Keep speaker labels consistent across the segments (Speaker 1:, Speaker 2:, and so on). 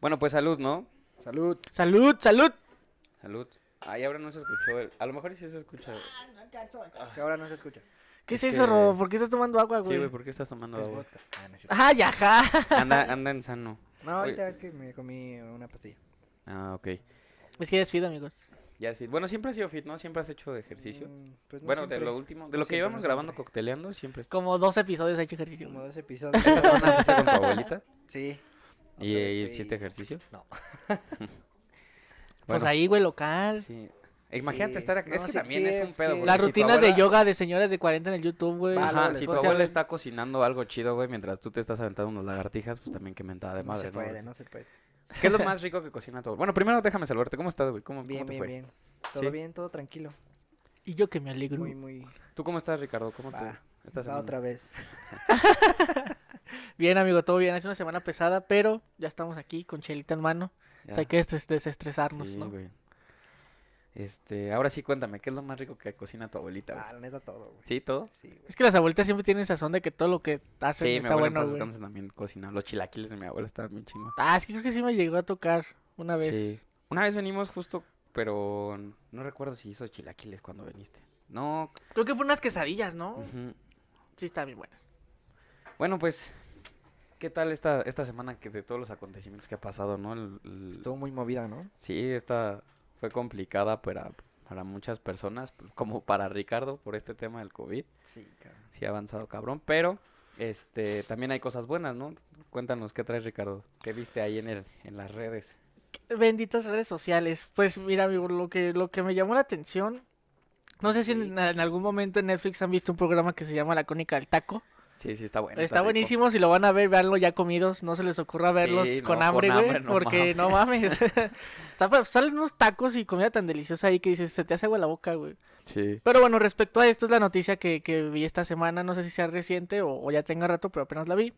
Speaker 1: Bueno, pues salud, ¿no?
Speaker 2: Salud.
Speaker 3: Salud, salud.
Speaker 1: Salud. Ay, ahora no se escuchó. el- A lo mejor sí se escucha. Ah.
Speaker 2: Que ahora no se escucha.
Speaker 3: ¿Qué es
Speaker 1: Es
Speaker 3: eso,
Speaker 1: que-
Speaker 3: Rodo? ¿Por qué estás tomando agua,
Speaker 1: Sí, güey,
Speaker 3: güey?
Speaker 1: ¿por qué estás tomando
Speaker 2: Es
Speaker 1: agua?
Speaker 2: vodka. Ah, no, es cierto.
Speaker 3: ¡Ay, ajá!
Speaker 1: Anda, anda en sano.
Speaker 2: No, ahorita es que me comí una pastilla.
Speaker 1: Ah, ok.
Speaker 3: Es que ya es fit, amigos.
Speaker 1: Ya es fit. Bueno, siempre has sido fit, ¿no? Siempre has hecho ejercicio.
Speaker 2: Mm, pues no
Speaker 1: bueno, de
Speaker 2: siempre.
Speaker 1: lo último, de
Speaker 2: No
Speaker 1: lo que
Speaker 2: siempre,
Speaker 1: llevamos
Speaker 2: no
Speaker 1: grabando
Speaker 2: siempre.
Speaker 1: cocteleando, siempre está.
Speaker 3: Como dos episodios ha hecho ejercicio.
Speaker 2: Como
Speaker 3: güey.
Speaker 2: dos episodios.
Speaker 1: Esta semana fuiste con tu abuelita
Speaker 2: sí. Otra
Speaker 1: y
Speaker 2: vez
Speaker 1: eh,
Speaker 2: fui-
Speaker 1: hiciste ejercicio.
Speaker 2: No.
Speaker 3: Pues
Speaker 1: Bueno,
Speaker 3: ahí, güey, local.
Speaker 1: sí. Eh, Imagínate
Speaker 2: Sí.
Speaker 1: estar aquí. es
Speaker 2: No,
Speaker 1: que
Speaker 2: sí,
Speaker 1: también
Speaker 2: sí,
Speaker 1: es un
Speaker 2: sí.
Speaker 1: pedo.
Speaker 2: Las
Speaker 1: porque
Speaker 3: Las
Speaker 1: si tu
Speaker 3: rutinas
Speaker 1: abuela-
Speaker 3: de yoga de señoras de 40 en el YouTube, güey.
Speaker 2: Bájale,
Speaker 1: Ajá,
Speaker 2: les
Speaker 1: si tu
Speaker 2: ponte a
Speaker 1: abuela
Speaker 2: hablar.
Speaker 1: está cocinando algo chido, güey, mientras tú te estás aventando unas lagartijas, pues también que mentada de
Speaker 2: No
Speaker 1: madre,
Speaker 2: se
Speaker 1: ¿no?
Speaker 2: puede,
Speaker 1: güey?
Speaker 2: no se puede.
Speaker 1: ¿Qué es lo más rico que cocina todo? Bueno, primero déjame saludarte. ¿Cómo estás, güey? ¿Cómo,
Speaker 2: Bien,
Speaker 1: cómo te
Speaker 2: bien,
Speaker 1: fue?
Speaker 2: bien. Todo
Speaker 1: ¿Sí?
Speaker 2: bien, todo tranquilo.
Speaker 3: Y yo que me alegro.
Speaker 2: Muy, muy.
Speaker 1: ¿Tú cómo estás, Ricardo? ¿Cómo te
Speaker 2: Va,
Speaker 1: estás?
Speaker 2: va otra vez.
Speaker 3: Bien, amigo, todo bien. Hace una semana pesada, pero ya estamos aquí con chelita en mano. O sea, hay que estres- desestresarnos,
Speaker 1: Sí,
Speaker 3: ¿no?
Speaker 1: güey. Este, ahora sí cuéntame, ¿qué es lo más rico que cocina tu abuelita, güey?
Speaker 2: Ah, la neta, todo, güey.
Speaker 1: ¿Sí, todo?
Speaker 2: Sí, güey.
Speaker 3: Es que las abuelitas siempre tienen sazón de que todo lo que hacen
Speaker 1: Sí, mi
Speaker 3: está
Speaker 1: abuela pues, en
Speaker 3: bueno,
Speaker 1: paz
Speaker 3: güey.
Speaker 1: descanse también cocina. Los chilaquiles de mi abuela estaban bien chingos.
Speaker 3: Ah, es que creo que sí me llegó a tocar una vez.
Speaker 1: Sí. Una vez venimos justo, pero no recuerdo si hizo chilaquiles cuando viniste. No.
Speaker 3: Creo que fue unas quesadillas, ¿no?
Speaker 1: ujú.
Speaker 3: Sí, están bien buenas.
Speaker 1: Bueno, pues, ¿qué tal esta, esta semana que de todos los acontecimientos que ha pasado, no? El- el-
Speaker 2: Estuvo muy movida, ¿no?
Speaker 1: Sí, esta fue complicada para, para muchas personas, como para Ricardo, por este tema del COVID.
Speaker 2: Sí, cabrón.
Speaker 1: Sí ha avanzado cabrón, pero este también hay cosas buenas, ¿no? Cuéntanos, ¿qué traes, Ricardo? ¿Qué viste ahí en, el, en las redes?
Speaker 3: Benditas redes sociales. Pues mira, amigo, lo que, lo que me llamó la atención. No sé si en, en algún momento en Netflix han visto un programa que se llama La Crónica del Taco.
Speaker 1: Sí, sí, está bueno.
Speaker 3: Está,
Speaker 1: rico.
Speaker 3: buenísimo, si lo van a ver, veanlo ya comidos, no se les ocurra verlos
Speaker 1: Sí,
Speaker 3: con
Speaker 1: no,
Speaker 3: hambre,
Speaker 1: con
Speaker 3: güey,
Speaker 1: hambre, no
Speaker 3: porque no mames. Está fa- Salen unos tacos y comida tan deliciosa ahí que dices, se te hace agua la boca, güey.
Speaker 1: Sí.
Speaker 3: Pero bueno, respecto a esto es la noticia que, que vi esta semana, no sé si sea reciente o, o ya tenga rato, pero apenas la vi,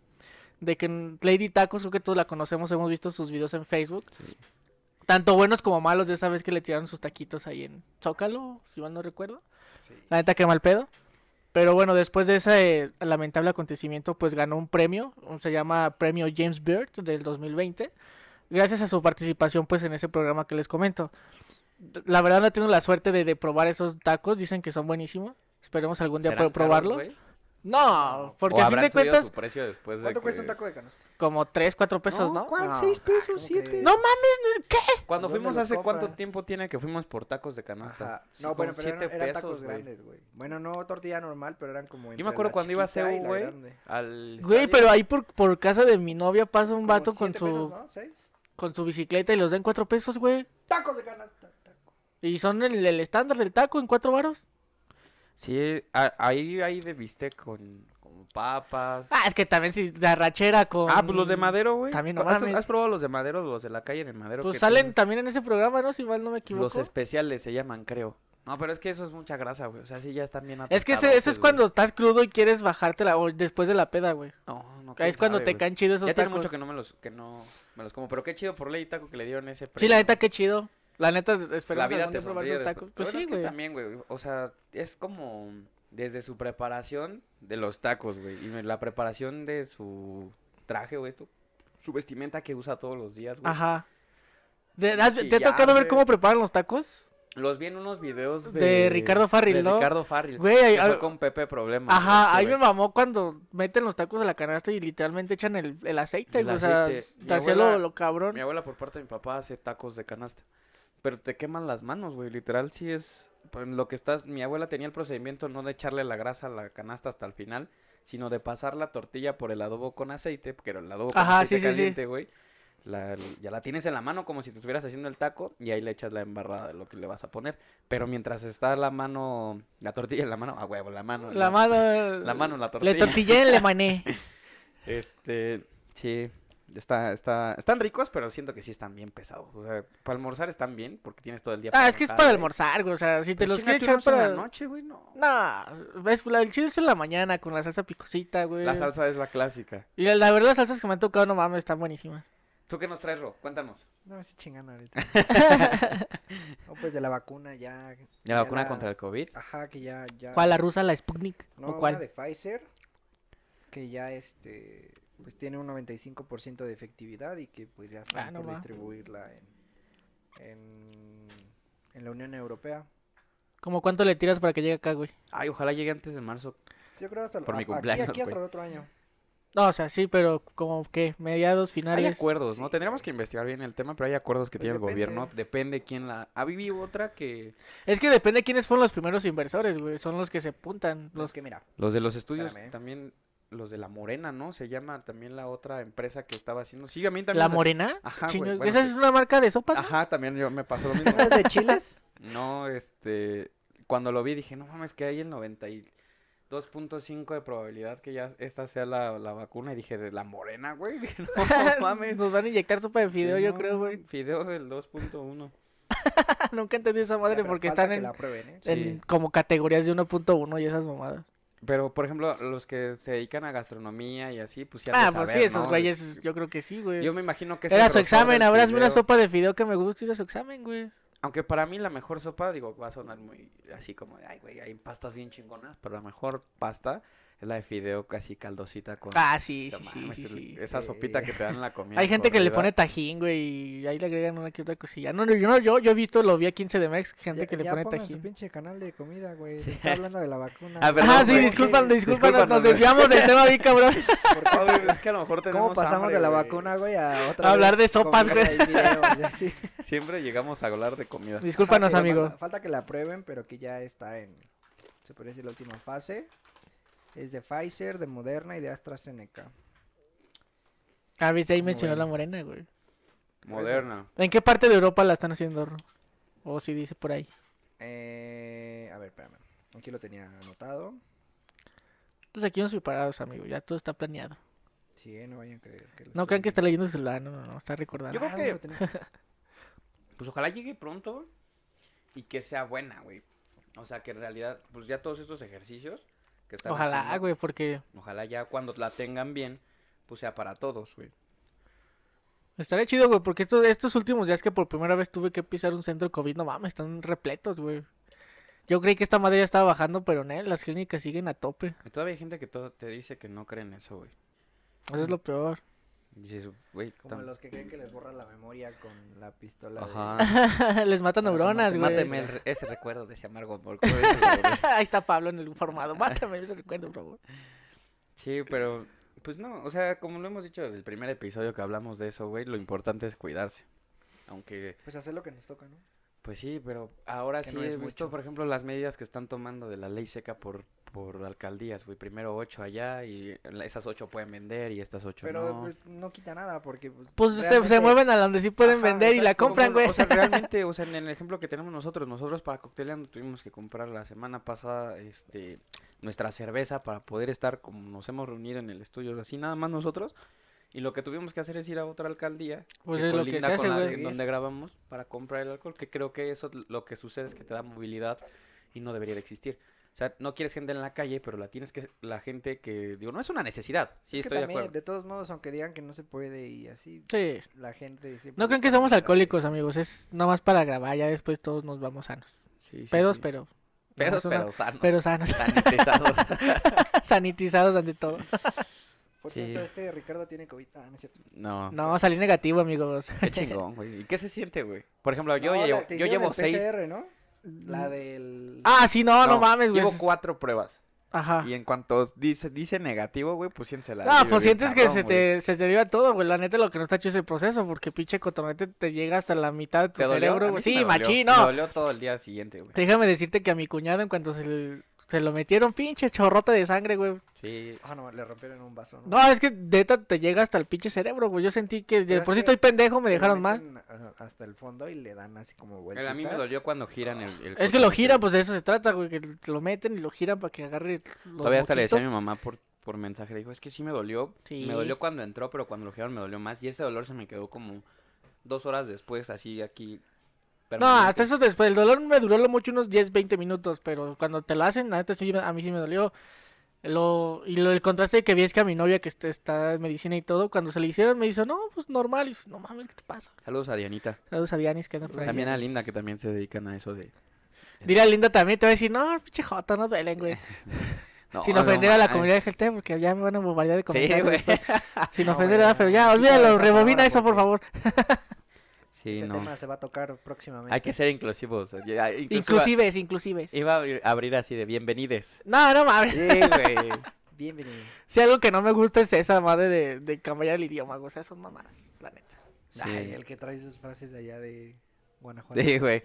Speaker 3: de que en Lady Tacos, creo que todos la conocemos, hemos visto sus videos en Facebook,
Speaker 1: Sí.
Speaker 3: tanto buenos como malos de esa vez que le tiraron sus taquitos ahí en Zócalo, si mal no recuerdo.
Speaker 2: Sí.
Speaker 3: La neta que mal pedo. Pero bueno, después de ese eh, lamentable acontecimiento, pues ganó un premio. un- Se llama Premio James Beard del 2020. Gracias a su participación, pues, en ese programa que les comento. D- La verdad no he tenido la suerte de, de probar esos tacos. Dicen que son buenísimos. Esperemos algún día
Speaker 1: ¿Serán
Speaker 3: poder
Speaker 1: caros,
Speaker 3: probarlo.
Speaker 1: güey?
Speaker 3: no, porque
Speaker 1: ¿O
Speaker 3: a fin
Speaker 1: habrán
Speaker 3: de
Speaker 1: subido
Speaker 3: cuentas,
Speaker 1: su precio después de
Speaker 2: ¿Cuánto
Speaker 1: que-
Speaker 2: cuesta un taco de canasta?
Speaker 3: como 3, 4 pesos, ¿no? Ah.
Speaker 2: ¿Cuál? ¿Seis pesos? ¿Siete?
Speaker 3: No
Speaker 1: Cuando
Speaker 2: ¿Dónde
Speaker 1: fuimos
Speaker 2: los
Speaker 1: hace cuánto
Speaker 2: compras?
Speaker 1: tiempo tiene que fuimos por tacos de canasta.
Speaker 2: Ajá.
Speaker 1: Sí,
Speaker 2: No, bueno,
Speaker 1: como
Speaker 2: pero eran,
Speaker 1: siete
Speaker 2: eran tacos
Speaker 1: pesos, güey.
Speaker 2: grandes, güey. Bueno, no tortilla normal, pero eran como.
Speaker 1: Yo me acuerdo cuando iba a
Speaker 2: ser
Speaker 1: CEU, güey, al
Speaker 3: Güey,
Speaker 1: estadio.
Speaker 3: pero ahí por, por casa de mi novia pasa un vato con su,
Speaker 2: ¿no? ¿Seis?
Speaker 3: con su bicicleta y los dan 4 pesos, güey.
Speaker 2: Tacos de canasta. taco.
Speaker 3: Y son el, el estándar del taco en cuatro varos.
Speaker 1: Sí, a- ahí ahí de bistec con, con papas.
Speaker 3: Ah, es que también si la rachera con.
Speaker 1: Ah, pues los de madero, güey.
Speaker 3: También, no
Speaker 1: ¿Has,
Speaker 3: mames.
Speaker 1: has probado los de madero, los de la calle de madero?
Speaker 3: Pues
Speaker 1: que
Speaker 3: salen
Speaker 1: tienen-
Speaker 3: también en ese programa, ¿no? Si mal no me equivoco.
Speaker 1: Los especiales se llaman, creo. No, pero es que eso es mucha grasa, güey. O sea, sí ya están bien
Speaker 3: Es que ese- eso
Speaker 1: atacadotes,
Speaker 3: es cuando estás crudo y quieres bajarte la, o después de la peda, güey.
Speaker 1: güey. No, no,
Speaker 3: Ahí
Speaker 1: quién
Speaker 3: es cuando
Speaker 1: sabe,
Speaker 3: te
Speaker 1: güey.
Speaker 3: caen chidos esos
Speaker 1: Ya tiene
Speaker 3: tacos.
Speaker 1: mucho que no me los que no me los como, pero qué chido por Ley Taco que le dieron ese
Speaker 3: Sí, la neta, qué chido. La neta, esperamos
Speaker 1: vida
Speaker 3: algún día
Speaker 1: te
Speaker 3: probar
Speaker 1: sonríe
Speaker 3: esos
Speaker 1: después.
Speaker 3: tacos.
Speaker 1: Lo
Speaker 3: Pues
Speaker 1: bueno
Speaker 3: sí,
Speaker 1: es que
Speaker 3: güey.
Speaker 1: también, güey, o sea, es como desde su preparación de los tacos, güey, y me- la preparación de su traje o esto, su vestimenta que usa todos los días, güey.
Speaker 3: Ajá. ¿Te, has-
Speaker 1: Y
Speaker 3: te ha
Speaker 1: ya,
Speaker 3: tocado ver
Speaker 1: güey.
Speaker 3: cómo preparan los tacos?
Speaker 1: Los vi en unos videos
Speaker 3: De
Speaker 1: de...
Speaker 3: Ricardo Farril,
Speaker 1: de
Speaker 3: ¿no?
Speaker 1: Ricardo Farril.
Speaker 3: Güey, ahí-
Speaker 1: que fue
Speaker 3: ah,
Speaker 1: con Pepe Este Problema.
Speaker 3: Ajá, ahí
Speaker 1: ahí
Speaker 3: me mamó cuando meten los tacos de la canasta y literalmente echan el, el aceite,
Speaker 1: El
Speaker 3: güey. O sea,
Speaker 1: aceite. Mi
Speaker 3: te hacía lo,
Speaker 1: abuela-
Speaker 3: lo cabrón.
Speaker 1: Mi abuela por parte de mi papá hace tacos de canasta. Pero te queman las manos, güey. Literal, sí es... pues, en Lo que estás... Mi abuela tenía el procedimiento no de echarle la grasa a la canasta hasta el final, sino de pasar la tortilla por el adobo con aceite, porque era el adobo con
Speaker 3: Ajá,
Speaker 1: aceite
Speaker 3: sí, sí, sí.
Speaker 1: caliente, güey. La- ya la tienes en la mano como si te estuvieras haciendo el taco y ahí le echas la embarrada de lo que le vas a poner. Pero mientras está la mano, la tortilla en la mano, a huevo, la mano.
Speaker 3: La mano.
Speaker 1: la mano, la
Speaker 3: Le tortillé, le mané.
Speaker 1: Este, sí, está, está, están ricos, pero siento que sí están bien pesados. O sea, para almorzar están bien, porque tienes todo el día.
Speaker 3: Ah, es que es
Speaker 1: almorzar,
Speaker 3: para
Speaker 1: güey. Pues
Speaker 3: almorzar, güey. O sea, si te
Speaker 1: Pero
Speaker 3: los
Speaker 1: chíngate
Speaker 3: quieres echar
Speaker 1: unos en
Speaker 3: para.
Speaker 1: la noche, güey, no.
Speaker 3: No, ves, la- el chile es en la mañana con la salsa picosita, güey.
Speaker 1: La salsa es la clásica.
Speaker 3: Y la, la verdad, las salsas que me han tocado, no mames, están buenísimas.
Speaker 1: ¿Tú qué nos traes, Ro? Cuéntanos.
Speaker 2: No, me estoy chingando ahorita. no, pues de la vacuna ya.
Speaker 1: ¿La vacuna contra el COVID?
Speaker 2: Ajá, que
Speaker 1: Ah.
Speaker 2: ya. ya...
Speaker 3: ¿Cuál, la rusa, la Sputnik?
Speaker 2: No,
Speaker 3: ¿O
Speaker 2: una
Speaker 3: cuál?
Speaker 2: de Pfizer. Que ya este. pues tiene un 95% de efectividad y que pues ya están
Speaker 3: Ah, no
Speaker 2: por
Speaker 3: va.
Speaker 2: distribuirla en, en, en la Unión Europea.
Speaker 3: ¿Como cuánto le tiras para que llegue acá, güey?
Speaker 1: Ay, ojalá llegue antes de marzo.
Speaker 2: Yo creo hasta
Speaker 1: Por mi
Speaker 2: a- aquí-
Speaker 1: cumpleaños,
Speaker 2: aquí hasta
Speaker 1: güey.
Speaker 2: el otro año.
Speaker 3: No, o sea, sí, pero como que mediados,
Speaker 1: Hay
Speaker 3: finales.
Speaker 1: acuerdos, ¿no?
Speaker 2: sí,
Speaker 1: Tendríamos
Speaker 2: güey.
Speaker 1: que investigar bien el tema, pero hay acuerdos que
Speaker 2: Pues
Speaker 1: tiene
Speaker 2: depende.
Speaker 1: el gobierno. Depende quién la... Ha vivido otra que...
Speaker 3: Es que depende de quiénes fueron los primeros inversores, güey. Son los que se apuntan.
Speaker 2: Los
Speaker 3: Los...
Speaker 2: Pues, que mira,
Speaker 1: Los de los estudios
Speaker 2: Espérame.
Speaker 1: también... Los de La Morena, ¿no? Se llama también la otra empresa que estaba haciendo... Sí, a mí también...
Speaker 3: ¿La
Speaker 1: se-
Speaker 3: Morena?
Speaker 1: Ajá, güey,
Speaker 3: Chinga,
Speaker 1: bueno,
Speaker 3: Esa
Speaker 1: sí.
Speaker 3: es una marca de sopas. no?
Speaker 1: Ajá, también yo me pasó lo mismo.
Speaker 2: ¿no es de chiles?
Speaker 1: No, este, cuando lo vi dije, no mames, que hay el 92.5 de probabilidad que ya esta sea la, la vacuna. Y dije, de la morena, güey. Dije, no mames.
Speaker 3: Nos van a inyectar sopa de fideo,
Speaker 1: Sí,
Speaker 3: yo
Speaker 1: no,
Speaker 3: creo, güey.
Speaker 1: Fideos del 2.1.
Speaker 3: Nunca entendí esa
Speaker 2: Ya,
Speaker 3: madre
Speaker 2: pero
Speaker 3: porque
Speaker 2: falta
Speaker 3: están
Speaker 2: que
Speaker 3: en,
Speaker 2: la prueben, ¿eh?
Speaker 3: en
Speaker 1: Sí.
Speaker 3: como categorías de 1.1 y esas mamadas.
Speaker 1: Pero, por ejemplo, los que se dedican a gastronomía y así, pues ya
Speaker 3: Ah, pues sí, esos
Speaker 1: güeyes.
Speaker 3: güeyes, yo creo que sí, güey.
Speaker 1: Yo me imagino que ese
Speaker 3: Era su
Speaker 1: grosor
Speaker 3: examen,
Speaker 1: del
Speaker 3: ahora hazme una
Speaker 1: fideo-
Speaker 3: sopa de fideo que me gusta ir a su examen, güey.
Speaker 1: Aunque para mí la mejor sopa, digo, va a sonar muy así como, ay, güey, hay pastas bien chingonas, pero la mejor pasta es la de fideo casi caldosita con...
Speaker 3: Ah, sí,
Speaker 1: No
Speaker 3: sí, sí,
Speaker 1: mames,
Speaker 3: sí,
Speaker 1: el-
Speaker 3: sí.
Speaker 1: Esa
Speaker 2: Sí.
Speaker 1: sopita que te dan en la comida.
Speaker 3: Hay gente que le
Speaker 1: corrida.
Speaker 3: pone tajín, güey, y ahí le agregan una que otra cosilla. No, no, yo no, yo, yo he visto, lo vi a 15 de Mex, gente
Speaker 2: Ya-
Speaker 3: que le
Speaker 2: ya
Speaker 3: pone
Speaker 2: pongan su
Speaker 3: tajín.
Speaker 2: pinche canal de comida, güey. Se está hablando de la vacuna.
Speaker 1: Ah,
Speaker 2: güey.
Speaker 1: perdón,
Speaker 3: ah, sí,
Speaker 1: güey.
Speaker 3: disculpan,
Speaker 2: ¿Por qué?
Speaker 3: disculpan, nos-
Speaker 1: Discúlpanos,
Speaker 3: nos
Speaker 1: güey.
Speaker 3: desviamos del tema bien, cabrón.
Speaker 2: ¿Por qué,
Speaker 1: Ay,
Speaker 2: güey?
Speaker 1: güey, es que a lo mejor tenemos
Speaker 2: ¿Cómo pasamos
Speaker 1: hambre,
Speaker 2: de la
Speaker 1: güey.
Speaker 2: vacuna, güey, a otra
Speaker 3: A hablar
Speaker 2: vez
Speaker 3: de sopas,
Speaker 2: comida
Speaker 3: güey.
Speaker 2: y videos, y así?
Speaker 1: Siempre llegamos a hablar de comida.
Speaker 3: Discúlpanos,
Speaker 2: Falta-
Speaker 3: amigo.
Speaker 2: Falta, falta que la prueben, pero que ya está en, se podría decir, la última fase. Es de Pfizer, de Moderna y de AstraZeneca.
Speaker 3: Ah, viste, ahí
Speaker 1: Muy
Speaker 3: mencionó
Speaker 1: bueno.
Speaker 3: la morena, güey.
Speaker 1: Moderna.
Speaker 3: ¿En qué parte de Europa la están haciendo? Ro? O si dice por ahí.
Speaker 2: Eh, a ver, espérame. Aquí lo tenía anotado.
Speaker 3: Entonces Pues aquí nos preparados, amigo, ya todo está planeado.
Speaker 2: Sí, eh, no vayan a creer. que lo
Speaker 3: No crean que está
Speaker 2: estoy-
Speaker 3: leyendo el celular, no, no, no, está recordando.
Speaker 1: Yo creo
Speaker 2: Ah,
Speaker 1: que-
Speaker 2: no lo tenía.
Speaker 1: Pues ojalá llegue pronto güey, y que sea buena, güey. O sea, que en realidad, pues ya todos estos ejercicios que están
Speaker 3: Ojalá,
Speaker 1: haciendo,
Speaker 3: güey, porque
Speaker 1: Ojalá ya cuando la tengan bien, pues sea para todos, güey.
Speaker 3: Estaría chido, güey, porque estos, estos últimos días que por primera vez tuve que pisar un centro COVID, no mames, están repletos, güey. Yo creí que esta madre ya estaba bajando, pero no, las clínicas siguen a tope.
Speaker 1: Y todavía hay gente que todo te dice que no creen eso, güey.
Speaker 3: Eso es lo peor.
Speaker 1: Y Dices, güey,
Speaker 2: Como
Speaker 1: tam-
Speaker 2: los que creen que les borra la memoria con la pistola. de-
Speaker 1: Ajá.
Speaker 3: Les mata
Speaker 1: Ahora,
Speaker 3: neuronas,
Speaker 1: mate-
Speaker 3: güey.
Speaker 1: Ah, Máteme el re- ese recuerdo de ese amargo amor. ¿cómo es el-
Speaker 3: Ahí está Pablo en el informado. Mátame, ese recuerdo, por favor.
Speaker 1: Sí, pero pues no, o sea, como lo hemos dicho desde el primer episodio que hablamos de eso, güey, lo importante es cuidarse. Aunque,
Speaker 2: Pues hacer lo que nos toca, ¿no?
Speaker 1: pues sí, pero ahora
Speaker 2: Que
Speaker 1: sí
Speaker 2: no es
Speaker 1: he visto,
Speaker 2: mucho.
Speaker 1: por ejemplo, las medidas que están tomando de la ley seca por por alcaldías, güey, primero ocho allá y la- esas ocho pueden vender y estas ocho
Speaker 2: Pero
Speaker 1: no.
Speaker 2: pues no quita nada porque... Pues,
Speaker 3: Pues se- se,
Speaker 2: realmente-
Speaker 3: mueven a donde sí pueden
Speaker 2: Ajá,
Speaker 3: vender y la
Speaker 2: exacto,
Speaker 1: Como
Speaker 3: compran,
Speaker 1: lo-
Speaker 3: güey.
Speaker 1: O sea, realmente, o sea, en el ejemplo que tenemos nosotros, nosotros para cocteleando tuvimos que comprar la semana pasada este nuestra cerveza para poder estar como nos hemos reunido en el estudio, así nada más nosotros. Y lo que tuvimos que hacer es ir a otra alcaldía,
Speaker 3: Pues es lo que
Speaker 1: colinda
Speaker 3: se
Speaker 1: con
Speaker 3: hace,
Speaker 1: la
Speaker 3: güey.
Speaker 1: en donde grabamos para comprar el alcohol, que creo que eso lo que sucede es que te da movilidad y no debería de existir. O sea, no quieres gente en la calle, pero la tienes que la gente que digo, no es una necesidad. Sí,
Speaker 2: Es que
Speaker 1: estoy de
Speaker 2: también,
Speaker 1: acuerdo.
Speaker 2: de todos modos, aunque digan que no se puede y así,
Speaker 3: Sí.
Speaker 2: la gente siempre...
Speaker 3: No crean que
Speaker 2: busca
Speaker 3: somos
Speaker 2: la-
Speaker 3: alcohólicos, amigos. Es nomás para grabar. Ya después todos nos vamos sanos.
Speaker 1: Sí, sí,
Speaker 3: Pedos,
Speaker 1: sí.
Speaker 3: pero.
Speaker 1: pedos,
Speaker 3: nomás una-
Speaker 1: pero sanos,
Speaker 3: Pero sanos.
Speaker 1: sanitizados.
Speaker 3: Sanitizados ante todo.
Speaker 2: Por
Speaker 1: Sí.
Speaker 2: cierto, este Ricardo tiene COVID. Ah, no es cierto.
Speaker 1: No.
Speaker 3: No, salí negativo, amigos.
Speaker 1: Qué chingón, güey. ¿Y qué se siente, güey? Por ejemplo, yo
Speaker 2: No,
Speaker 1: ya
Speaker 2: la-
Speaker 1: llevo,
Speaker 2: te
Speaker 1: yo
Speaker 2: hicieron
Speaker 1: llevo
Speaker 2: el
Speaker 1: seis.
Speaker 2: PCR, ¿no?
Speaker 1: Mm.
Speaker 2: La del...
Speaker 3: Ah, sí, no, no, mames, güey.
Speaker 1: Llevo cuatro pruebas.
Speaker 3: Ajá.
Speaker 1: Y en cuanto dice, dice negativo, güey, pues siéntese la.
Speaker 3: Ah,
Speaker 1: alivio
Speaker 3: pues
Speaker 1: bien
Speaker 3: sientes que
Speaker 1: cabrón,
Speaker 3: se
Speaker 1: güey.
Speaker 3: te, se te deriva todo, güey. La neta, lo que no está hecho es el proceso, porque pinche cotonete te llega hasta la mitad de tu
Speaker 1: ¿Te dolió? A
Speaker 3: cerebro,
Speaker 1: mí me
Speaker 3: güey. Sí,
Speaker 1: dolió.
Speaker 3: machín,
Speaker 1: Me
Speaker 3: no.
Speaker 1: dolió todo el día siguiente, güey.
Speaker 3: Déjame decirte que a mi cuñado, en cuanto se, le- se lo metieron, pinche chorrota de sangre, güey.
Speaker 1: Sí.
Speaker 2: Ah, no, le rompieron un vaso, ¿no?
Speaker 3: No, es que neta te llega hasta el pinche cerebro, güey. Yo sentí que de
Speaker 2: Pero
Speaker 3: por
Speaker 2: es
Speaker 3: sí
Speaker 2: que
Speaker 3: estoy pendejo,
Speaker 2: Te
Speaker 3: me
Speaker 2: lo
Speaker 3: dejaron mal.
Speaker 2: meten a- Hasta el fondo y le dan así como
Speaker 1: El
Speaker 2: vueltas.
Speaker 1: a mí me dolió cuando giran el. el
Speaker 3: Es que lo
Speaker 1: cotonete,
Speaker 3: giran,
Speaker 1: güey.
Speaker 3: pues de eso se trata, güey. Que lo meten y lo giran para que agarre los
Speaker 1: Todavía hasta le decía a mi
Speaker 3: moquitos.
Speaker 1: mamá por, por mensaje. Le dijo, es que sí me dolió.
Speaker 3: Sí.
Speaker 1: Me dolió cuando entró, pero cuando lo giraron me dolió más. Y ese dolor se me quedó como dos horas después, así aquí.
Speaker 3: No, hasta
Speaker 1: permanente.
Speaker 3: eso después. El dolor me duró lo mucho unos 10, 20 minutos, pero cuando te lo hacen, la neta, sí, a mí sí me dolió. Lo, y lo, el contraste que vi es que a mi novia, que este- está en medicina y todo, cuando se le hicieron, me dijo, no, pues normal. Y dice, no mames, ¿qué te pasa?
Speaker 1: Saludos a Dianita.
Speaker 3: Saludos a Dianis, que anda por ahí.
Speaker 1: También a
Speaker 2: Dianis.
Speaker 1: Linda, que también se dedican a eso de.
Speaker 3: Dile a Linda también, te va a decir, no, pinche jota, no duelen, güey.
Speaker 1: No,
Speaker 3: Sin
Speaker 1: no
Speaker 3: ofender a la
Speaker 1: manches.
Speaker 3: comunidad GT, porque ya me van a bombardear de
Speaker 1: Sí,
Speaker 3: comentarios.
Speaker 1: güey.
Speaker 3: después. Sin
Speaker 2: No,
Speaker 3: ofender,
Speaker 2: güey,
Speaker 3: ¿verdad? pero ya,
Speaker 2: quita
Speaker 3: olvídalo,
Speaker 2: esa
Speaker 3: rebobina
Speaker 2: palabra,
Speaker 3: eso, por
Speaker 2: porque-
Speaker 3: favor.
Speaker 1: Sí,
Speaker 2: Ese
Speaker 1: no.
Speaker 2: tema se va a tocar próximamente.
Speaker 1: Hay que ser inclusivos. Ya, incluso iba-
Speaker 3: Inclusives, inclusives.
Speaker 1: Iba a abrir, abrir así de bienvenides.
Speaker 3: No, no mames.
Speaker 1: Sí, güey.
Speaker 2: Bienvenido.
Speaker 3: Si algo que no me gusta es esa madre de, de cambiar el idioma, güey, o sea, son mamadas, la neta.
Speaker 2: Ay,
Speaker 1: Sí.
Speaker 2: el que trae sus frases de allá de Guanajuato.
Speaker 1: Sí, güey.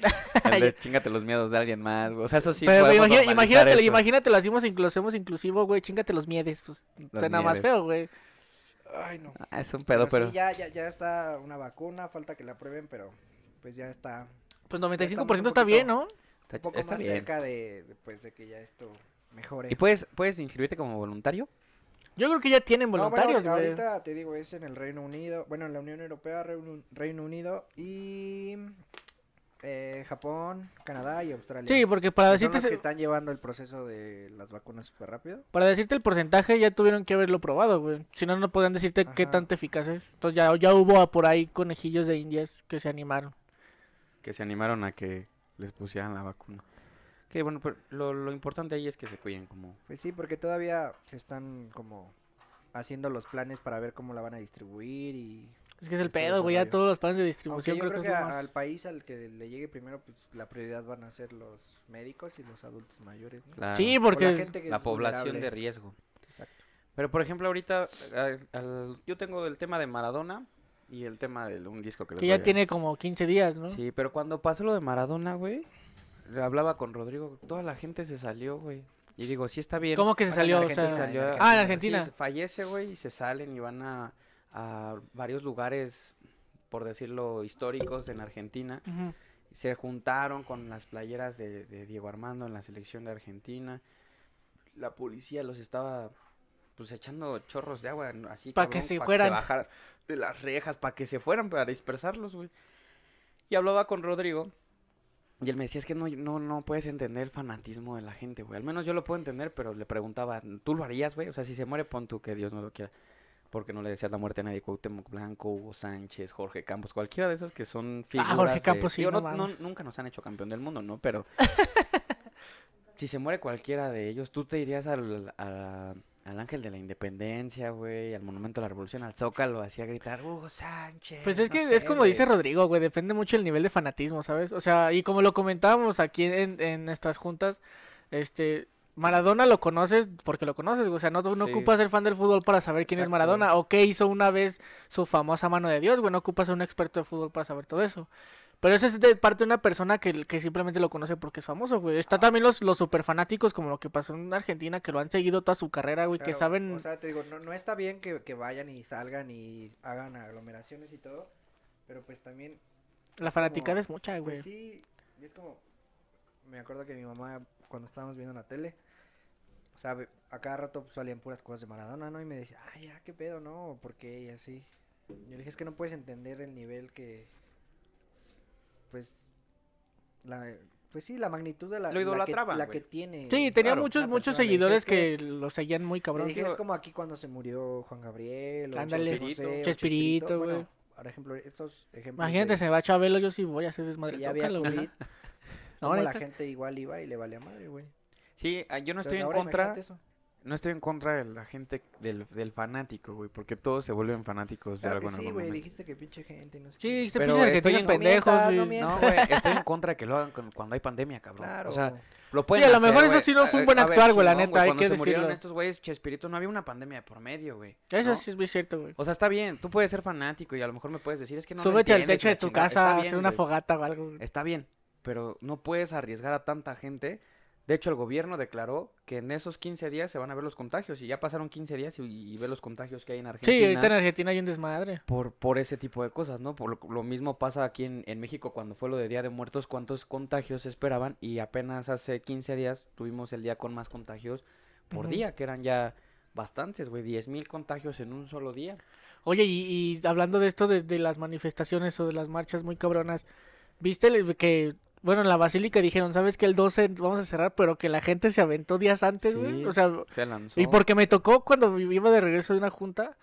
Speaker 1: El de chingate los miedos de alguien más, güey. O sea, eso sí
Speaker 3: pero
Speaker 1: podemos
Speaker 3: imagínate,
Speaker 1: normalizar
Speaker 3: imagínatelo,
Speaker 1: eso.
Speaker 3: imagínatelo, hacemos inclu- hacemos inclusivo, güey, chingate los miedes, pues,
Speaker 1: Los
Speaker 3: suena más
Speaker 1: miedes.
Speaker 3: feo, güey. Pues,
Speaker 2: Ay, no.
Speaker 1: Ah, es un pedo,
Speaker 2: Pero
Speaker 1: pero...
Speaker 2: sí, ya, ya, ya está una vacuna, falta que la prueben, pero pues ya está
Speaker 3: Pues
Speaker 2: estamos un
Speaker 3: 95% está bien, ¿no?
Speaker 1: está-
Speaker 2: un poco
Speaker 1: está
Speaker 2: más
Speaker 1: bien.
Speaker 2: cerca de, de, pues, de que ya esto mejore.
Speaker 1: ¿Y puedes, puedes inscribirte como voluntario?
Speaker 3: Yo creo que ya tienen
Speaker 2: No, bueno,
Speaker 3: voluntarios, güey.
Speaker 2: ahorita te digo, es en el Reino Unido, bueno, en la Unión Europea, Reino, Reino Unido y eh, Japón, Canadá y Australia.
Speaker 3: Sí, porque para
Speaker 2: son
Speaker 3: decirte,
Speaker 2: los que
Speaker 3: ese-
Speaker 2: están llevando el proceso de las vacunas súper rápido.
Speaker 3: para decirte el porcentaje ya tuvieron que haberlo probado, güey. Si no, no podían decirte qué
Speaker 2: Ajá.
Speaker 3: tanto eficaz es. Entonces ya, ya hubo a por ahí conejillos de indias que se animaron.
Speaker 1: Que se animaron a que les pusieran la vacuna. Que bueno, pero lo, lo importante ahí es que se cuiden como...
Speaker 2: Pues sí, porque todavía se están como haciendo los planes para ver cómo la van a distribuir y
Speaker 3: Es que es el
Speaker 2: Este
Speaker 3: pedo, güey, ya
Speaker 2: desarrollo.
Speaker 3: todos los planes de
Speaker 2: Aunque
Speaker 3: distribución
Speaker 2: yo
Speaker 3: pues creo,
Speaker 2: creo
Speaker 3: que,
Speaker 2: que
Speaker 3: son
Speaker 2: a-
Speaker 3: más-
Speaker 2: al país al que le llegue primero, pues la prioridad van a ser los médicos y los adultos mayores, ¿no?
Speaker 1: claro,
Speaker 3: Sí,
Speaker 2: O la
Speaker 3: porque
Speaker 2: gente que
Speaker 1: la
Speaker 2: es
Speaker 1: población
Speaker 2: vulnerable.
Speaker 1: de riesgo.
Speaker 2: Exacto.
Speaker 1: Pero por ejemplo, ahorita al- al- yo tengo el tema de Maradona y el tema de un disco que les
Speaker 3: que
Speaker 1: voy
Speaker 3: ya
Speaker 1: a-
Speaker 3: tiene como 15 días, ¿no?
Speaker 1: Sí, pero cuando pasó lo de Maradona, güey, le hablaba con Rodrigo, toda la gente se salió, güey. Y digo, sí está bien.
Speaker 3: ¿Cómo que se
Speaker 2: Bueno,
Speaker 3: salió?
Speaker 2: en
Speaker 3: O sea,
Speaker 2: Argentina, en
Speaker 3: ah, en
Speaker 1: Argentina.
Speaker 3: Argentina.
Speaker 1: Sí, fallece, güey, y se salen y van a, a varios lugares, por decirlo, históricos en Argentina.
Speaker 3: Ujú.
Speaker 1: Se juntaron con las playeras de, de Diego Armando en la selección de Argentina. La policía los estaba, pues, echando chorros de agua, ¿no? así.
Speaker 3: Pa' que se fueran.
Speaker 1: Para que se bajaran de las rejas, para que se fueran, para dispersarlos, güey. Y hablaba con Rodrigo. Y él me decía, es que no, no, no puedes entender el fanatismo de la gente, güey. Al menos yo lo puedo entender, pero le preguntaba, ¿tú lo harías, güey? O sea, si se muere, pon tú que Dios no lo quiera. Porque no le deseas la muerte a nadie. Cuauhtémoc Blanco, Hugo Sánchez, Jorge Campos, cualquiera de esas que son figuras.
Speaker 3: Ah, Jorge
Speaker 1: de-
Speaker 3: Campos, sí,
Speaker 1: digo,
Speaker 3: no
Speaker 1: no- no-
Speaker 3: mames.
Speaker 1: Nunca nos han hecho campeón del mundo, ¿no? Pero si se muere cualquiera de ellos, tú te irías al, a- al Ángel de la Independencia, güey, al Monumento a la Revolución, al Zócalo, así a gritar, Hugo Sánchez.
Speaker 3: Pues es
Speaker 1: no
Speaker 3: que
Speaker 1: sé,
Speaker 3: es como
Speaker 1: güey".
Speaker 3: dice Rodrigo, güey, depende mucho el nivel de fanatismo, ¿sabes? O sea, y como lo comentábamos aquí en, en nuestras juntas, este, Maradona lo conoces porque lo conoces, güey, o sea, no, no
Speaker 1: Sí.
Speaker 3: ocupas ser fan del fútbol para saber quién es
Speaker 1: Exacto.
Speaker 3: Maradona o qué hizo una vez su famosa mano de Dios, güey, no ocupas ser un experto de fútbol para saber todo eso. Pero eso es de parte de una persona que, que simplemente lo conoce porque es famoso, güey.
Speaker 1: Ah.
Speaker 3: Está también los, los super fanáticos, como lo que pasó en Argentina, que lo han seguido toda su carrera, güey, que
Speaker 2: Claro,
Speaker 3: saben...
Speaker 2: O sea, te digo, no, no está bien que, que vayan y salgan y hagan aglomeraciones y todo, pero pues también,
Speaker 3: La fanaticada es mucha, güey.
Speaker 2: pues sí, es como, me acuerdo que mi mamá, cuando estábamos viendo la tele, o sea, ve- a cada rato pues, salían puras cosas de Maradona, ¿no? Y me decía, ay, ya, qué pedo, ¿no? ¿Por qué? Y así. Yo le dije, es que no puedes entender el nivel que, pues, la... Pues sí, la magnitud de la,
Speaker 1: Lo
Speaker 2: la, que,
Speaker 1: idolatraban,
Speaker 2: la
Speaker 1: güey.
Speaker 2: que tiene.
Speaker 3: Sí, tenía
Speaker 1: Claro,
Speaker 3: muchos,
Speaker 2: una
Speaker 3: muchos
Speaker 2: persona, le dije,
Speaker 3: seguidores
Speaker 2: "Es que-
Speaker 3: que lo seguían muy
Speaker 2: Le
Speaker 3: cabrón.
Speaker 2: dije,
Speaker 1: digo-
Speaker 2: es como aquí cuando se murió Juan Gabriel, o
Speaker 3: Ándale.
Speaker 2: José José,
Speaker 1: Chespirito.
Speaker 2: o
Speaker 3: Chespirito,
Speaker 2: Bueno,
Speaker 3: güey.
Speaker 2: por ejemplo, estos ejemplos.
Speaker 3: Imagínate,
Speaker 2: de-
Speaker 3: se va Chabelo, yo sí voy a hacer desmadre.
Speaker 2: que
Speaker 3: el
Speaker 2: ya había
Speaker 3: Zócalo, güey.
Speaker 2: COVID,
Speaker 3: No,
Speaker 2: cómo la
Speaker 3: neta.
Speaker 2: gente igual iba y le valía madre, güey.
Speaker 1: Sí, ah, yo no estoy
Speaker 2: Entonces,
Speaker 1: en
Speaker 2: Pues ahora
Speaker 1: contra.
Speaker 2: imagínate eso.
Speaker 1: No estoy en contra de la gente del, del fanático, güey, porque todos se vuelven fanáticos de
Speaker 2: Claro
Speaker 1: algo
Speaker 2: que
Speaker 1: en
Speaker 2: sí,
Speaker 1: algún
Speaker 2: güey,
Speaker 1: momento.
Speaker 2: dijiste que pinche gente y no sé
Speaker 3: Sí,
Speaker 2: qué.
Speaker 3: este
Speaker 1: Pero
Speaker 3: pinche
Speaker 1: estoy
Speaker 3: argentinos
Speaker 1: en-
Speaker 3: pendejos.
Speaker 2: No mientas,
Speaker 3: y-
Speaker 2: no mientas.
Speaker 1: No, güey, estoy en contra de que lo hagan con- cuando hay pandemia, cabrón.
Speaker 2: Claro.
Speaker 1: O sea, lo
Speaker 3: Sí,
Speaker 1: pueden
Speaker 3: a lo
Speaker 1: hacer,
Speaker 3: mejor eso
Speaker 1: güey.
Speaker 3: sí no fue un
Speaker 1: A-
Speaker 3: buen
Speaker 1: a ver,
Speaker 3: actuar, güey, la
Speaker 1: chingón,
Speaker 3: neta, hay
Speaker 1: cuando
Speaker 3: que
Speaker 1: se murieron
Speaker 3: decirlo.
Speaker 1: estos güeyes, Chespirito, no había una pandemia de por medio, güey.
Speaker 3: Eso
Speaker 1: ¿no?
Speaker 3: sí es muy cierto, güey.
Speaker 1: O sea, está bien, tú puedes ser fanático y a lo mejor me puedes decir, es que no lo
Speaker 3: Súbete al
Speaker 1: entiendes,
Speaker 3: techo
Speaker 1: la
Speaker 3: de tu
Speaker 1: chingada".
Speaker 3: casa,
Speaker 1: Está
Speaker 3: hacer
Speaker 1: bien,
Speaker 3: una
Speaker 1: güey,
Speaker 3: fogata o algo. güey.
Speaker 1: Está bien, pero no puedes arriesgar a tanta gente. De hecho, el gobierno declaró que en esos 15 días se van a ver los contagios y ya pasaron 15 días y, y ve los contagios que hay en Argentina
Speaker 3: Sí, ahorita en Argentina hay un desmadre.
Speaker 1: por, por ese tipo de cosas, ¿no? Por lo, lo mismo pasa aquí en, en México cuando fue lo de Día de Muertos, cuántos contagios se esperaban y apenas hace 15 días tuvimos el día con más contagios por
Speaker 3: Ujú.
Speaker 1: día, que eran ya bastantes, güey, 10 mil contagios en un solo día.
Speaker 3: Oye, y, y hablando de esto, de, de las manifestaciones o de las marchas muy cabronas, ¿viste el- que, bueno, en la basílica dijeron, ¿sabes que El 12 vamos a cerrar, pero que la gente se aventó días antes, güey.
Speaker 1: Sí.
Speaker 3: O sea,
Speaker 1: Se lanzó.
Speaker 3: Y porque me tocó cuando iba de regreso de una junta,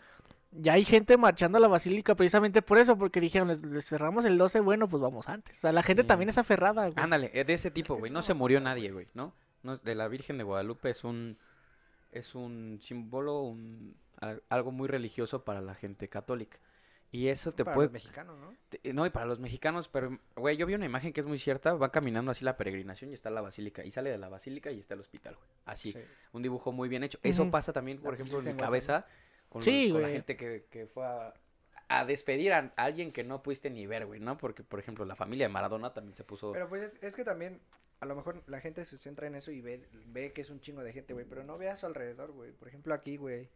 Speaker 3: ya hay gente marchando a la basílica precisamente por eso, porque dijeron, les, les cerramos el 12, bueno, pues vamos antes. O sea, la gente
Speaker 1: Sí.
Speaker 3: también es aferrada, güey.
Speaker 1: Ándale, eh, de ese tipo,
Speaker 2: que
Speaker 1: güey,
Speaker 2: es
Speaker 1: no
Speaker 2: una
Speaker 1: se murió nadie, güey, ¿no? No, De la Virgen de Guadalupe es un es un símbolo, un, al- algo muy religioso para la gente católica. Y eso te
Speaker 2: Para
Speaker 1: puede...
Speaker 2: los mexicanos, ¿no?
Speaker 1: te- No, y para los mexicanos, pero, güey, yo vi una imagen que es muy cierta. Va caminando así la peregrinación y está la basílica. Y sale de la basílica y está el hospital, güey. Así,
Speaker 2: Sí.
Speaker 1: un dibujo muy bien hecho. Eso
Speaker 3: Ujú.
Speaker 1: pasa también, por
Speaker 2: La
Speaker 1: ejemplo, en
Speaker 2: pusiste
Speaker 1: mi
Speaker 2: en WhatsApp,
Speaker 1: cabeza con, los-
Speaker 3: Sí,
Speaker 1: con la
Speaker 3: güey.
Speaker 1: gente que, que fue a, a despedir a alguien que no pudiste ni ver, güey, ¿no? Porque, por ejemplo, la familia de Maradona también se puso...
Speaker 2: Pero pues es, es que también, a lo mejor la gente se centra en eso y ve, ve que es un chingo de gente, güey, pero no ve a su alrededor, güey. Por ejemplo, aquí, güey,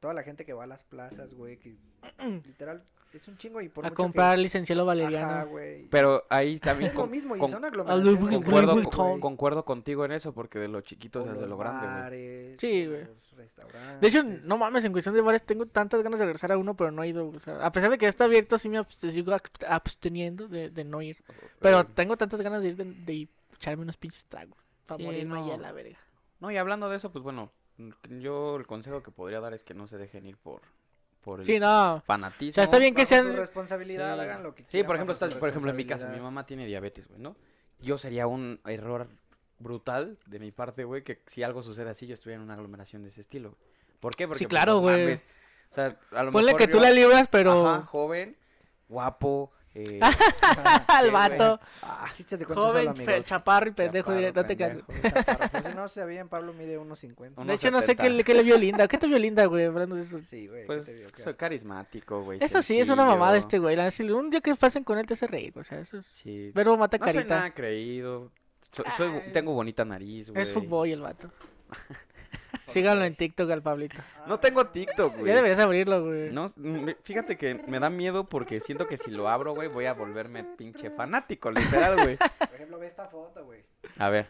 Speaker 2: toda la gente que va a las plazas, güey, que literal es un chingo y por
Speaker 3: a
Speaker 2: mucho que-
Speaker 3: comprar licenciado
Speaker 2: Ajá,
Speaker 3: valeriano.
Speaker 2: güey.
Speaker 1: Pero ahí también
Speaker 2: es lo
Speaker 1: con-
Speaker 2: mismo y
Speaker 1: con-
Speaker 2: son
Speaker 3: Al-
Speaker 2: aglomeraciones.
Speaker 1: concuerdo,
Speaker 3: Güey,
Speaker 1: con-
Speaker 3: Wilton.
Speaker 1: concuerdo contigo en eso, porque de lo chiquito se
Speaker 2: Por
Speaker 1: hace
Speaker 2: los
Speaker 1: lo grande, güey.
Speaker 2: bares,
Speaker 3: Sí,
Speaker 2: por
Speaker 3: güey.
Speaker 2: los restaurantes.
Speaker 3: De hecho, no mames, en cuestión de bares tengo tantas ganas de regresar a uno, pero no he ido. o sea, a pesar de que ya está abierto, sí me abs- sigo abst- absteniendo de, de no ir. Pero
Speaker 1: Eh,
Speaker 3: tengo tantas ganas de ir, de, de ir- echarme unos pinches tragos. Para
Speaker 1: Sí,
Speaker 3: morirme ahí a
Speaker 1: no.
Speaker 3: la verga.
Speaker 1: No, y hablando de eso, pues bueno, yo el consejo que podría dar es que no se dejen ir por, por el
Speaker 3: Sí, no.
Speaker 1: fanatismo.
Speaker 3: O sea, está bien que
Speaker 2: Bajo
Speaker 3: sean-
Speaker 2: su responsabilidad,
Speaker 1: Sí.
Speaker 2: hagan lo que
Speaker 1: Sí,
Speaker 2: quieran.
Speaker 1: por ejemplo,
Speaker 2: bajo su
Speaker 1: estás, por ejemplo, en mi caso, mi
Speaker 2: responsabilidad.
Speaker 1: mamá tiene diabetes, güey, ¿no? Yo sería un error brutal de mi parte, güey, que si algo sucede así, yo estuviera en una aglomeración de ese estilo. güey. ¿Por qué? Porque, pues,
Speaker 3: claro,
Speaker 1: no
Speaker 3: güey.
Speaker 1: mames, O sea, a lo
Speaker 3: Ponle
Speaker 1: mejor
Speaker 3: que
Speaker 1: yo-
Speaker 3: tú la libras,
Speaker 1: Ajá,
Speaker 3: pero.
Speaker 1: joven, guapo, eh,
Speaker 3: Al
Speaker 1: sí, güey.
Speaker 2: Eh,
Speaker 3: vato.
Speaker 1: ah,
Speaker 2: Chistes de cuentos
Speaker 3: Joven,
Speaker 2: solo,
Speaker 3: fe-
Speaker 2: amigos.
Speaker 3: chaparro y pendejo.
Speaker 1: chaparro,
Speaker 3: diré, no te cases.
Speaker 1: pendejo.
Speaker 2: Chaparro. Por si no sabían, Pablo mide 1.50.
Speaker 1: Un-
Speaker 3: De hecho, no sé qué,
Speaker 1: 1.70.
Speaker 3: le- qué le vio linda. ¿Qué te vio linda, güey? Hablando de eso.
Speaker 2: Sí, güey. ¿qué
Speaker 1: Pues
Speaker 2: te digo? ¿Qué
Speaker 1: soy
Speaker 2: haces?
Speaker 1: carismático, güey.
Speaker 3: Eso sí, es una mamada
Speaker 1: sencillo.
Speaker 3: este güey. la neta, si Un día que pasen con él te hace reír, o sea, eso es...
Speaker 1: Sí.
Speaker 3: Verbo mata
Speaker 1: No soy
Speaker 3: carita.
Speaker 1: nada creído. so- soy bo- tengo bonita nariz, güey.
Speaker 3: Es fútbol el vato. Síganlo en TikTok al Pablito.
Speaker 1: No tengo
Speaker 2: Ah,
Speaker 1: TikTok, güey.
Speaker 3: Ya deberías abrirlo, güey.
Speaker 1: No, me- fíjate que me da miedo porque siento que si lo abro, güey, voy a volverme pinche fanático, literal, güey.
Speaker 2: Por ejemplo, ve esta foto, güey.
Speaker 1: A ver.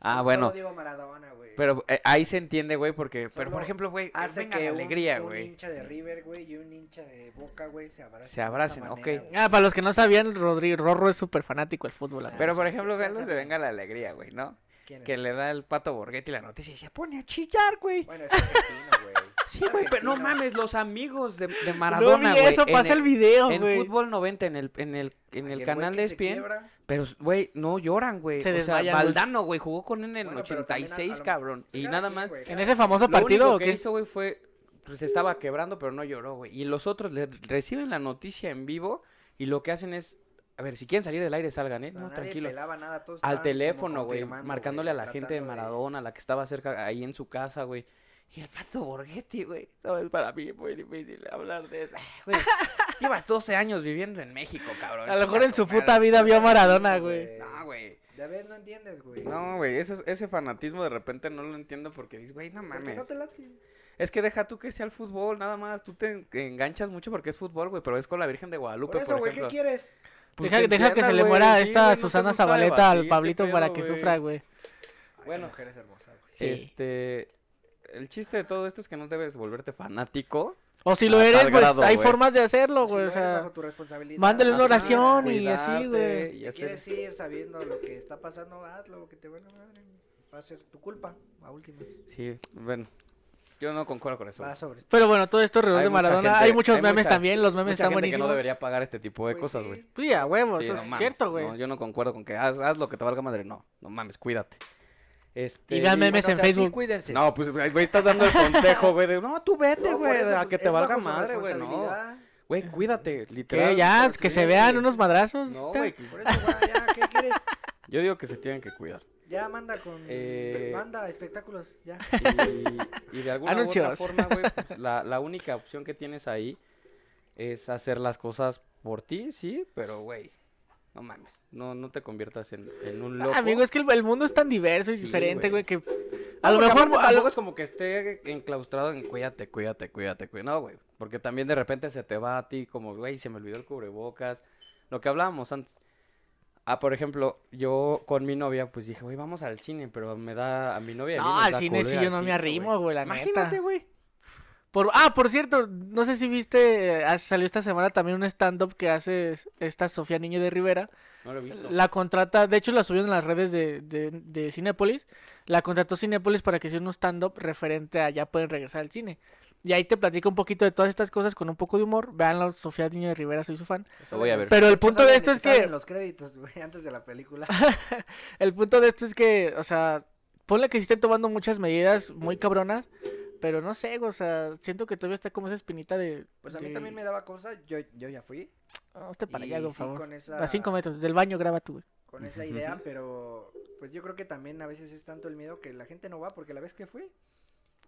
Speaker 1: Ah,
Speaker 2: Solo
Speaker 1: bueno.
Speaker 2: digo Maradona, güey.
Speaker 1: Pero eh, ahí se entiende, güey, porque... Pero, por
Speaker 2: Solo
Speaker 1: ejemplo, güey,
Speaker 2: hace
Speaker 1: venga
Speaker 2: que
Speaker 1: la
Speaker 2: un-
Speaker 1: alegría,
Speaker 2: un,
Speaker 1: güey.
Speaker 2: hincha de River, güey, y un hincha de Boca, güey, se abracen.
Speaker 1: Se abracen,
Speaker 2: de esa
Speaker 1: ok.
Speaker 2: manera, güey.
Speaker 3: Ah, para los que no sabían, Rodrigo Rorro es súper fanático del fútbol. la
Speaker 1: Pero,
Speaker 3: neta.
Speaker 1: por ejemplo, vean los de Venga la Alegría, güey, ¿no?
Speaker 2: ¿Quién es?
Speaker 1: Que le da el pato Borghetti la noticia y se pone a chillar, güey.
Speaker 2: Bueno, es argentino, güey.
Speaker 1: Sí, güey, pero no
Speaker 2: Argentino.
Speaker 1: mames, los amigos de, de
Speaker 3: no
Speaker 1: Maradona,
Speaker 3: vi
Speaker 1: güey.
Speaker 3: eso,
Speaker 1: en
Speaker 3: pasa el, video,
Speaker 1: En
Speaker 3: güey.
Speaker 1: Fútbol 90, en el, en el, en
Speaker 2: Y
Speaker 1: el
Speaker 2: güey
Speaker 1: canal
Speaker 2: que
Speaker 1: de
Speaker 2: se
Speaker 1: ESPN.
Speaker 2: quiebra, pues
Speaker 1: Pero, güey, no lloran, güey.
Speaker 3: Se
Speaker 1: o sea,
Speaker 3: desmayan, güey.
Speaker 1: Valdano, güey, jugó con él en el
Speaker 2: Bueno, pero también a-
Speaker 1: 86,
Speaker 2: a lo-
Speaker 1: cabrón.
Speaker 2: pues
Speaker 1: y
Speaker 2: cada
Speaker 1: nada
Speaker 2: quien,
Speaker 1: más.
Speaker 2: güey,
Speaker 3: ¿En
Speaker 2: cada
Speaker 3: ese famoso
Speaker 1: Lo
Speaker 3: partido
Speaker 1: único
Speaker 3: o
Speaker 1: que
Speaker 3: qué?
Speaker 1: hizo, güey, fue... Pues estaba quebrando, pero no lloró, güey. Y los otros le reciben la noticia en vivo y lo que hacen es... A ver, si quieren salir del aire, salgan, ¿eh?
Speaker 2: O sea,
Speaker 1: no,
Speaker 2: nadie
Speaker 1: tranquilo.
Speaker 2: pelaba nada, todos estaban
Speaker 1: Al
Speaker 2: como
Speaker 1: teléfono, güey,
Speaker 2: confirmando,
Speaker 1: marcándole a la gente de
Speaker 2: tratando
Speaker 1: Maradona, la que estaba cerca, ahí en su casa, güey. Y el pato Borghetti, güey. No, es para mí muy difícil hablar de eso. Güey, llevas 12 años viviendo en México, cabrón.
Speaker 3: A lo mejor
Speaker 1: chinga
Speaker 3: en
Speaker 1: tu
Speaker 3: su
Speaker 1: madre.
Speaker 3: puta vida vio a Maradona, güey.
Speaker 1: No, güey.
Speaker 2: Ya ves, no entiendes, güey.
Speaker 1: No, güey, ese, ese fanatismo de repente no lo entiendo porque dices, güey, no
Speaker 2: ¿Por qué
Speaker 1: mames.
Speaker 2: no te late?
Speaker 1: Es que deja tú que sea el fútbol, nada más. Tú te en- enganchas mucho porque es fútbol, güey, pero es con la Virgen de
Speaker 2: Por
Speaker 1: Guadalupe, por,
Speaker 2: eso, güey, ¿qué
Speaker 1: ejemplo.
Speaker 2: quieres?
Speaker 1: Pues
Speaker 3: deja,
Speaker 1: que
Speaker 3: deja que
Speaker 1: entienda,
Speaker 3: se le
Speaker 1: güey,
Speaker 3: muera
Speaker 1: sí,
Speaker 3: esta
Speaker 1: güey, no te
Speaker 3: Susana
Speaker 1: gusta
Speaker 3: Zabaleta al
Speaker 1: debatir,
Speaker 3: Pablito
Speaker 1: qué
Speaker 3: para
Speaker 1: pedo,
Speaker 3: que
Speaker 1: güey.
Speaker 3: sufra, güey.
Speaker 2: Bueno.
Speaker 1: Bueno.
Speaker 2: Esa mujer es hermosa, güey.
Speaker 3: Sí.
Speaker 1: Este, el chiste de todo esto es que no debes volverte fanático.
Speaker 3: O si
Speaker 1: A
Speaker 3: lo
Speaker 1: Ah, tal
Speaker 3: eres, pues
Speaker 1: grado,
Speaker 3: hay
Speaker 1: güey.
Speaker 3: formas de hacerlo,
Speaker 2: Si lo
Speaker 3: güey. o
Speaker 2: eres
Speaker 3: sea,
Speaker 2: bajo tu responsabilidad,
Speaker 3: mándale una
Speaker 2: ajá,
Speaker 3: oración y
Speaker 2: cuidarte,
Speaker 3: así, güey.
Speaker 1: cuidarte y
Speaker 2: te
Speaker 1: hacer-
Speaker 2: quieres ir sabiendo lo que está pasando, hazlo, que te valga madre. Va a ser tu culpa, a última.
Speaker 1: Sí, bueno, yo no concuerdo con eso.
Speaker 2: Va
Speaker 1: güey.
Speaker 2: sobre.
Speaker 3: Pero bueno, todo esto alrededor
Speaker 1: Hay
Speaker 3: de
Speaker 1: mucha
Speaker 3: Maradona.
Speaker 1: gente-
Speaker 3: hay muchos
Speaker 1: hay
Speaker 3: memes
Speaker 1: mucha-
Speaker 3: también, los memes
Speaker 1: Mucha
Speaker 3: están
Speaker 1: gente que no
Speaker 3: buenísimos.
Speaker 1: debería pagar este tipo de
Speaker 2: Pues
Speaker 1: cosas,
Speaker 2: sí.
Speaker 1: güey.
Speaker 3: Sí, a huevo,
Speaker 1: Sí,
Speaker 3: eso
Speaker 1: no
Speaker 3: es
Speaker 1: mames,
Speaker 3: cierto, güey.
Speaker 1: no, yo no concuerdo con que haz, haz lo que te valga madre. No, no mames, cuídate. Este,
Speaker 3: Y vean memes
Speaker 2: Bueno, o
Speaker 3: en
Speaker 2: sea, sí,
Speaker 3: Facebook.
Speaker 2: cuídense.
Speaker 1: No, pues, güey, estás dando el consejo, güey, de, no, tú vete,
Speaker 2: No, por
Speaker 1: güey,
Speaker 2: eso,
Speaker 1: a
Speaker 2: pues,
Speaker 1: que te
Speaker 2: es
Speaker 1: valga
Speaker 2: bajo su
Speaker 1: madre, güey, no.
Speaker 2: responsabilidad.
Speaker 1: Güey, cuídate,
Speaker 3: Que
Speaker 1: literal.
Speaker 3: ya, pues,
Speaker 2: pero
Speaker 3: que
Speaker 2: sí,
Speaker 3: se vean
Speaker 2: güey.
Speaker 3: unos madrazos.
Speaker 1: No,
Speaker 3: ahorita.
Speaker 1: güey,
Speaker 2: Por eso, güey, ya, ¿qué quieres?
Speaker 1: yo digo que se tienen que cuidar.
Speaker 2: Ya manda con.
Speaker 1: Eh,
Speaker 2: Manda espectáculos, ya.
Speaker 1: Y, y de alguna u otra
Speaker 3: Anuncios.
Speaker 1: forma, güey, pues, la, la única opción que tienes ahí es hacer las cosas por ti, sí, pero, güey, no mames, no, no te conviertas en, en un loco.
Speaker 3: Amigo, es que el, el mundo es tan diverso y
Speaker 1: Sí,
Speaker 3: diferente, güey,
Speaker 1: güey.
Speaker 3: que
Speaker 1: No,
Speaker 3: a lo
Speaker 1: porque
Speaker 3: mejor
Speaker 1: aparte
Speaker 3: a lo-
Speaker 1: tampoco es como que esté enclaustrado en cuídate, cuídate, cuídate, cuídate. No, güey. Porque también de repente se te va a ti como, güey, se me olvidó el cubrebocas. Lo que hablábamos antes. Ah, por ejemplo, yo con mi novia, pues dije, güey, vamos al cine, pero me da a mi novia. y a mí
Speaker 3: No,
Speaker 1: nos
Speaker 3: al
Speaker 1: da
Speaker 3: cine
Speaker 1: culo
Speaker 3: sí
Speaker 1: ir
Speaker 3: yo
Speaker 1: al
Speaker 3: no me
Speaker 1: cine,
Speaker 3: arrimo, güey, la
Speaker 1: Imagínate,
Speaker 3: neta.
Speaker 1: güey.
Speaker 3: Por... Ah, por cierto, no sé si viste, eh, ah, salió esta semana también un stand-up que hace esta Sofía Niño de Rivera.
Speaker 1: No lo he visto.
Speaker 3: La contrata, de hecho la subió en las redes de, de, de Cinépolis. La contrató Cinépolis para que hiciera un stand-up referente a ya pueden regresar al cine. Y ahí te platica un poquito de todas estas cosas con un poco de humor. Veanlo, Sofía Niño de Rivera, soy su fan.
Speaker 1: Lo voy a ver.
Speaker 3: Pero el punto de esto es
Speaker 2: Salen
Speaker 3: que...
Speaker 2: los créditos, güey, antes de la película.
Speaker 3: El punto de esto es que, o sea, ponle que sí esté tomando muchas medidas muy cabronas, pero no sé, o sea, siento que todavía está como esa espinita de...
Speaker 2: Pues a mí
Speaker 3: de,
Speaker 2: también me daba cosa, yo, yo ya fui.
Speaker 3: "Ah, hazte para
Speaker 2: y
Speaker 3: allá, por
Speaker 2: sí,
Speaker 3: favor.
Speaker 2: con esa,
Speaker 3: A cinco metros, del baño graba tú, güey.
Speaker 2: con esa idea, pero pues yo creo que también a veces es tanto el miedo que la gente no va, porque la vez que fui,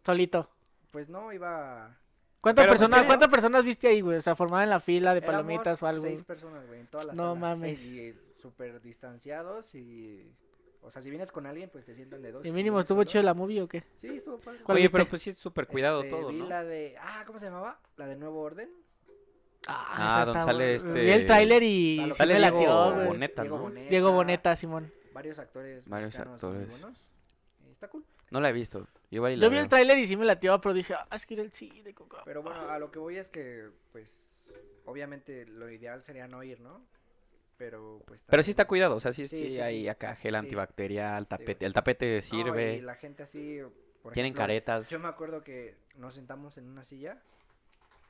Speaker 3: Solito.
Speaker 2: pues no, iba...
Speaker 3: ¿Cuántas
Speaker 1: Pero, pues,
Speaker 3: personas,
Speaker 1: sí, ¿no?
Speaker 3: cuántas personas viste ahí, güey? O sea, formada en la fila de
Speaker 2: éramos
Speaker 3: palomitas o algo.
Speaker 2: seis personas, güey, en todas las
Speaker 3: No
Speaker 2: salas,
Speaker 3: mames.
Speaker 2: seis, y súper distanciados y... O sea, si vienes con alguien, pues te sientan de dos.
Speaker 3: Y
Speaker 2: si
Speaker 3: mínimo
Speaker 2: vienes
Speaker 3: estuvo
Speaker 2: solo-
Speaker 3: chido la movie o qué?
Speaker 2: Sí, estuvo padre.
Speaker 3: ¿Cuál
Speaker 1: Oye,
Speaker 3: viste?
Speaker 1: pero pues sí es súper cuidado
Speaker 2: Este,
Speaker 1: todo,
Speaker 2: vi
Speaker 1: ¿no?
Speaker 2: la de... Ah, ¿cómo se llamaba? La de Nuevo Orden.
Speaker 1: Ah,
Speaker 3: esa
Speaker 1: donde
Speaker 3: está
Speaker 1: sale
Speaker 3: buena.
Speaker 1: este-
Speaker 3: Vi el tráiler y
Speaker 2: Sale
Speaker 3: sí
Speaker 1: Sale
Speaker 3: me
Speaker 1: Diego
Speaker 3: latió, güey.
Speaker 1: Boneta. ¿no?
Speaker 3: Diego Boneta, Simón.
Speaker 2: Varios actores.
Speaker 1: Varios
Speaker 2: mexicanos muy
Speaker 1: actores.
Speaker 2: buenos. Y Está cool.
Speaker 1: No la he visto. Igual y la
Speaker 3: Yo vi
Speaker 1: veo.
Speaker 3: el tráiler y sí me latió, pero dije, ah, es que ir al cine, coca.
Speaker 2: Pero bueno, a lo que voy es que, pues, obviamente lo ideal sería no ir, ¿no? Pero, pues.
Speaker 1: Pero sí está
Speaker 2: también-
Speaker 1: cuidado, o sea, sí,
Speaker 2: Sí,
Speaker 1: sí
Speaker 2: sí,
Speaker 1: hay
Speaker 2: sí.
Speaker 1: acá gel
Speaker 2: Sí.
Speaker 1: antibacterial,
Speaker 2: güey.
Speaker 1: tapete. El tapete
Speaker 2: No,
Speaker 1: sirve,
Speaker 2: y la gente así. Por
Speaker 1: tienen
Speaker 2: ejemplo,
Speaker 1: caretas.
Speaker 2: Yo me acuerdo que nos sentamos en una silla.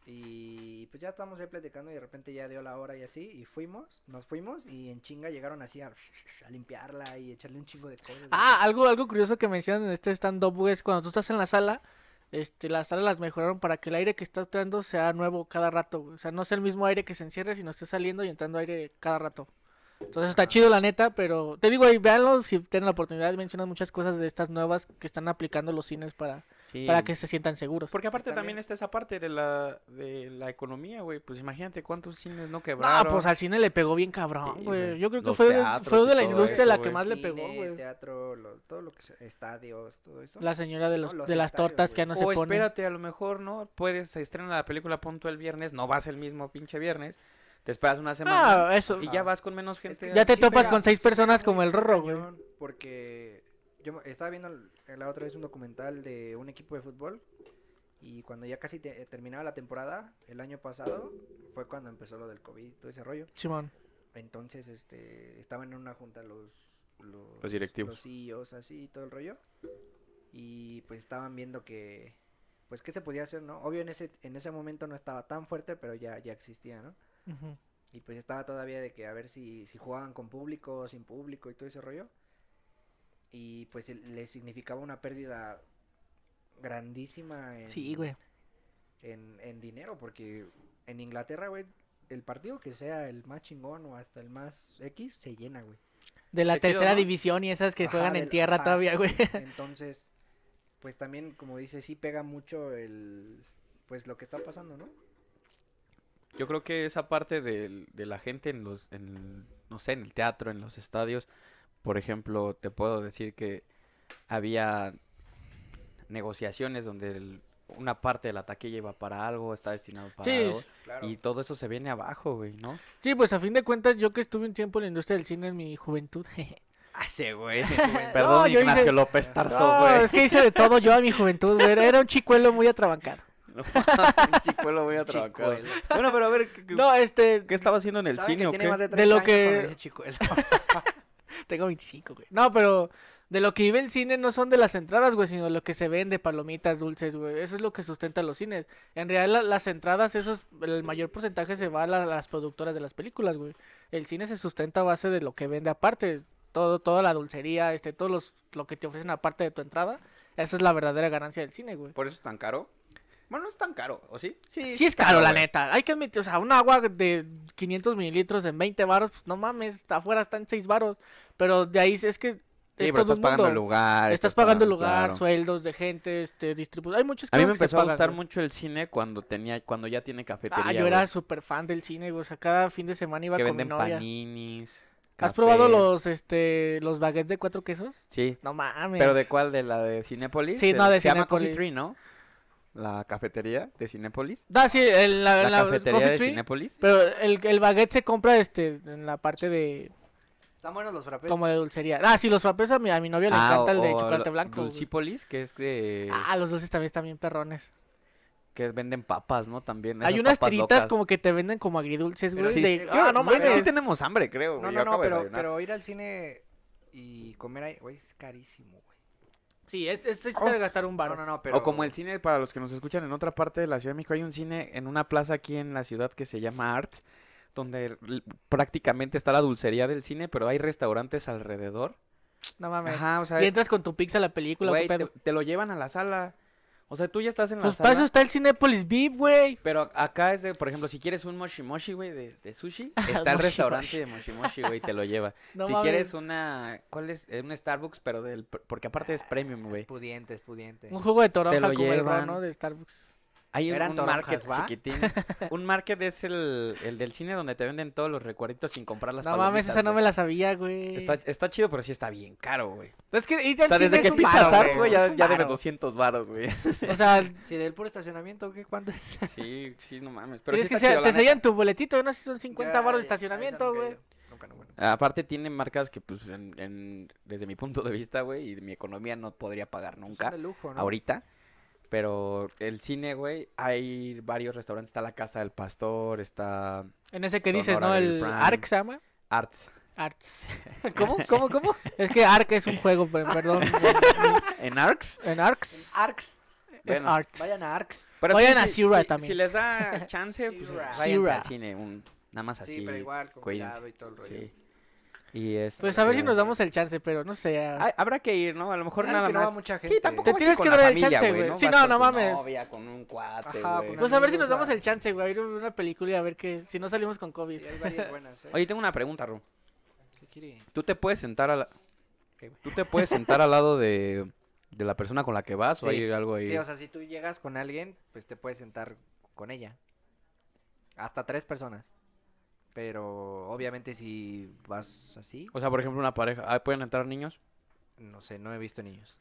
Speaker 2: Y pues ya estábamos ahí platicando y de repente ya dio la hora y así. Y fuimos, nos fuimos y en chinga llegaron así a, a limpiarla y echarle un chingo de cosas.
Speaker 1: pues,
Speaker 3: Ah, algo, algo curioso que mencionan en este stand-up, güey, es cuando tú estás en la sala, este, las salas las mejoraron para que el aire que estás entrando sea nuevo cada rato, güey. O sea, no sea el mismo aire que se encierre, sino esté saliendo y entrando aire cada rato. Entonces
Speaker 1: Ah.
Speaker 3: está
Speaker 2: Ajá.
Speaker 3: chido la neta, pero te digo, ahí véanlo si tienen la oportunidad, mencionan muchas cosas de estas nuevas que están aplicando los cines para,
Speaker 1: Sí.
Speaker 3: para que se sientan seguros.
Speaker 1: Porque aparte
Speaker 2: Pues
Speaker 1: también
Speaker 2: también-
Speaker 1: está esa parte de la, de la economía, güey. Pues imagínate cuántos cines no
Speaker 3: No,
Speaker 1: quebraron.
Speaker 3: pues al cine le pegó bien cabrón,
Speaker 1: Sí,
Speaker 3: güey.
Speaker 1: güey.
Speaker 3: Yo creo que
Speaker 1: Los
Speaker 3: fue, de-
Speaker 1: teatros
Speaker 3: fue
Speaker 1: y
Speaker 3: de la
Speaker 1: todo
Speaker 3: industria
Speaker 1: eso,
Speaker 3: la
Speaker 1: güey.
Speaker 3: que más le
Speaker 2: Cine,
Speaker 3: pegó, güey.
Speaker 2: teatro, lo- todo lo que sea, estadios, todo eso.
Speaker 3: La señora de,
Speaker 2: No,
Speaker 3: los,
Speaker 2: los
Speaker 3: de las
Speaker 2: estadios,
Speaker 3: tortas que ya no
Speaker 2: güey.
Speaker 3: se
Speaker 1: o
Speaker 3: ponen.
Speaker 1: espérate, a lo mejor, ¿no? Puedes, se estrena la película punto el viernes, no vas el mismo pinche viernes. Te esperas una semana
Speaker 3: Ah, eso.
Speaker 1: y ya
Speaker 2: Ah.
Speaker 1: vas con menos gente.
Speaker 3: Ya te topas con seis
Speaker 2: pega
Speaker 3: personas
Speaker 2: muy
Speaker 3: como el Rorro, güey.
Speaker 2: cañón, Porque yo me- estaba viendo el- la otra vez un documental de un equipo de fútbol y cuando ya casi te- terminaba la temporada, el año pasado, fue cuando empezó lo del COVID, todo ese rollo.
Speaker 3: Simón.
Speaker 2: Entonces, este, estaban en una junta los, los,
Speaker 1: Los directivos.
Speaker 2: Los CEOs, así, todo el rollo. Y pues estaban viendo que, pues, qué se podía hacer, ¿no? Obvio, en ese, en ese momento no estaba tan fuerte, pero ya, ya existía, ¿no?
Speaker 3: Ujú.
Speaker 2: Y pues estaba todavía de que a ver si, si jugaban con público, sin público y todo ese rollo. Y pues el- les significaba una pérdida grandísima en,
Speaker 3: Sí, güey.
Speaker 2: en, en dinero, porque en Inglaterra, güey, el partido que sea el más chingón o hasta el más X se llena, güey.
Speaker 3: De la
Speaker 1: Qué chido,
Speaker 3: tercera
Speaker 1: ¿no?
Speaker 3: división y esas que
Speaker 2: Ajá,
Speaker 3: juegan en
Speaker 2: del-
Speaker 3: tierra
Speaker 2: ajá.
Speaker 3: todavía, güey.
Speaker 2: Entonces, pues también, como dice, sí pega mucho el, pues lo que está pasando, ¿no?
Speaker 1: Yo creo que esa parte del- de, la gente en los, en, no sé, en el teatro, en los estadios, por ejemplo, te puedo decir que había negociaciones donde el- una parte de la taquilla iba para algo, está destinado para
Speaker 3: Sí,
Speaker 1: algo,
Speaker 2: Claro.
Speaker 1: y todo eso se viene abajo, güey, ¿no?
Speaker 3: Sí, pues a fin de cuentas, yo que estuve un tiempo en la industria del cine en mi juventud. jeje.
Speaker 1: Ah, sí, güey.
Speaker 3: No,
Speaker 1: Perdón,
Speaker 3: yo
Speaker 1: Ignacio
Speaker 3: hice-
Speaker 1: López Tarso,
Speaker 3: No,
Speaker 1: güey.
Speaker 3: es que hice de todo yo a mi juventud, güey. Era un chicuelo muy atrabancado.
Speaker 1: No, un chicuelo voy a
Speaker 2: Chicuelo.
Speaker 1: trabajar. Bueno, pero a ver, ¿qué, qué-
Speaker 3: No, este,
Speaker 1: qué estaba haciendo en el
Speaker 2: ¿Saben que
Speaker 1: cine o
Speaker 2: tiene
Speaker 1: qué?
Speaker 2: más de
Speaker 3: De
Speaker 2: 30
Speaker 3: lo
Speaker 2: años
Speaker 3: que-
Speaker 2: cuando dice chicuelo?
Speaker 3: tengo 25, güey. No, pero de lo que vive el cine no son de las entradas, güey, sino lo que se vende, palomitas, dulces, güey. Eso es lo que sustenta los cines. En realidad, la- las entradas, eso es- el mayor porcentaje se va a la- las productoras de las películas, güey. El cine se sustenta a base de lo que vende aparte. Todo, toda la dulcería, este, todos los, lo que te ofrecen aparte de tu entrada. Esa es la verdadera ganancia del cine, güey.
Speaker 1: ¿Por eso es tan caro? Bueno, no es tan caro, ¿o sí?
Speaker 3: Sí, es caro, la
Speaker 1: güey.
Speaker 3: neta. Hay que admitir, o sea, un agua de 500 mililitros en 20 baros, pues no mames, está afuera están 6 baros. Pero de ahí es que.
Speaker 1: Sí,
Speaker 3: es
Speaker 1: pero
Speaker 3: todo
Speaker 1: estás
Speaker 3: un
Speaker 1: pagando el
Speaker 3: mundo.
Speaker 1: lugar.
Speaker 3: Estás pagando el lugar,
Speaker 1: claro.
Speaker 3: sueldos de gente, este, distribución. Hay muchas
Speaker 1: A mí me
Speaker 3: cosas que se
Speaker 1: empezó a
Speaker 3: pagan,
Speaker 1: gustar
Speaker 3: güey.
Speaker 1: mucho el cine cuando tenía, cuando ya tiene cafetería.
Speaker 3: Ah, yo era
Speaker 1: güey,
Speaker 3: súper fan del cine, güey. O sea, cada fin de semana iba
Speaker 1: que
Speaker 3: con mi
Speaker 1: venden
Speaker 3: novia.
Speaker 1: paninis.
Speaker 3: ¿Has
Speaker 1: cafés.
Speaker 3: probado los, este, los baguettes de cuatro quesos?
Speaker 1: Sí.
Speaker 3: No mames.
Speaker 1: Pero de cuál, de la de Cinépolis.
Speaker 3: Sí, no, de
Speaker 1: se llama Coffee
Speaker 3: Cinépolis.
Speaker 1: Tree, ¿no? La cafetería de Cinépolis.
Speaker 3: Ah, sí, en la,
Speaker 1: La,
Speaker 3: en la
Speaker 1: cafetería
Speaker 3: Coffee
Speaker 1: de
Speaker 3: Tree,
Speaker 1: Cinépolis.
Speaker 3: Pero el, el baguette se compra, este, en la parte de,
Speaker 2: Están buenos los frappés.
Speaker 3: como de dulcería. Ah, sí, los frappés a mi, a mi novia le
Speaker 1: Ah,
Speaker 3: encanta el de
Speaker 1: o- o
Speaker 3: chocolate
Speaker 1: lo- eh.
Speaker 3: blanco. güey.
Speaker 1: Dulcipolis, que es de...
Speaker 3: Ah, los dulces también están bien perrones.
Speaker 1: que venden papas, ¿no? También.
Speaker 3: Hay
Speaker 1: esas
Speaker 3: unas
Speaker 1: papas
Speaker 3: tiritas
Speaker 1: locas.
Speaker 3: como que te venden como agridulces,
Speaker 2: Pero
Speaker 3: güey.
Speaker 1: sí.
Speaker 3: de,
Speaker 2: Yo-
Speaker 3: ah, no
Speaker 2: yo- yo-
Speaker 1: Güey,
Speaker 3: mames.
Speaker 1: sí tenemos hambre, creo,
Speaker 2: No,
Speaker 1: güey.
Speaker 2: no,
Speaker 1: yo
Speaker 2: no,
Speaker 1: acabo de
Speaker 2: pero,
Speaker 1: desayunar.
Speaker 2: pero ir al cine y comer ahí, güey, es carísimo, güey.
Speaker 3: Sí, es, es, es
Speaker 2: Oh.
Speaker 3: de gastar un
Speaker 2: No,
Speaker 3: baro.
Speaker 2: no, no, pero...
Speaker 1: O como el cine, para los que nos escuchan en otra parte de la Ciudad de México, hay un cine en una plaza aquí en la ciudad que se llama Arts, donde l- prácticamente está la dulcería del cine, pero hay restaurantes alrededor
Speaker 3: No Ah, mames.
Speaker 1: Ajá, o sea,
Speaker 3: Y entras con tu pix a la película,
Speaker 1: güey,
Speaker 3: qué
Speaker 1: te,
Speaker 3: pedo.
Speaker 1: te lo llevan a la sala. O sea, tú ya estás en la
Speaker 3: Pues
Speaker 1: sala.
Speaker 3: para eso está el Cinépolis VIP, güey.
Speaker 1: Pero a- acá es de, por ejemplo, si quieres un moshi moshi, güey, de, de sushi, está el
Speaker 3: Moshi
Speaker 1: restaurante
Speaker 3: moshi.
Speaker 1: de moshi moshi, güey, y te lo lleva.
Speaker 3: No
Speaker 1: si
Speaker 3: mames.
Speaker 1: quieres una, ¿cuál es? Eh, Un Starbucks, pero del, pr- porque aparte es premium, güey.
Speaker 4: Pudiente, es pudiente.
Speaker 3: Un jugo de toronja
Speaker 1: lo
Speaker 3: como el
Speaker 1: llevan.
Speaker 3: rano de Starbucks.
Speaker 1: Hay un,
Speaker 4: Eran
Speaker 1: un
Speaker 4: toronjas,
Speaker 1: market
Speaker 4: ¿va?
Speaker 1: chiquitín. Un market es el, el del cine donde te venden todos los recuerditos sin comprar las
Speaker 3: no mames, esa no me la sabía, güey.
Speaker 1: Está, está chido, pero sí está bien caro, güey.
Speaker 3: Es que ir
Speaker 1: O
Speaker 3: al
Speaker 1: sea,
Speaker 3: cine
Speaker 1: desde
Speaker 3: es
Speaker 1: que
Speaker 3: un
Speaker 1: pisas
Speaker 3: varo,
Speaker 1: Saks, güey, ya,
Speaker 3: es un
Speaker 1: ya debes
Speaker 3: varo.
Speaker 1: 200 varos, güey.
Speaker 3: O sea,
Speaker 4: Si del puro estacionamiento, ¿qué? ¿Cuánto es?
Speaker 1: Sí, sí, no mames. Pero sí
Speaker 3: tienes que
Speaker 1: está
Speaker 3: ser-
Speaker 1: chido, la
Speaker 3: te
Speaker 1: neta.
Speaker 3: sellan tu boletito, no sé si son 50
Speaker 4: Ya,
Speaker 3: baros de
Speaker 4: ya, a esa
Speaker 3: estacionamiento,
Speaker 4: nunca he
Speaker 3: güey.
Speaker 4: ido. Nunca, no, bueno.
Speaker 1: Aparte tienen marcas que, pues, en- en- desde mi punto de vista, güey, y de mi economía no podría pagar nunca,
Speaker 4: Son de lujo, ¿no?
Speaker 1: ahorita. Pero el cine, güey, hay varios restaurantes. Está la Casa del Pastor, está
Speaker 3: En ese que
Speaker 1: Sonora
Speaker 3: dices, ¿no?
Speaker 1: del
Speaker 3: El
Speaker 1: Prime.
Speaker 3: ARC se llama.
Speaker 1: Arts.
Speaker 3: Arts. ¿Cómo? ¿Cómo? ¿Cómo? Es que ARC es un juego, pe- perdón.
Speaker 1: ¿En Arcs?
Speaker 3: En
Speaker 4: En
Speaker 3: ARCS
Speaker 4: Arcs.
Speaker 3: es
Speaker 1: Bueno,
Speaker 3: Art.
Speaker 4: Vayan a Arcs.
Speaker 1: Pero
Speaker 3: Vayan a
Speaker 1: si-
Speaker 3: Sierra
Speaker 1: si-
Speaker 3: también.
Speaker 1: Si les da chance, pues,
Speaker 4: Sierra.
Speaker 1: váyanse al
Speaker 3: Sierra.
Speaker 1: cine. un- nada más así.
Speaker 4: Sí, pero igual, con
Speaker 1: cuídense.
Speaker 4: cuidado y todo el rollo.
Speaker 1: Sí. Y es...
Speaker 3: Pues a ver si nos damos el chance, pero no sé. a-
Speaker 1: Ay, habrá que ir, ¿no? A lo mejor
Speaker 4: Claro
Speaker 1: nada
Speaker 4: que no
Speaker 1: más.
Speaker 4: va mucha
Speaker 1: Sí,
Speaker 4: gente. ¿eh?
Speaker 1: tampoco
Speaker 3: Te
Speaker 1: vas a ir
Speaker 3: tienes que
Speaker 1: con la
Speaker 3: dar el
Speaker 1: familia,
Speaker 3: chance,
Speaker 1: güey.
Speaker 3: güey. Sí,
Speaker 1: Vas
Speaker 3: no,
Speaker 1: con
Speaker 3: no
Speaker 1: tu
Speaker 3: mames.
Speaker 1: novia, con un cuate,
Speaker 4: Ajá,
Speaker 1: güey.
Speaker 4: con
Speaker 3: Pues a ver si nos
Speaker 4: amigos,
Speaker 3: damos
Speaker 4: ah.
Speaker 3: el chance, güey. A ir a una película, a ver qué. Si no salimos con COVID.
Speaker 4: Sí, hay varias buenas, ¿eh?
Speaker 1: Oye, tengo una pregunta, Ru.
Speaker 4: ¿Qué quiere?
Speaker 1: ¿Tú te puedes sentar al...
Speaker 4: ¿Qué, güey?
Speaker 1: ¿Tú te puedes sentar al lado de, de la persona con la que vas o
Speaker 4: Sí,
Speaker 1: hay algo ahí?
Speaker 4: Sí, o sea, si tú llegas con alguien, pues te puedes sentar con ella. Hasta tres personas. Pero obviamente si vas así,
Speaker 1: O sea, por ejemplo, una pareja. Ah, ¿Pueden entrar niños?
Speaker 4: no sé, no he visto niños.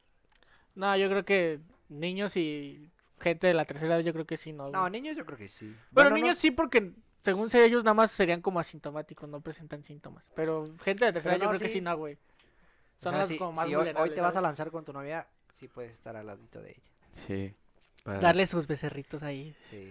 Speaker 3: No, yo creo que niños y gente de la tercera edad, yo creo que sí, no.
Speaker 4: No,
Speaker 3: güey.
Speaker 4: niños yo creo que sí.
Speaker 3: Bueno,
Speaker 4: no,
Speaker 3: niños sí, porque según sé, ellos nada más serían como asintomáticos, no presentan síntomas. Pero gente de tercera edad, yo
Speaker 4: Pero no,
Speaker 3: creo que
Speaker 4: sí.
Speaker 3: sí, no, güey. Son
Speaker 4: o sea,
Speaker 3: las
Speaker 4: si,
Speaker 3: como más
Speaker 4: si hoy, hoy
Speaker 3: vulnerables,
Speaker 4: te vas a
Speaker 3: ¿sabes?
Speaker 4: lanzar con tu novia, sí puedes estar al ladito de ella.
Speaker 1: Sí. Para-
Speaker 3: Darle sus becerritos ahí.
Speaker 4: Sí.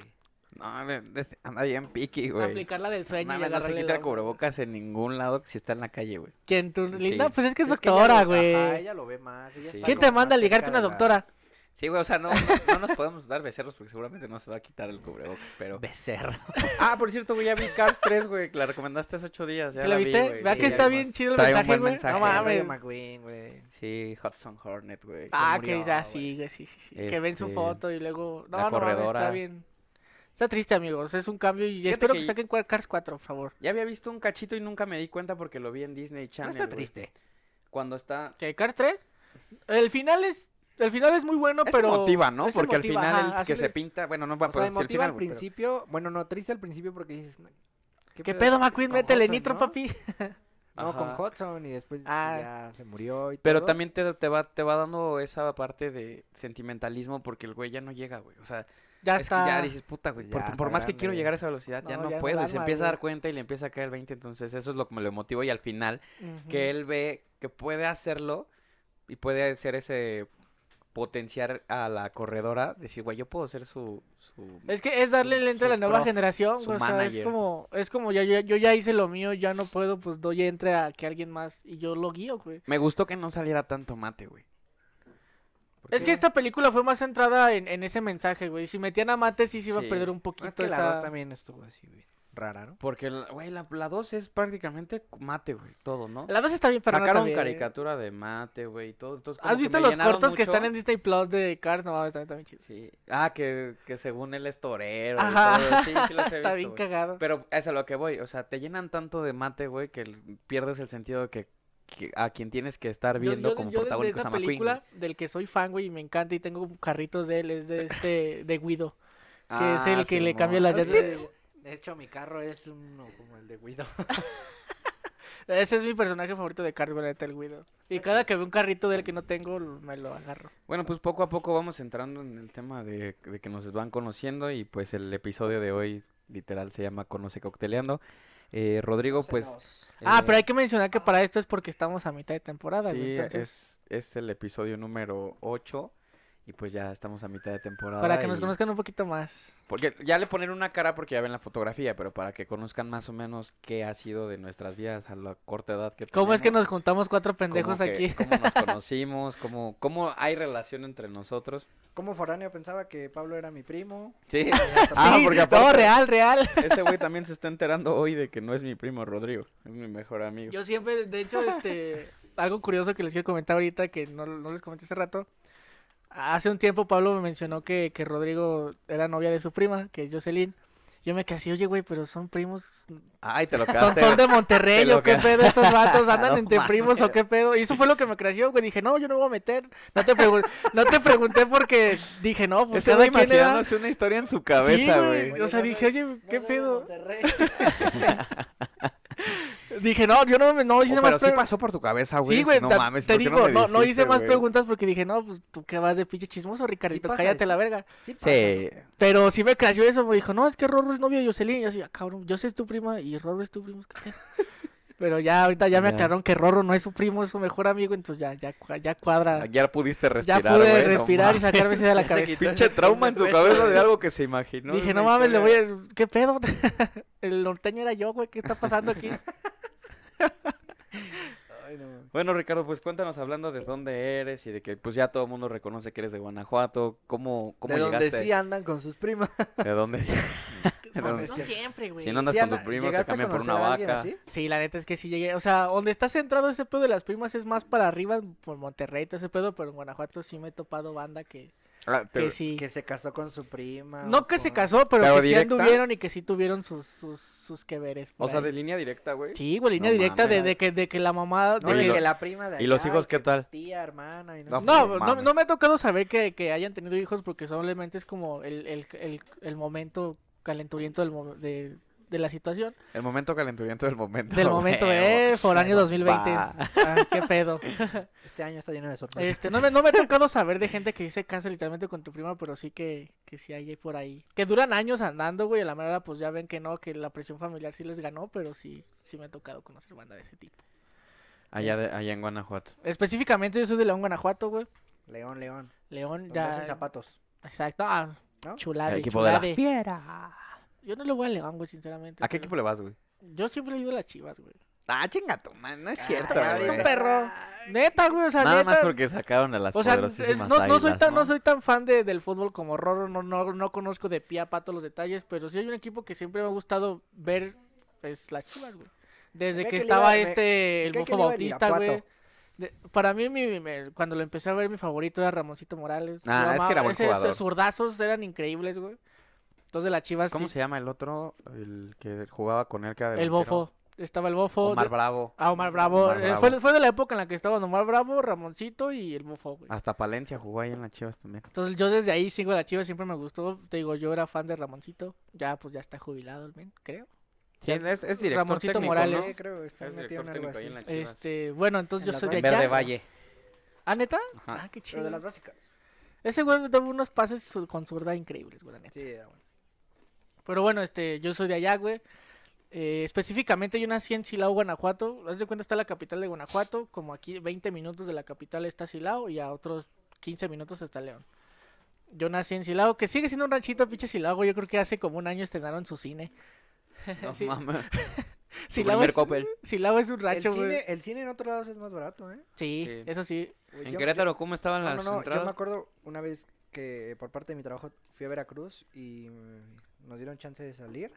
Speaker 1: No, de- de- anda bien piqui, güey.
Speaker 3: Aplicar la del
Speaker 1: No,
Speaker 3: sueño. y
Speaker 1: mames, no se
Speaker 3: agarrarle
Speaker 1: quita
Speaker 3: la-
Speaker 1: el cubrebocas en ningún lado si está en la calle, güey.
Speaker 3: ¿Quién? ¿Tu linda?
Speaker 1: Sí.
Speaker 3: Pues es que es,
Speaker 4: ella
Speaker 3: doctora,
Speaker 4: lo- ajá,
Speaker 3: güey.
Speaker 4: ella lo ve más. ella
Speaker 1: Sí.
Speaker 4: está
Speaker 3: ¿Quién
Speaker 4: como
Speaker 3: te manda a
Speaker 4: más
Speaker 3: ligarte
Speaker 4: cerca
Speaker 3: una
Speaker 4: de la-
Speaker 3: doctora?
Speaker 1: Sí, güey, o sea, no, no, no nos podemos dar becerros porque seguramente no se va a quitar el cubrebocas, pero...
Speaker 4: Becerro.
Speaker 1: Ah, por cierto, güey, ya vi Cars 3, güey, que la recomendaste hace 8 días. Ya
Speaker 3: ¿Sí la
Speaker 1: vi,
Speaker 3: viste?
Speaker 1: güey,
Speaker 3: Vea
Speaker 1: sí,
Speaker 3: que
Speaker 1: ya
Speaker 3: está
Speaker 1: vi.
Speaker 3: bien chido el
Speaker 1: Trae un
Speaker 3: mensaje,
Speaker 1: buen
Speaker 3: güey.
Speaker 1: mensaje,
Speaker 3: No
Speaker 1: güey.
Speaker 4: Rayo
Speaker 3: mames.
Speaker 4: McQueen, güey.
Speaker 1: Sí, Hudson Hornet, güey.
Speaker 3: Ah,
Speaker 4: Se
Speaker 3: que
Speaker 4: murió,
Speaker 3: ya
Speaker 4: güey.
Speaker 3: sí, güey, sí, sí. sí. Que ven su
Speaker 1: Este,
Speaker 3: foto y luego. No,
Speaker 1: la
Speaker 3: no mames,
Speaker 1: corredora.
Speaker 3: está bien. Está triste, amigos. Es un cambio y
Speaker 1: Fíjate
Speaker 3: espero
Speaker 1: que
Speaker 3: que,
Speaker 1: yo-
Speaker 3: saquen Qua- Cars 4, por favor.
Speaker 1: Ya había visto un cachito y nunca me di cuenta porque lo vi en Disney
Speaker 4: No
Speaker 1: Channel.
Speaker 4: está
Speaker 1: güey.
Speaker 4: triste.
Speaker 1: Cuando está.
Speaker 3: ¿Qué? ¿Cars 3? El final es. El final es muy bueno,
Speaker 1: Es
Speaker 3: pero.
Speaker 1: emotiva, ¿no?
Speaker 3: es
Speaker 1: Porque
Speaker 3: emotiva,
Speaker 1: al final
Speaker 3: ajá,
Speaker 1: el que
Speaker 3: así
Speaker 1: se
Speaker 3: le-
Speaker 1: pinta. Bueno, no va a
Speaker 4: O sea,
Speaker 1: poder decir
Speaker 4: emotiva
Speaker 1: el final.
Speaker 4: al
Speaker 1: güey, pero-
Speaker 4: principio. Bueno, no, triste al principio porque dices... "No,
Speaker 3: ¿Qué pedo, McQueen?
Speaker 4: con
Speaker 3: Métele
Speaker 4: Hudson,
Speaker 3: nitro,
Speaker 4: no?
Speaker 3: papi.
Speaker 4: No,
Speaker 1: Ajá.
Speaker 4: con Hudson y después pues,
Speaker 3: Ah.
Speaker 4: ya se murió y
Speaker 1: Pero
Speaker 4: todo.
Speaker 1: también te, te va, te va dando esa parte de sentimentalismo porque el güey ya no llega, güey. O sea,
Speaker 3: Ya
Speaker 1: es que ya
Speaker 3: está.
Speaker 1: dices, puta, güey.
Speaker 4: Ya
Speaker 1: Por, por
Speaker 4: está
Speaker 1: más que quiero
Speaker 4: grande.
Speaker 1: llegar a esa velocidad, ya
Speaker 3: No,
Speaker 1: no
Speaker 3: ya no
Speaker 1: puedo.
Speaker 3: la
Speaker 1: y se
Speaker 3: arma,
Speaker 1: empieza a dar
Speaker 3: güey.
Speaker 1: cuenta y le empieza a caer el 20. Entonces, eso es lo que me lo motivó. Y al final,
Speaker 3: Ujú.
Speaker 1: que él ve que puede hacerlo y puede hacer ese potenciar a la corredora, decir, güey, yo puedo ser su... su...
Speaker 3: Es que es darle
Speaker 1: su-
Speaker 3: el entre a
Speaker 1: su
Speaker 3: la nueva
Speaker 1: prof,
Speaker 3: generación,
Speaker 1: su
Speaker 3: güey, o sea, es
Speaker 1: manager.
Speaker 3: como, es como ya, yo, yo ya hice lo mío, ya no puedo, pues doy entre a que alguien más y yo lo guío, güey.
Speaker 1: Me gustó que no saliera tanto mate, güey.
Speaker 4: ¿Por
Speaker 3: Es que
Speaker 4: qué?
Speaker 3: esta película fue más centrada en, en ese mensaje, güey. Si metían a Mate, sí se iba
Speaker 1: Sí.
Speaker 3: a perder un
Speaker 4: No,
Speaker 3: poquito
Speaker 4: es que la
Speaker 3: esa...
Speaker 4: voz también estuvo así bien rara, ¿no?
Speaker 1: Porque, la- güey, la, la 2 es prácticamente mate, güey, todo, ¿no?
Speaker 3: La dos está bien, pero no
Speaker 1: Sacaron
Speaker 3: también. ¿eh?
Speaker 1: caricatura de mate, güey, y todo. Entonces, como
Speaker 3: ¿Has
Speaker 1: que
Speaker 3: visto
Speaker 1: me
Speaker 3: los
Speaker 1: llenaron
Speaker 3: cortos que están
Speaker 1: mucho.
Speaker 3: en Disney Plus de Cars? No, mames, también, también chido.
Speaker 1: Sí. Ah, que, que según él es torero.
Speaker 3: Ajá,
Speaker 1: Y todo. Sí, sí los he
Speaker 3: está
Speaker 1: visto,
Speaker 3: bien
Speaker 1: güey.
Speaker 3: cagado.
Speaker 1: Pero es a lo que voy, o sea, te llenan tanto de mate, güey, que l- pierdes el sentido de que, que a quien tienes que estar
Speaker 3: Yo-
Speaker 1: viendo
Speaker 3: yo-
Speaker 1: como
Speaker 3: yo desde
Speaker 1: protagonista es a
Speaker 3: esa
Speaker 1: McQueen. güey.
Speaker 3: película del que soy fan, güey, y me encanta y tengo carritos de él, es de este, de Guido. que es el que le cambia
Speaker 1: Ah, Simón.
Speaker 3: las
Speaker 4: Es que,
Speaker 3: llantas.
Speaker 4: De hecho, mi carro es uno como el de Guido.
Speaker 3: Ese es mi personaje favorito de Cars, güey, la neta, el Guido. Y cada que veo un carrito de él que no tengo, lo- me lo agarro.
Speaker 1: Bueno, pues poco a poco vamos entrando en el tema de, de que nos van conociendo y pues el episodio de hoy literal se llama Conoce Cocteleando. Eh, Rodrigo, pues...
Speaker 3: Ah,
Speaker 1: eh,
Speaker 3: pero hay que mencionar que para esto es porque estamos a mitad de temporada, güey.
Speaker 1: Sí,
Speaker 3: entonces...
Speaker 1: es, es el episodio número 8 y pues ya estamos a mitad de temporada.
Speaker 3: Para que nos
Speaker 1: y-
Speaker 3: conozcan un poquito más.
Speaker 1: Porque ya le ponen una cara porque ya ven la fotografía, pero para que conozcan más o menos qué ha sido de nuestras vidas a la corta edad que
Speaker 3: ¿Cómo es que
Speaker 1: tenemos,
Speaker 3: nos juntamos cuatro
Speaker 1: cómo
Speaker 3: pendejos
Speaker 1: que-
Speaker 3: aquí?
Speaker 1: Cómo nos conocimos, cómo, cómo hay relación entre nosotros.
Speaker 4: Como foráneo pensaba que Pablo era mi primo.
Speaker 1: Sí,
Speaker 3: Ah,
Speaker 1: Ah,
Speaker 3: sí,
Speaker 1: porque
Speaker 3: no,
Speaker 1: aparte-
Speaker 3: real, real.
Speaker 1: ese Este güey también se está enterando hoy de que no es mi primo Rodrigo, es mi mejor amigo.
Speaker 3: Yo siempre, de hecho, este, algo curioso que les quiero comentar ahorita, que no, no les comenté hace rato. Hace un tiempo Pablo me mencionó que, que Rodrigo era novia de su prima, que es Jocelyn. Yo me quedé así, oye, güey, pero son primos.
Speaker 1: Ay, te lo
Speaker 3: Son,
Speaker 1: quedaste.
Speaker 3: son de Monterrey,
Speaker 1: te lo
Speaker 3: o qué
Speaker 1: queda-
Speaker 3: pedo estos vatos, andan
Speaker 1: No
Speaker 3: entre primos, o
Speaker 1: mames.
Speaker 3: qué pedo. Y eso fue lo que me creció, güey. Dije, no, yo no me voy a meter. No te, pregun- no te pregunté porque dije, no, pues
Speaker 1: Ese
Speaker 3: cada
Speaker 1: güey
Speaker 3: quien le da.
Speaker 1: imaginándose una historia en su
Speaker 3: Sí,
Speaker 1: cabeza,
Speaker 3: güey.
Speaker 1: güey.
Speaker 3: O sea, dije, oye, qué pedo.
Speaker 2: Monterrey.
Speaker 3: Dije, no, yo no me. No, hice
Speaker 1: Oh,
Speaker 3: más
Speaker 1: pero sí
Speaker 3: pregun-
Speaker 1: pasó por tu cabeza, güey.
Speaker 3: Sí, güey,
Speaker 1: no
Speaker 3: ta-
Speaker 1: mames,
Speaker 3: te
Speaker 1: ¿por qué
Speaker 3: digo,
Speaker 1: me
Speaker 3: no, no hice
Speaker 1: dijiste,
Speaker 3: más
Speaker 1: güey?
Speaker 3: preguntas porque dije, no, pues tú qué vas de pinche chismoso, Ricardito,
Speaker 4: pasa
Speaker 3: cállate
Speaker 4: eso.
Speaker 3: la verga.
Speaker 4: Sí, pasa.
Speaker 1: Sí.
Speaker 3: Pero sí me crasheó eso, me dijo, no, es que Rorro es novio de Jocelyn. Y yo así, "Ah, cabrón, yo soy tu prima y Rorro es tu primo. ¿qué pedo?". Pero ya ahorita ya me
Speaker 1: Ya.
Speaker 3: aclararon que Rorro no es su primo, es su mejor amigo, entonces ya, ya, cua- ya cuadra.
Speaker 1: Ya pudiste respirar,
Speaker 3: ya pude
Speaker 1: güey, no
Speaker 3: respirar y
Speaker 1: mames.
Speaker 3: sacarme ese de la
Speaker 4: Se
Speaker 3: cabeza.
Speaker 4: quitó
Speaker 1: Pinche
Speaker 4: ese-
Speaker 1: trauma en
Speaker 4: ese
Speaker 1: su
Speaker 4: peso,
Speaker 1: cabeza de
Speaker 4: güey.
Speaker 1: algo que se imaginó.
Speaker 3: Dije,
Speaker 1: es
Speaker 3: no
Speaker 1: una
Speaker 3: mames, le voy
Speaker 1: historia".
Speaker 3: a... ¿Qué pedo? El norteño era yo, güey, ¿qué está pasando aquí?
Speaker 2: Ay, no.
Speaker 1: Bueno, Ricardo, pues cuéntanos hablando de dónde eres y de que pues ya todo el mundo reconoce que eres de Guanajuato. ¿Cómo, cómo
Speaker 4: de
Speaker 1: llegaste?
Speaker 4: donde sí andan con sus primas.
Speaker 1: ¿De dónde sí? ¿De
Speaker 3: No,
Speaker 1: dónde
Speaker 3: no
Speaker 1: sí?
Speaker 3: siempre, güey.
Speaker 1: Si no andas
Speaker 4: Sí
Speaker 1: con tu
Speaker 4: anda-
Speaker 1: primo, te
Speaker 4: ¿llegaste a
Speaker 1: cambian por una
Speaker 4: conocer a alguien
Speaker 1: vaca.
Speaker 4: así?
Speaker 3: Sí, la neta es que sí llegué. O sea, donde está centrado ese pedo de las primas es más para arriba, por Monterrey, todo ese pedo, pero en Guanajuato sí me he topado banda que,
Speaker 1: Ah, te-
Speaker 3: que sí.
Speaker 4: Que se casó con su prima.
Speaker 3: No
Speaker 4: o
Speaker 3: que se
Speaker 4: con-
Speaker 3: casó, pero,
Speaker 1: ¿Pero
Speaker 3: que sí
Speaker 1: directa?
Speaker 3: anduvieron y que sí tuvieron sus, sus, sus que veres. por
Speaker 1: O sea,
Speaker 3: ahí.
Speaker 1: de línea directa, güey.
Speaker 3: Sí, güey, línea
Speaker 1: No
Speaker 3: directa de,
Speaker 1: mames.
Speaker 3: de que, de que la mamá...
Speaker 4: No,
Speaker 1: Y
Speaker 3: de
Speaker 4: de
Speaker 3: que-
Speaker 1: lo-
Speaker 4: que la prima de
Speaker 1: ¿y los
Speaker 4: allá,
Speaker 1: hijos
Speaker 4: que
Speaker 1: qué tal?
Speaker 4: Tía, hermana y
Speaker 1: No,
Speaker 4: no, sé
Speaker 1: pues,
Speaker 4: qué.
Speaker 3: No, no,
Speaker 1: mames.
Speaker 3: no me ha tocado saber que, que hayan tenido hijos porque solamente es como el, el, el, el momento calenturiento del, mo- de, de la situación.
Speaker 1: El momento calenturiento del momento.
Speaker 3: Del momento,
Speaker 1: güey.
Speaker 3: eh, por año 2020.
Speaker 1: Va.
Speaker 3: Ah, qué pedo.
Speaker 4: Este año está lleno de sorpresas.
Speaker 3: Este, no me, no me ha tocado saber de gente que se casa literalmente con tu prima, pero sí que, que sí hay por ahí. Que duran años andando, güey, a la manera pues ya ven que no, que la presión familiar sí les ganó, pero sí, sí me ha tocado conocer banda de ese tipo.
Speaker 1: Allá, de- allá en Guanajuato.
Speaker 3: Específicamente yo soy de León, Guanajuato, güey.
Speaker 4: León, León.
Speaker 3: León
Speaker 4: Ya.
Speaker 3: ya...
Speaker 4: hacen zapatos.
Speaker 3: Exacto. Ah,
Speaker 4: ¿No?
Speaker 3: chulade,
Speaker 1: El equipo de la
Speaker 3: chulade.
Speaker 4: Ah,
Speaker 3: Yo no le voy a León, güey, sinceramente.
Speaker 1: ¿A qué
Speaker 3: pero-
Speaker 1: equipo le vas, güey?
Speaker 3: Yo siempre le he ido a las chivas, güey.
Speaker 1: Ah, chingato, man, no es
Speaker 4: cierto,
Speaker 3: Cabrón,
Speaker 4: güey.
Speaker 3: perro. Neta, güey, o sea,
Speaker 1: Nada
Speaker 3: neta.
Speaker 1: más porque sacaron a las
Speaker 3: O sea, es-
Speaker 1: poderosísimas
Speaker 3: no, no soy
Speaker 1: águilas,
Speaker 3: tan, ¿no? soy tan fan de, del fútbol como Roro, no, no, no conozco de pie a pato los detalles, pero sí hay un equipo que siempre me ha gustado ver, es las chivas, güey. Desde que,
Speaker 4: Me cae que le
Speaker 3: estaba
Speaker 4: iba- me-
Speaker 3: este, el
Speaker 4: cae que
Speaker 3: Bofo
Speaker 4: le iba el
Speaker 3: Bautista, güey.
Speaker 4: Irapuato.
Speaker 3: De- para mí, mi- mi- cuando lo empecé a ver, mi favorito era Ramoncito Morales.
Speaker 1: Ah,
Speaker 3: Yo
Speaker 1: es que
Speaker 3: amaba-
Speaker 1: era buen
Speaker 3: ese-
Speaker 1: jugador.
Speaker 3: Esos zurdazos eran increíbles, güey. Entonces las chivas,
Speaker 1: ¿Cómo
Speaker 3: Ah, sí-
Speaker 1: se llama el otro? El que jugaba con él que era
Speaker 3: el
Speaker 1: delantero.
Speaker 3: Bofo, estaba el Bofo.
Speaker 1: Omar
Speaker 3: de-
Speaker 1: Bravo.
Speaker 3: Ah, Omar Bravo.
Speaker 1: Omar
Speaker 3: eh,
Speaker 1: Bravo.
Speaker 3: Fue, fue de la época en la que estaban Omar Bravo, Ramoncito y el Bofo, güey.
Speaker 1: Hasta Palencia jugó ahí en las Chivas también.
Speaker 3: Entonces yo desde ahí sigo a la Chivas, siempre me gustó. Te digo, yo era fan de Ramoncito. Ya, pues ya está jubilado el men, creo.
Speaker 1: Sí, es, es director
Speaker 3: Ramoncito
Speaker 1: técnico,
Speaker 3: Morales.
Speaker 1: ¿no?
Speaker 2: Sí, creo, está
Speaker 1: Es
Speaker 2: metido
Speaker 1: director
Speaker 2: en algo
Speaker 1: técnico
Speaker 2: así.
Speaker 1: ahí en las Chivas.
Speaker 3: Este, bueno, entonces
Speaker 2: En
Speaker 3: yo
Speaker 2: las
Speaker 3: soy de
Speaker 1: En
Speaker 2: Verde
Speaker 1: Verde
Speaker 3: allá.
Speaker 1: Valle.
Speaker 3: ¿Ah, neta?
Speaker 1: Ajá.
Speaker 3: Ah, qué
Speaker 4: Pero
Speaker 3: chido.
Speaker 4: de las básicas.
Speaker 3: Ese güey daba unos pases su- con zurda increíbles, güey, la neta.
Speaker 4: Sí, era bueno.
Speaker 3: Pero bueno, este, yo soy de allá, güey. Eh, específicamente yo nací en Silao, Guanajuato. Haz de cuenta está la capital de Guanajuato, como aquí 20 minutos de la capital está Silao y a otros 15 minutos está León. Yo nací en Silao, que sigue siendo un ranchito pinche Silao, güey. yo creo que hace como un año estrenaron su cine.
Speaker 1: No
Speaker 3: Sí.
Speaker 1: mames. Su
Speaker 3: Silao
Speaker 1: primer
Speaker 3: es,
Speaker 1: Coppel.
Speaker 3: Silao es un
Speaker 4: El
Speaker 3: rancho, güey.
Speaker 4: cine, el cine en otros lados es más barato, ¿eh?
Speaker 3: Sí,
Speaker 1: Sí.
Speaker 3: eso sí.
Speaker 4: Güey,
Speaker 1: En
Speaker 4: yo-
Speaker 1: Querétaro, ¿cómo estaban
Speaker 4: Ah, No,
Speaker 1: Ah, las
Speaker 4: no, no, yo
Speaker 1: entradas?
Speaker 4: me acuerdo una vez que por parte de mi trabajo fui a Veracruz y mm, nos dieron chance de salir.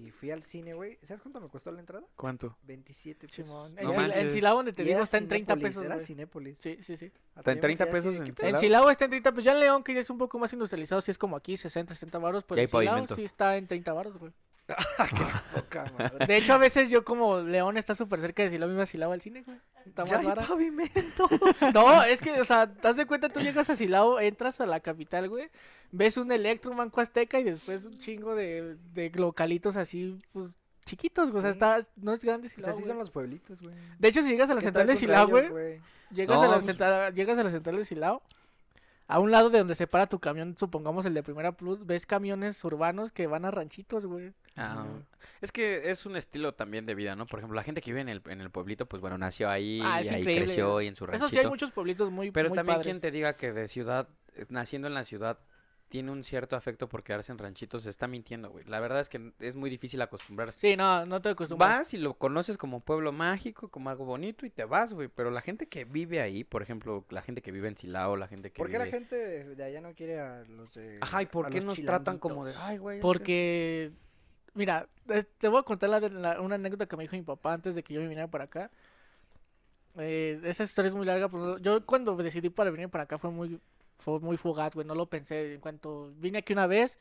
Speaker 4: Y fui al cine, güey. ¿Sabes cuánto me costó la entrada?
Speaker 1: ¿Cuánto?
Speaker 4: 27 pesos.
Speaker 3: Simón.
Speaker 1: No
Speaker 3: en, Sil- en
Speaker 1: manches.
Speaker 3: Silao, donde te
Speaker 4: Y
Speaker 3: digo,
Speaker 4: era
Speaker 3: está en 30
Speaker 4: Cinépolis,
Speaker 3: pesos.
Speaker 4: Era
Speaker 3: güey.
Speaker 4: Cinépolis.
Speaker 3: Sí, sí, sí.
Speaker 1: ¿Está en
Speaker 4: Hasta yo me
Speaker 1: 30
Speaker 4: quedé así
Speaker 1: pesos
Speaker 4: de,
Speaker 1: en
Speaker 4: ¿qué
Speaker 1: Silao?
Speaker 3: En Silao está en 30 pesos. Ya en León, que ya es un poco más industrializado, sí es como aquí, 60, 70 baros. Pero
Speaker 1: hay
Speaker 3: en Silao
Speaker 1: pavimento.
Speaker 3: sí está en 30 baros, güey.
Speaker 4: poca madre?
Speaker 3: De hecho, a veces yo como León está súper cerca de Silao, me iba a Silao al cine, güey. Está
Speaker 4: Ya
Speaker 3: más
Speaker 4: hay
Speaker 3: barato.
Speaker 4: pavimento.
Speaker 3: No, es que, o sea, te das de cuenta, tú llegas a Silao, entras a la capital, güey. Ves un Electro, un Banco Azteca y
Speaker 4: Mm.
Speaker 3: después un chingo de, de localitos así, pues, chiquitos, güey. O sea,
Speaker 4: Sí.
Speaker 3: está, no es grande
Speaker 4: Pues
Speaker 3: Silao,
Speaker 4: así
Speaker 3: güey.
Speaker 4: son los pueblitos, güey.
Speaker 3: De hecho, si llegas a la
Speaker 4: ¿Qué
Speaker 3: central
Speaker 4: tal
Speaker 3: de
Speaker 4: con
Speaker 3: Silao,
Speaker 4: Rayos,
Speaker 3: güey, llegas,
Speaker 1: No,
Speaker 3: a la
Speaker 1: pues-
Speaker 3: central, llegas a la central de Silao, a un lado de donde se para tu camión, supongamos el de Primera Plus, ves camiones urbanos que van a ranchitos, güey.
Speaker 1: Ah, es que es un estilo también de vida, ¿no? Por ejemplo, la gente que vive en el, en el pueblito, pues bueno, nació ahí
Speaker 3: Ah,
Speaker 1: y
Speaker 3: es
Speaker 1: ahí
Speaker 3: increíble,
Speaker 1: creció
Speaker 3: güey.
Speaker 1: y en su ranchito.
Speaker 3: Eso sí, hay muchos pueblitos muy,
Speaker 1: Pero
Speaker 3: muy
Speaker 1: también
Speaker 3: padres.
Speaker 1: quien te diga que de ciudad, eh, naciendo en la ciudad, tiene un cierto afecto por quedarse en ranchitos, se está mintiendo, güey. La verdad es que n- es muy difícil acostumbrarse.
Speaker 3: Sí, no, pues, no te acostumbras.
Speaker 1: Vas y lo conoces como pueblo mágico, como algo bonito y te vas, güey. Pero la gente que vive ahí, por ejemplo, la gente que vive en Silao, la gente que
Speaker 4: ¿Por qué la
Speaker 1: vive-
Speaker 4: gente de, de allá no quiere a los de.
Speaker 1: Ajá, ¿y por
Speaker 4: a
Speaker 1: qué
Speaker 4: los
Speaker 1: nos tratan como de...
Speaker 4: chilanguitos?
Speaker 1: Ay, güey. es que-"
Speaker 3: Porque, eh, mira, es- te voy a contar la de- la- una anécdota que me dijo mi papá antes de que yo me viniera para acá. Eh, esa historia es muy larga. pero yo cuando decidí para venir para acá fue muy, fue muy fugaz, güey. No lo pensé. En cuanto vine aquí una vez,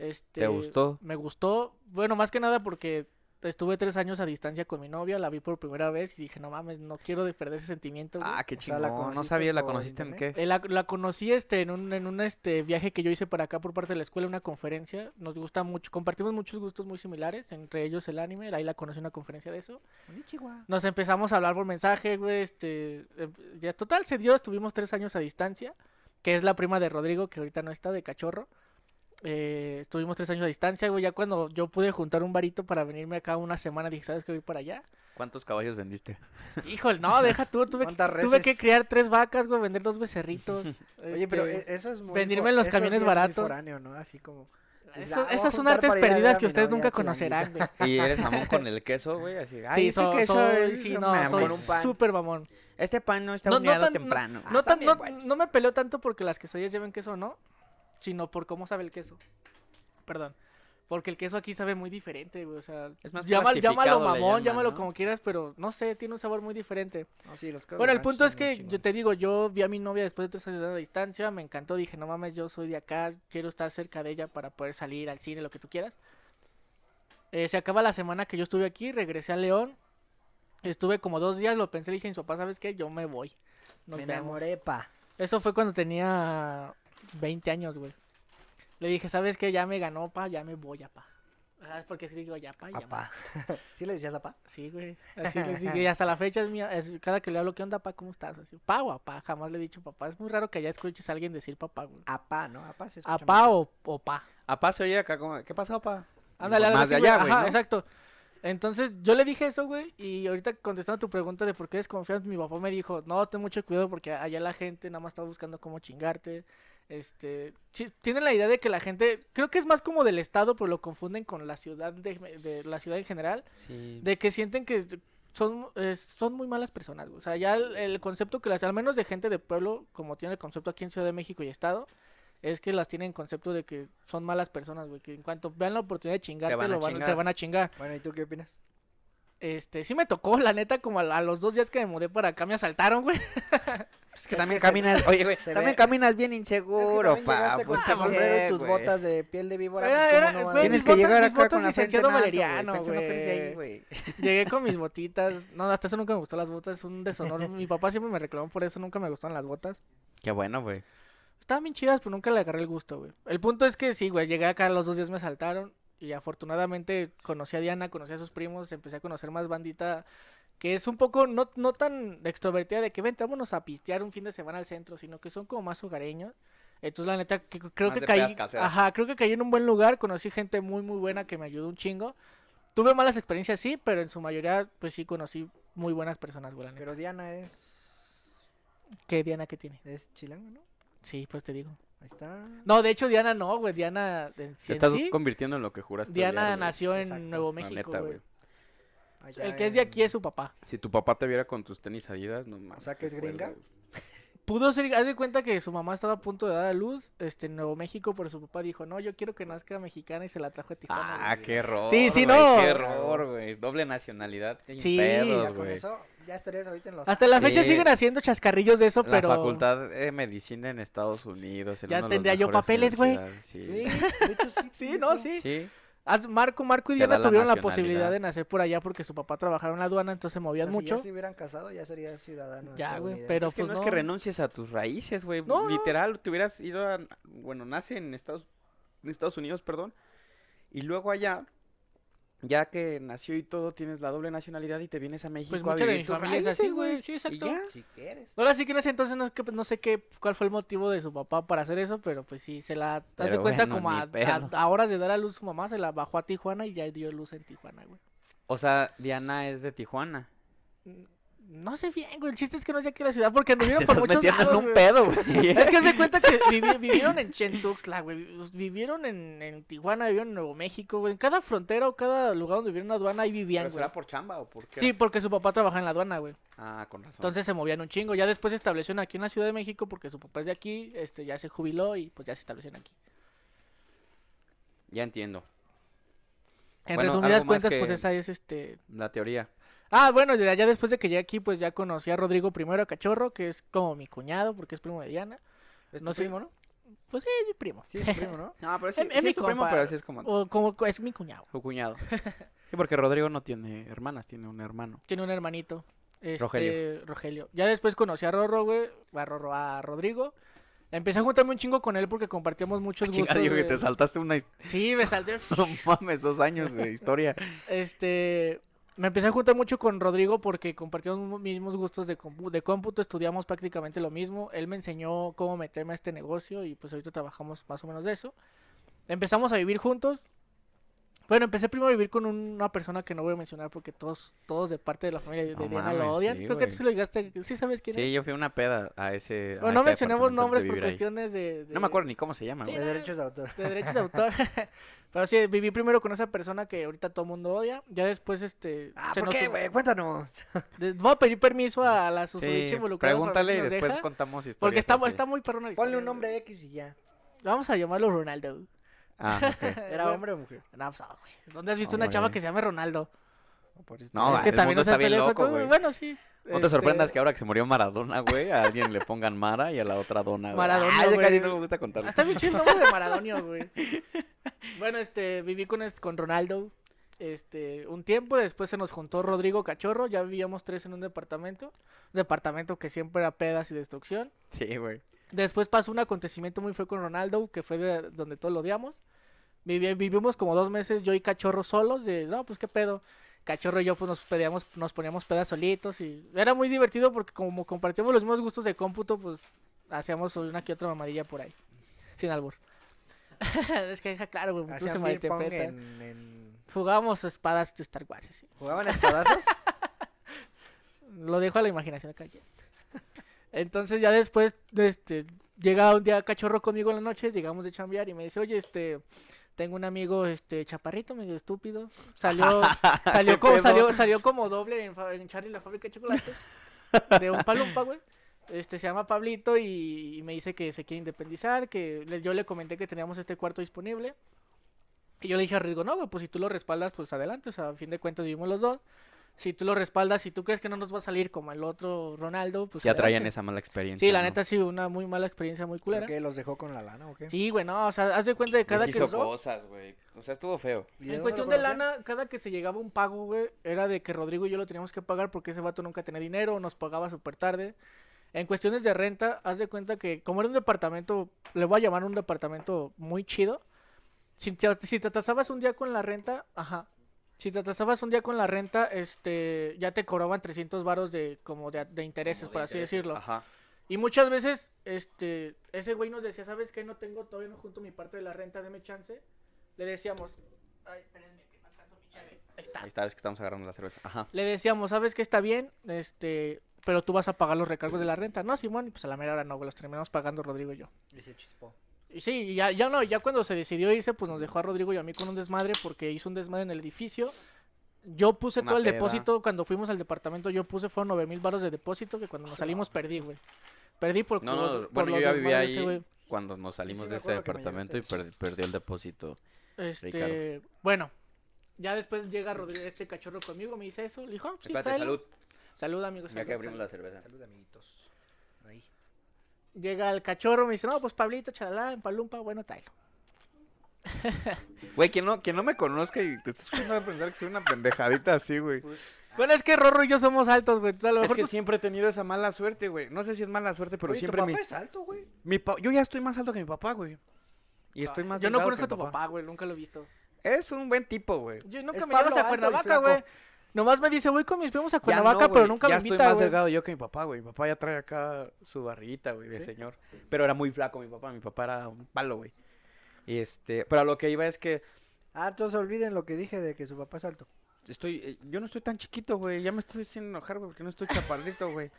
Speaker 3: este,
Speaker 1: gustó?
Speaker 3: Me gustó. Bueno, más que nada porque estuve tres años a distancia con mi novia, la vi por primera vez y dije, no mames, no quiero de perder ese sentimiento. güey".
Speaker 1: Ah, qué
Speaker 2: O sea,
Speaker 1: chingón.
Speaker 2: ¿la
Speaker 1: no
Speaker 2: conociste
Speaker 1: sabía, ¿la
Speaker 2: por
Speaker 1: conociste en
Speaker 2: internet?
Speaker 1: qué?
Speaker 3: Eh, la, la conocí este, en un, en un este, viaje que yo hice para acá por parte de la escuela, una conferencia. Nos gusta mucho, compartimos muchos gustos muy similares, entre ellos el anime. Ahí la conocí en una conferencia de eso.
Speaker 2: Konnichiwa.
Speaker 3: Nos empezamos a hablar por mensaje, güey. Este, em- ya total se dio, estuvimos tres años a distancia, que es la prima de Rodrigo, que ahorita no está, de cachorro. Eh, estuvimos tres años a distancia, güey. Ya cuando yo pude juntar un varito para venirme acá una semana, dije, ¿sabes qué? Voy para allá.
Speaker 1: ¿Cuántos caballos vendiste?
Speaker 3: Híjole, no, deja tú, tuve, que-
Speaker 2: ¿Cuántas
Speaker 3: tuve que
Speaker 2: reses?
Speaker 3: criar tres vacas, güey, vender dos becerritos.
Speaker 2: Oye, pero
Speaker 3: este,
Speaker 2: e- eso es muy.
Speaker 3: venirme
Speaker 2: for-
Speaker 3: en los
Speaker 2: eso
Speaker 3: camiones
Speaker 2: sí es muy
Speaker 3: baratos.
Speaker 2: foráneo, ¿no? Así como. dices, "Ah,
Speaker 3: eso-
Speaker 2: voy a
Speaker 3: esas son
Speaker 2: juntar
Speaker 3: artes
Speaker 2: para ir a ver
Speaker 3: perdidas
Speaker 2: a
Speaker 3: que
Speaker 2: mi
Speaker 3: ustedes
Speaker 2: novia
Speaker 3: nunca
Speaker 2: chilanguita".
Speaker 3: conocerán, güey.
Speaker 1: Y eres mamón con el queso, güey, así. "Ay,
Speaker 3: Sí,
Speaker 1: ese
Speaker 3: so-
Speaker 1: queso
Speaker 3: soy,
Speaker 1: es
Speaker 3: sí,
Speaker 1: un Ah,
Speaker 3: no, soy
Speaker 1: mamón".
Speaker 3: súper mamón.
Speaker 1: Este pan no está
Speaker 3: No, no
Speaker 1: horneado
Speaker 3: tan-
Speaker 1: temprano.
Speaker 3: No,
Speaker 2: está
Speaker 3: tan-
Speaker 2: bien
Speaker 3: no,
Speaker 1: pues.
Speaker 2: bueno.
Speaker 3: no me peleo tanto porque las quesadillas lleven queso o no, sino por cómo sabe el queso. Perdón. Porque el queso aquí sabe muy diferente, güey. O sea,
Speaker 1: Es más
Speaker 3: llama-
Speaker 1: plastificado
Speaker 3: llámalo
Speaker 1: le
Speaker 3: mamón,
Speaker 1: llaman,
Speaker 3: llámalo
Speaker 1: ¿no?
Speaker 3: como quieras, pero no sé, tiene un sabor muy diferente.
Speaker 2: No, sí, los
Speaker 3: Bueno, el punto es que yo te digo, yo vi a mi novia después de tres años de distancia, me encantó, dije, no mames, yo soy de acá, quiero estar cerca de ella para poder salir al cine, lo que tú quieras. Eh, se acaba la semana que yo estuve aquí, regresé a León, estuve como dos días, lo pensé, le dije a mi papá, ¿sabes qué? Yo me voy. Nos
Speaker 2: Me
Speaker 3: vemos".
Speaker 2: enamoré, pa.
Speaker 3: Eso fue cuando tenía 20 años, güey. Le dije, ¿sabes qué? Ya me ganó, pa, ya me voy, ya, pa. ¿Sabes por qué sí digo ya, pa? Ya, pa.
Speaker 2: Apá. ¿Sí le decías apá?
Speaker 3: Sí, güey. Así les dije. Y hasta la fecha es mía. es- cada que le hablo, ¿qué onda, pa? ¿Cómo estás? Así, pa o apá. Jamás le he dicho papá. Es muy raro que allá escuches a alguien decir papá, güey.
Speaker 2: Apá, ¿no? Apá se escucha
Speaker 3: Apá
Speaker 2: mucho.
Speaker 3: o, o pa.
Speaker 1: Apá se oye acá como, ¿qué pasó, apá?
Speaker 3: Ándale, algo
Speaker 1: Pues Más de
Speaker 3: así, güey.
Speaker 1: allá, güey,
Speaker 3: Ajá,
Speaker 1: ¿no?
Speaker 3: exacto. Entonces, yo le dije eso, güey. Y ahorita contestando tu pregunta de por qué desconfías, mi papá me dijo, no, ten mucho cuidado porque allá la gente nada más está buscando cómo chingarte. Este, sí, tienen la idea de que la gente, creo que es más como del estado, pero lo confunden con la ciudad de, de la ciudad en general.
Speaker 1: Sí.
Speaker 3: De que sienten que s- son, eh, son muy malas personas. güey. O sea, ya el, el concepto que las, al menos de gente de pueblo, como tiene el concepto aquí en Ciudad de México y Estado, es que las tienen concepto de que son malas personas, güey. Que en cuanto vean la oportunidad de chingarte,
Speaker 1: van a
Speaker 3: lo van- te
Speaker 1: chingar.
Speaker 3: van a chingar.
Speaker 2: Bueno, ¿y tú qué opinas?
Speaker 3: Este, sí me tocó, la neta, como a, a los dos días que me mudé para acá, me asaltaron, güey.
Speaker 1: Es
Speaker 2: que
Speaker 1: que
Speaker 2: es
Speaker 1: también
Speaker 2: que se-
Speaker 1: caminas, oye, güey,
Speaker 2: se
Speaker 1: también
Speaker 2: ve-
Speaker 1: caminas bien
Speaker 2: Es que
Speaker 1: inseguro,
Speaker 2: también
Speaker 1: pa.
Speaker 2: llegaste
Speaker 1: pues,
Speaker 2: con tu
Speaker 1: también,
Speaker 2: sombrero y tus
Speaker 1: güey.
Speaker 2: botas de piel de víbora.
Speaker 3: Era-
Speaker 2: pues, ¿cómo
Speaker 3: era-
Speaker 2: no va a
Speaker 3: güey,
Speaker 2: haber?
Speaker 1: Tienes
Speaker 3: mis
Speaker 1: que llegar
Speaker 3: botas- mis
Speaker 1: acá
Speaker 3: botas
Speaker 1: con la frente
Speaker 3: licenciado
Speaker 1: en alto, güey,
Speaker 3: Valeriano,
Speaker 1: pensando que eres ahí,
Speaker 3: güey.
Speaker 1: güey.
Speaker 3: Llegué con mis botitas. No, hasta eso nunca me gustó las botas, es un deshonor. Mi papá siempre me reclamó por eso, nunca me gustaron las botas.
Speaker 1: Qué bueno, güey.
Speaker 3: Estaban bien chidas, pero nunca le agarré el gusto, güey. El punto es que sí, güey, llegué acá, los dos días me asaltaron y afortunadamente conocí a Diana, conocí a sus primos, empecé a conocer más bandita que es un poco no, no tan extrovertida de que vente, vámonos a pistear un fin de semana al centro, sino que son como más hogareños. Entonces, la neta, que- creo
Speaker 1: Más
Speaker 3: que
Speaker 1: de
Speaker 3: caí,
Speaker 1: pedas caseras.
Speaker 3: ajá, creo que caí en un buen lugar, conocí gente muy, muy buena que me ayudó un chingo. Tuve malas experiencias, sí, pero en su mayoría, pues sí, conocí muy buenas personas, güey, la neta.
Speaker 2: Pero Diana es.
Speaker 3: ¿Qué Diana que tiene?
Speaker 2: Es chilanga, ¿no?
Speaker 3: Sí, pues te digo.
Speaker 2: Ahí está.
Speaker 3: No, de hecho, Diana no, güey, Diana... En, en
Speaker 1: Te estás
Speaker 3: sí-
Speaker 1: convirtiendo en lo que juraste.
Speaker 3: Diana
Speaker 1: odiar, güey.
Speaker 3: nació en
Speaker 2: Exacto.
Speaker 3: Nuevo
Speaker 1: La
Speaker 3: México,
Speaker 1: neta,
Speaker 3: güey.
Speaker 1: güey.
Speaker 2: Allá
Speaker 3: El que es de aquí
Speaker 2: en-
Speaker 3: es su papá.
Speaker 1: Si tu papá te viera con tus tenis adidas, no mames.
Speaker 2: sea, que es
Speaker 1: te cuelga,
Speaker 2: gringa.
Speaker 1: güey.
Speaker 3: Pudo ser, haz de cuenta que su mamá estaba a punto de dar a luz este, en Nuevo México, pero su papá dijo, no, yo quiero que nazca mexicana y se la trajo a Tijuana.
Speaker 1: Ah,
Speaker 3: güey.
Speaker 1: qué error.
Speaker 3: Sí, sí,
Speaker 1: güey,
Speaker 3: no.
Speaker 1: Qué error, güey. Doble nacionalidad. sin
Speaker 3: Sí.
Speaker 2: Ya
Speaker 1: pedos,
Speaker 2: con
Speaker 1: güey.
Speaker 2: eso ya estarías ahorita en los.
Speaker 3: Hasta la
Speaker 1: Sí.
Speaker 3: fecha siguen haciendo chascarrillos de eso,
Speaker 1: La
Speaker 3: pero...
Speaker 1: facultad de medicina en Estados Unidos. en
Speaker 3: Ya
Speaker 1: uno de los
Speaker 3: tendría yo
Speaker 1: mejores
Speaker 3: papeles, güey.
Speaker 1: universidades,
Speaker 2: Sí,
Speaker 1: Sí.
Speaker 2: de hecho sí.
Speaker 3: Sí,
Speaker 2: pendejo.
Speaker 3: no, sí.
Speaker 1: Sí.
Speaker 3: Haz- Marco, Marco y
Speaker 1: Te da
Speaker 3: Diana
Speaker 1: la
Speaker 3: tuvieron la
Speaker 1: nacionalidad.
Speaker 3: posibilidad de nacer por allá porque su papá trabajaba en la aduana, entonces se
Speaker 2: O sea,
Speaker 3: movían
Speaker 2: Si ya
Speaker 3: mucho.
Speaker 2: se hubieran casado, ya sería ciudadano.
Speaker 3: Ya, güey,
Speaker 2: estadounidense.
Speaker 3: pero
Speaker 1: es que
Speaker 3: pues
Speaker 1: no,
Speaker 3: no.
Speaker 1: es que renuncies a tus raíces, güey.
Speaker 3: No, no.
Speaker 1: Literal, te hubieras ido a... Bueno, nace en Estados, en Estados Unidos, perdón. Y luego allá, ya que nació y todo, tienes la doble nacionalidad y te vienes a México
Speaker 3: Pues
Speaker 1: a
Speaker 3: mucha de
Speaker 1: vivir
Speaker 3: mi
Speaker 1: tus
Speaker 3: familia es
Speaker 1: raíces,
Speaker 3: así, güey. Sí,
Speaker 1: Y
Speaker 3: exacto.
Speaker 1: ya.
Speaker 2: Si quieres.
Speaker 3: Ahora sí que en ese entonces no, que- pues, no sé qué, cuál fue el motivo de su papá para hacer eso, pero pues sí, se la... Haz de
Speaker 1: Pero
Speaker 3: cuenta
Speaker 1: bueno,
Speaker 3: como
Speaker 1: ni
Speaker 3: a,
Speaker 1: pedo.
Speaker 3: a- a horas de dar a luz su mamá, se la bajó a Tijuana y ya dio luz en Tijuana, güey.
Speaker 1: O sea, Diana es de Tijuana.
Speaker 3: N- Mm, No sé bien, güey. El chiste es que no sé qué la ciudad porque anduvieron
Speaker 1: Te
Speaker 3: por
Speaker 1: estás
Speaker 3: muchos
Speaker 1: metiendo
Speaker 3: lados,
Speaker 1: en un
Speaker 3: güey.
Speaker 1: pedo, güey.
Speaker 3: Es que se cuenta que vivi- vivieron en Chentuxtla, güey. Vivieron en, en Tijuana, vivieron en Nuevo México, güey. En cada frontera o cada lugar donde hubiera una aduana, ahí vivían,
Speaker 1: ¿Pero
Speaker 3: güey.
Speaker 1: será por chamba o por qué?
Speaker 3: Sí, porque su papá trabajaba en la aduana, güey.
Speaker 1: Ah, con razón.
Speaker 3: Entonces se movían un chingo. Ya después se establecieron aquí en la Ciudad de México porque su papá es de aquí, este, ya se jubiló y pues ya se establecieron aquí.
Speaker 1: Ya entiendo.
Speaker 3: En
Speaker 1: Bueno,
Speaker 3: resumidas
Speaker 1: algo más
Speaker 3: cuentas, pues
Speaker 1: que-
Speaker 3: esa es este.
Speaker 1: La teoría.
Speaker 3: Ah, bueno, ya, ya después de que llegué aquí, pues ya conocí a Rodrigo primero, a Cachorro, que es como mi cuñado, porque es primo de Diana.
Speaker 2: ¿Es
Speaker 3: No
Speaker 2: tu
Speaker 3: sé.
Speaker 2: primo, no?
Speaker 3: Pues sí, es mi primo.
Speaker 2: Sí, es tu primo, ¿no?
Speaker 1: No, pero
Speaker 3: sí- Em- sí es mi tu primo, compa.
Speaker 1: pero sí
Speaker 3: pero sí
Speaker 1: Eh, es como
Speaker 3: O como es mi cuñado.
Speaker 1: su cuñado. Sí, porque Rodrigo no tiene hermanas, tiene un hermano.
Speaker 3: Tiene un hermanito. Este,
Speaker 1: Rogelio.
Speaker 3: Rogelio. Ya después conocí a Rorro, güey. A Rorro, a Rodrigo. Empecé a juntarme un chingo con él porque compartíamos muchos
Speaker 1: Pues
Speaker 3: gustos. de-
Speaker 1: saltaste una his-
Speaker 3: Sí, me salté.
Speaker 1: no mames, dos años de historia.
Speaker 3: Este, me empecé a juntar mucho con Rodrigo porque compartíamos mu- mismos gustos de, compu- de cómputo, estudiamos prácticamente lo mismo. Él me enseñó cómo meterme a este negocio y pues ahorita trabajamos más o menos de eso. Empezamos a vivir juntos. Bueno, empecé primero a vivir con una persona que no voy a mencionar porque todos, todos de parte de la familia de,
Speaker 1: No
Speaker 3: de Diana
Speaker 1: mames,
Speaker 3: lo odian.
Speaker 1: sí,
Speaker 3: Creo que tú
Speaker 1: güey.
Speaker 3: se lo llegaste, sí sabes quién
Speaker 1: Sí, yo fui a una peda a ese.
Speaker 3: es.
Speaker 1: a
Speaker 3: Bueno, no
Speaker 1: ese
Speaker 3: mencionemos
Speaker 1: departamento antes
Speaker 3: nombres
Speaker 1: de
Speaker 3: por
Speaker 1: vivir ahí.
Speaker 3: cuestiones de,
Speaker 1: No me
Speaker 3: de-
Speaker 1: acuerdo ni cómo se llama,
Speaker 3: Sí,
Speaker 1: güey.
Speaker 3: pues,
Speaker 2: Ah, De
Speaker 3: no.
Speaker 2: derechos de autor.
Speaker 3: de derechos de autor. Pero sí, viví primero con esa persona que ahorita todo el mundo odia. Ya después, este.
Speaker 2: Ah,
Speaker 3: se
Speaker 2: ¿por
Speaker 3: nos
Speaker 2: qué,
Speaker 3: sub-
Speaker 2: güey? Cuéntanos.
Speaker 3: de- Voy a pedir permiso a la susodicha
Speaker 1: Sí,
Speaker 3: involucrada. para ver
Speaker 1: pregúntale y
Speaker 3: si nos
Speaker 1: después
Speaker 3: deja,
Speaker 1: contamos historias.
Speaker 3: Porque está,
Speaker 1: así.
Speaker 3: está muy perrona la
Speaker 2: Ponle
Speaker 3: historia,
Speaker 2: un nombre X y ya.
Speaker 3: güey. Vamos a llamarlo Ronaldo.
Speaker 1: Ah, ok.
Speaker 2: ¿Era hombre o mujer?
Speaker 3: No, pues, ah, güey, ¿Dónde has visto una
Speaker 1: Hombre.
Speaker 3: chava que se llame Ronaldo?
Speaker 2: No, por eso.
Speaker 1: No,
Speaker 3: es que
Speaker 1: el
Speaker 3: también
Speaker 1: mundo
Speaker 3: no seas
Speaker 1: está bien
Speaker 3: pendejo
Speaker 1: loco,
Speaker 3: tú,
Speaker 1: güey.
Speaker 3: Bueno, sí. este,
Speaker 1: No te sorprendas que ahora que se murió Maradona, güey, a alguien le pongan Mara y a la otra Dona, güey.
Speaker 3: Maradona,
Speaker 1: Ah, ya
Speaker 3: güey.
Speaker 1: casi no me gusta contarlo.
Speaker 3: Está bien chido el nombre de Maradonio, güey. Bueno, este, viví con, este- con Ronaldo este, un tiempo, después se nos juntó Rodrigo Cachorro, ya vivíamos tres en un departamento, un departamento que siempre era pedas y destrucción.
Speaker 1: Sí, güey.
Speaker 3: Después pasó un acontecimiento muy feo con Ronaldo, que fue de donde todos lo odiamos. Vivi- vivimos como dos meses yo y Cachorro solos, de, no, pues qué pedo. Cachorro y yo pues nos, pedíamos, nos poníamos pedas solitos y era muy divertido porque como compartíamos los mismos gustos de cómputo, pues hacíamos una que otra mamadilla por ahí, sin albur. es que deja claro, güey, tú se
Speaker 2: Hacían beer pong
Speaker 3: malinterpreta.
Speaker 2: en, en-
Speaker 3: Jugábamos espadas de Star Wars, así.
Speaker 2: ¿Jugaban a espadazos?
Speaker 3: Lo dejo a la imaginación acá. ya. Entonces ya después, este, llega un día cachorro conmigo en la noche, llegamos de chambear y me dice, oye, este, tengo un amigo, este, chaparrito, medio estúpido. Salió,
Speaker 1: Qué
Speaker 3: salió como,
Speaker 1: pedo.
Speaker 3: salió, salió como doble en, fa- en Charlie la fábrica de chocolates. De un palumpa, güey. Este se llama Pablito y, y me dice que se quiere independizar, que le- yo le comenté que teníamos este cuarto disponible. Y yo le dije a Rigo, no, güey, pues si tú lo respaldas, pues adelante, o sea, a fin de cuentas vivimos los dos. Si tú lo respaldas, si tú crees que no nos va a salir como el otro Ronaldo, pues...
Speaker 1: Ya traían
Speaker 3: adelante".
Speaker 1: esa mala experiencia.
Speaker 3: Sí, la
Speaker 1: ¿no?
Speaker 3: neta sí, una muy mala experiencia, muy
Speaker 2: ¿Por
Speaker 3: culera.
Speaker 2: qué? ¿Los dejó con la lana o qué?
Speaker 3: Sí, güey, no, o sea, haz de cuenta de cada
Speaker 1: Les
Speaker 3: que...
Speaker 1: hizo
Speaker 3: usó-
Speaker 1: cosas, güey. O sea, estuvo feo.
Speaker 2: ¿Y dónde
Speaker 3: En
Speaker 2: lo
Speaker 3: cuestión de
Speaker 2: conocían?
Speaker 3: lana, cada que se llegaba un pago, güey, era de que Rodrigo y yo lo teníamos que pagar porque ese vato nunca tenía dinero, nos pagaba súper tarde. En cuestiones de renta, haz de cuenta que como era un departamento, le voy a llamar un departamento muy chido, si te, si te atasabas un día con la renta, ajá, si te atasabas un día con la renta, este, ya te cobraban 300 varos de, como de, de intereses,
Speaker 1: Como de
Speaker 3: por así
Speaker 1: intereses,
Speaker 3: decirlo.
Speaker 1: Ajá.
Speaker 3: Y muchas veces, este, ese güey nos decía, ¿sabes qué? No tengo, todavía no junto mi parte de la renta, deme chance. Le decíamos, ay, espérenme, que no alcanzo mi chave. Ahí está.
Speaker 1: Ahí está, es que estamos agarrando la cerveza. Ajá.
Speaker 3: Le decíamos, ¿sabes qué? Está bien, este, pero tú vas a pagar los recargos de la renta. No, Simón, y pues a la mera hora no, güey, los terminamos pagando Rodrigo y yo.
Speaker 2: Y se chispó.
Speaker 3: Y sí, y ya, ya no, ya cuando se decidió irse, pues nos dejó a Rodrigo y a mí con un desmadre porque hizo un desmadre en el edificio. Yo puse
Speaker 1: Una
Speaker 3: todo el
Speaker 1: peda.
Speaker 3: depósito, cuando fuimos al departamento, yo puse, fueron 9 mil baros de depósito que cuando nos salimos perdí, güey. Perdí por
Speaker 1: No,
Speaker 3: los-
Speaker 1: no,
Speaker 3: por
Speaker 1: bueno, yo
Speaker 3: los
Speaker 1: ya
Speaker 3: desmadres
Speaker 1: vivía
Speaker 3: ese, güey.
Speaker 1: ahí cuando nos salimos
Speaker 2: Sí, sí,
Speaker 1: de
Speaker 2: me
Speaker 1: ese
Speaker 2: acuerdo que me
Speaker 1: departamento y per- perdió el depósito. Ricardo.
Speaker 3: Este, bueno, ya después llega Rodrigo, este cachorro conmigo, me dice eso, le dijo, "Ah, sí,
Speaker 1: Espérate,
Speaker 3: tráelo".
Speaker 1: salud.
Speaker 3: Salud, amigos.
Speaker 1: Ya que
Speaker 3: salud,
Speaker 1: abrimos
Speaker 3: salud.
Speaker 1: la cerveza.
Speaker 2: Salud, amiguitos. Ahí.
Speaker 3: Llega el cachorro, me dice, no, pues Pablito, chalala, en Palumpa, bueno, tráelo.
Speaker 1: Güey, quien no, quien no me conozca y te estás escuchando a pensar que soy una pendejadita así, güey.
Speaker 3: Bueno, es que Rorro y yo somos altos, güey, entonces a lo
Speaker 1: Es
Speaker 3: mejor
Speaker 1: que
Speaker 3: tú-
Speaker 1: siempre he tenido esa mala suerte, güey. No sé si es mala suerte, pero
Speaker 2: Oye, tu
Speaker 1: siempre mi,
Speaker 2: papá es alto, güey.
Speaker 1: mi pa- Yo ya estoy más alto que mi papá, güey. Y estoy más
Speaker 3: Ah, Yo no
Speaker 1: delgado
Speaker 3: conozco a
Speaker 1: que
Speaker 3: tu
Speaker 1: mi
Speaker 3: papá, güey, nunca lo he visto.
Speaker 1: Es un buen tipo, güey.
Speaker 3: Yo nunca
Speaker 2: Es
Speaker 3: me llevas
Speaker 2: Pablo alto
Speaker 3: a
Speaker 2: y
Speaker 3: Cuernavaca,
Speaker 2: flaco.
Speaker 3: güey. Nomás me dice, voy con mis primos a
Speaker 1: Ya no,
Speaker 3: Cuernavaca, pero
Speaker 1: güey,
Speaker 3: nunca
Speaker 1: ya
Speaker 3: me
Speaker 1: estoy
Speaker 3: invita,
Speaker 1: más
Speaker 3: güey.
Speaker 1: delgado yo que mi papá, güey. Mi papá ya trae acá su barrita, güey, de
Speaker 2: ¿Sí?
Speaker 1: señor. Pero era muy flaco mi papá. Mi papá era un palo, güey. Y este... Pero a lo que iba es que
Speaker 2: Ah, entonces olviden lo que dije de que su papá es alto.
Speaker 1: estoy... eh, Yo no estoy tan chiquito, güey. Ya me estoy sin enojar, güey, porque no estoy chaparrito, güey.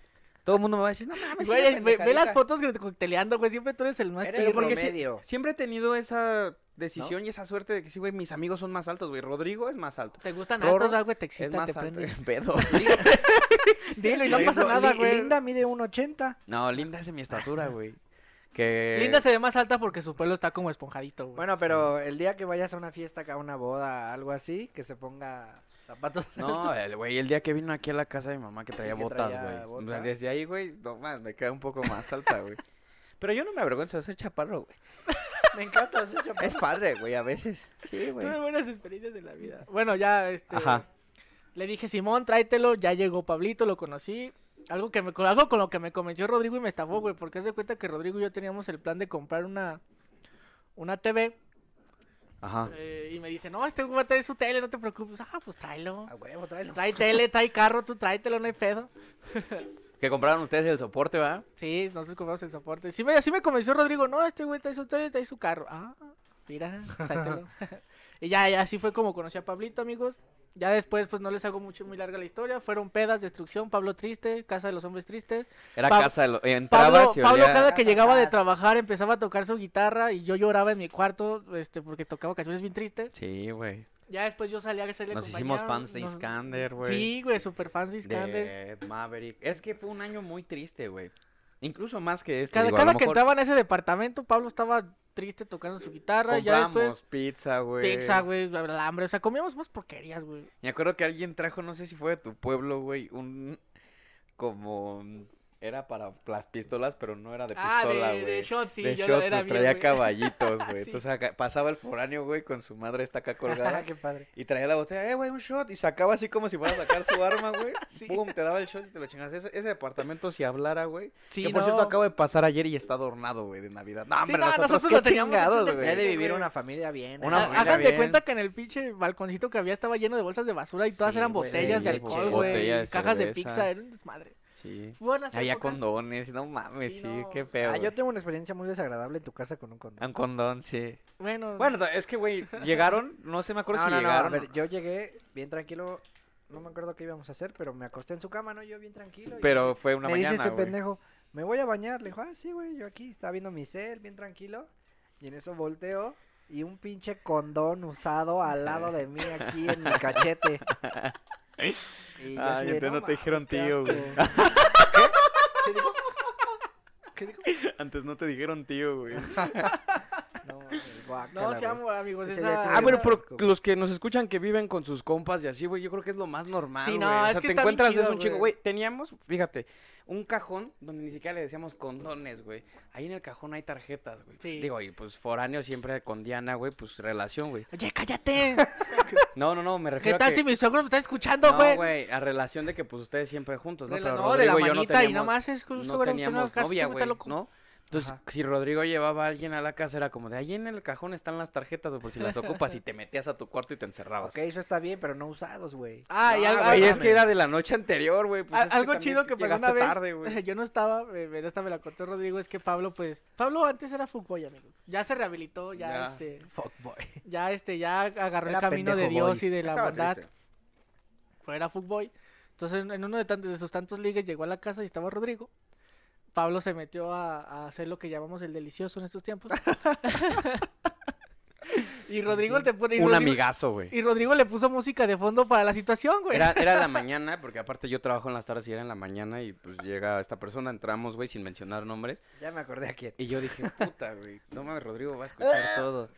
Speaker 1: Todo el mundo me va a decir, no mames,
Speaker 3: Güey,
Speaker 1: eres
Speaker 3: ve, ve las
Speaker 1: pendejadita".
Speaker 3: fotos que te cocteleando, güey, siempre tú eres el más
Speaker 2: Eres
Speaker 3: chido.
Speaker 1: porque sí-
Speaker 2: promedio.
Speaker 1: Siempre he tenido esa decisión y esa suerte de que sí, güey, mis amigos son más altos, güey. Rodrigo es más alto.
Speaker 3: Te gustan
Speaker 1: Rorro
Speaker 3: altos, va, güey, te
Speaker 1: es
Speaker 3: excitan,
Speaker 1: más
Speaker 3: te
Speaker 1: alto.
Speaker 3: prenden.
Speaker 1: Pedo.
Speaker 3: Dilo y
Speaker 2: Por
Speaker 3: no pasa
Speaker 2: ejemplo,
Speaker 3: nada,
Speaker 2: Li-
Speaker 3: güey.
Speaker 2: Linda mide 1.80.
Speaker 1: No, linda es de mi estatura, güey. Que...
Speaker 3: Linda se ve más alta porque su pelo está como esponjadito, güey.
Speaker 4: Bueno, pero el día que vayas a una fiesta, acá, a una boda, algo así, que se ponga zapatos.
Speaker 1: No, el eh, güey, el día que vino aquí a la casa de mi mamá que traía
Speaker 4: que
Speaker 1: botas,
Speaker 4: traía
Speaker 1: güey. O sea,
Speaker 4: botas.
Speaker 1: Desde ahí, güey, no más, me queda un poco más alta, güey. Pero yo no me avergüenzo de ser chaparro, güey.
Speaker 4: Me encanta ese chaparro.
Speaker 1: Es padre, güey, a veces. Sí, güey.
Speaker 3: Tuve buenas experiencias en la vida. Bueno, ya, este...
Speaker 1: Ajá.
Speaker 3: Le dije, Simón, tráetelo. Ya llegó Pablito, lo conocí. Algo, que me, con- algo con lo que me convenció Rodrigo y me estafó, güey. Porque haz de cuenta que Rodrigo y yo teníamos el plan de comprar una, una TV.
Speaker 1: Ajá.
Speaker 3: eh, y me dice, no, este güey va a traer su tele, no te preocupes. Ah, pues tráelo.
Speaker 4: A huevo, tráelo.
Speaker 3: Trae tele, trae carro, tú tráetelo, no hay pedo.
Speaker 1: Que compraron ustedes el soporte, ¿verdad?
Speaker 3: Sí, nosotros compramos el soporte. Sí me, sí me convenció Rodrigo, no, este güey trae su tele, trae su carro. Ah, mira, pues tráetelo. y ya, ya, así fue como conocí a Pablito, amigos. Ya después, pues no les hago mucho, muy larga la historia. Fueron pedas, destrucción, Pablo triste, casa de los hombres tristes.
Speaker 1: Era
Speaker 3: Pa-
Speaker 1: casa, de lo- entrabas
Speaker 3: Pablo,
Speaker 1: y
Speaker 3: Pablo
Speaker 1: olía-
Speaker 3: cada que
Speaker 4: Casa
Speaker 3: llegaba de
Speaker 4: Hogar.
Speaker 3: trabajar empezaba a tocar su guitarra y yo lloraba en mi cuarto este, porque tocaba canciones bien tristes.
Speaker 1: Sí, güey.
Speaker 3: Ya después yo salía a hacerle
Speaker 1: Nos
Speaker 3: compañía,
Speaker 1: hicimos fans de
Speaker 3: nos-
Speaker 1: Iskander, güey.
Speaker 3: Sí, güey, super fans de Iskander.
Speaker 1: De Maverick. Es que fue un año muy triste, güey. Incluso más que este.
Speaker 3: Cada,
Speaker 1: digo, a
Speaker 3: cada
Speaker 1: lo
Speaker 3: que
Speaker 1: mejor
Speaker 3: entraba en ese departamento, Pablo estaba triste tocando su guitarra. Ya
Speaker 1: compramos
Speaker 3: después,
Speaker 1: pizza, güey.
Speaker 3: pizza, güey, hambre. O sea, comíamos más porquerías, güey.
Speaker 1: Me acuerdo que alguien trajo, no sé si fue de tu pueblo, güey, un como era para las pistolas, pero no
Speaker 3: Ah,
Speaker 1: era de pistola, güey.
Speaker 3: shots, sí.
Speaker 1: de
Speaker 3: yo
Speaker 1: shots,
Speaker 3: era
Speaker 1: nos
Speaker 3: bien,
Speaker 1: traía
Speaker 3: güey.
Speaker 1: caballitos, güey.
Speaker 3: Sí.
Speaker 1: Entonces acá- pasaba el foráneo, güey, con su madre está acá colgada.
Speaker 4: Qué padre.
Speaker 1: Y traía la botella, eh, güey, un shot. Y sacaba así como si fuera a sacar su arma, güey.
Speaker 3: Sí.
Speaker 1: Pum, te daba el shot y te lo chingas. Ese, ese departamento, si hablara, güey.
Speaker 3: Sí,
Speaker 1: que por cierto,
Speaker 3: no.
Speaker 1: acaba de pasar ayer y está adornado, güey, de Navidad. No,
Speaker 3: Sí,
Speaker 1: hombre,
Speaker 3: no,
Speaker 1: nosotros,
Speaker 3: nosotros
Speaker 1: qué
Speaker 3: lo teníamos hecho
Speaker 1: chingados,
Speaker 3: de
Speaker 1: güey.
Speaker 4: Ya de
Speaker 3: Sí,
Speaker 4: vivir
Speaker 3: güey.
Speaker 4: una familia bien.
Speaker 1: Una
Speaker 4: ¿eh?
Speaker 3: Ha-
Speaker 1: familia
Speaker 3: Háganse
Speaker 1: bien.
Speaker 3: cuenta que en el pinche balconcito que había estaba lleno de bolsas de basura y todas
Speaker 4: Sí,
Speaker 3: eran
Speaker 4: güey, de
Speaker 3: botellas de
Speaker 4: leche,
Speaker 3: alcohol,
Speaker 1: botella de
Speaker 3: güey, cajas de
Speaker 1: cerveza.
Speaker 3: pizza, era un desmadre.
Speaker 1: Sí.
Speaker 3: Buenas
Speaker 1: Había
Speaker 3: épocas.
Speaker 1: condones, no mames, sí,
Speaker 3: Sí, no.
Speaker 1: qué feo.
Speaker 4: Ah,
Speaker 1: güey.
Speaker 4: yo tengo una experiencia muy desagradable en tu casa con un condón.
Speaker 1: Un condón, sí.
Speaker 3: Bueno,
Speaker 1: Bueno, ta- es que, güey, llegaron, no sé, me acuerdo
Speaker 4: No,
Speaker 1: si
Speaker 4: no, no, a
Speaker 1: llegaron.
Speaker 4: ver, yo llegué bien tranquilo. No me acuerdo qué íbamos a hacer, pero me acosté en su cama, ¿no? Yo bien tranquilo. y
Speaker 1: Pero fue una
Speaker 4: me dice
Speaker 1: mañana,
Speaker 4: ese
Speaker 1: güey.
Speaker 4: pendejo, me voy a bañar. Le dijo, ah, sí, güey, yo aquí estaba viendo mi cel, bien tranquilo. Y en eso volteo y un pinche condón usado al lado de mí aquí en mi cachete. Y yo
Speaker 1: Ay,
Speaker 4: así de,
Speaker 1: entonces no te
Speaker 4: mames,
Speaker 1: dijeron
Speaker 4: qué
Speaker 1: tío, güey".
Speaker 4: asco. ¿Qué? ¿Qué dijo? ¿Qué dijo?
Speaker 1: Antes no te dijeron tío, güey.
Speaker 4: No, mames, guácala,
Speaker 3: no
Speaker 4: güey.
Speaker 3: seamos amigos.
Speaker 4: Ese
Speaker 3: Esa...
Speaker 4: ya es un
Speaker 1: Ah, bueno, pero
Speaker 4: Asco.
Speaker 1: los que nos escuchan que viven con sus compas y así, güey, yo creo que es lo más normal.
Speaker 3: Sí,
Speaker 1: güey.
Speaker 3: no,
Speaker 1: o
Speaker 3: es
Speaker 1: sea,
Speaker 3: que
Speaker 1: te
Speaker 3: está bien
Speaker 1: encuentras de eso
Speaker 3: chido,
Speaker 1: un chingo.
Speaker 3: güey.
Speaker 1: Güey, teníamos, fíjate, un cajón donde ni siquiera le decíamos condones, güey. Ahí en el cajón hay tarjetas, güey.
Speaker 3: Sí.
Speaker 1: Digo, y pues foráneo siempre con Diana, güey, pues relación, güey.
Speaker 3: Oye, cállate.
Speaker 1: No, no, no, me
Speaker 3: ¿Qué
Speaker 1: refiero a
Speaker 3: tal
Speaker 1: que...
Speaker 3: si mi suegro me está escuchando,
Speaker 1: No,
Speaker 3: güey?
Speaker 1: güey, a relación de que pues ustedes siempre juntos, ¿no?
Speaker 3: De la-
Speaker 1: Pero
Speaker 3: no, de la
Speaker 1: Rodrigo y yo no
Speaker 3: manita y nada
Speaker 1: teníamos-
Speaker 3: más es que
Speaker 1: no
Speaker 3: seguro que
Speaker 1: teníamos
Speaker 3: casi
Speaker 1: novia,
Speaker 3: tú
Speaker 1: güey,
Speaker 3: estás loco.
Speaker 1: ¿no? Entonces,
Speaker 4: Ajá.
Speaker 1: si Rodrigo llevaba a alguien a la casa, era como de ahí en el cajón están las tarjetas, güey, por si las ocupas y te metías a tu cuarto y te encerrabas.
Speaker 4: Ok, eso está bien, pero no usados, güey.
Speaker 3: Ah, y
Speaker 1: No,
Speaker 3: algo,
Speaker 1: güey,
Speaker 3: algo-
Speaker 1: es que era de la noche anterior, güey. pues,
Speaker 3: a-
Speaker 1: es que
Speaker 3: algo
Speaker 1: también
Speaker 3: chido que pasó
Speaker 1: llegaste
Speaker 3: una vez.
Speaker 1: tarde, güey.
Speaker 3: yo no estaba, eh, pero esta me la contó Rodrigo, es que Pablo, pues, Pablo antes era fútbol, amigo. Ya se rehabilitó, ya,
Speaker 1: Ya.
Speaker 3: este,
Speaker 4: Fuckboy.
Speaker 3: ya este, ya agarró
Speaker 4: Era
Speaker 3: el camino de
Speaker 4: pendejo
Speaker 3: Dios
Speaker 4: boy.
Speaker 3: y de la
Speaker 1: Estaba
Speaker 3: bondad.
Speaker 1: triste.
Speaker 3: Pues era fútbol. Entonces, en- en uno de, tantos, de sus tantos ligues llegó a la casa y estaba Rodrigo. Pablo se metió a, a hacer lo que llamamos el delicioso en estos tiempos. y Rodrigo te pone. y
Speaker 1: Un
Speaker 3: Rodrigo-
Speaker 1: amigazo, güey.
Speaker 3: Y Rodrigo le puso música de fondo para la situación, güey.
Speaker 1: Era, era la mañana, porque aparte yo trabajo en las tardes y era en la mañana y pues llega esta persona, entramos, güey, sin mencionar nombres.
Speaker 4: Ya me acordé a quién.
Speaker 1: Y yo dije, puta, güey. No mames, Rodrigo va a escuchar
Speaker 3: Ah,
Speaker 1: todo.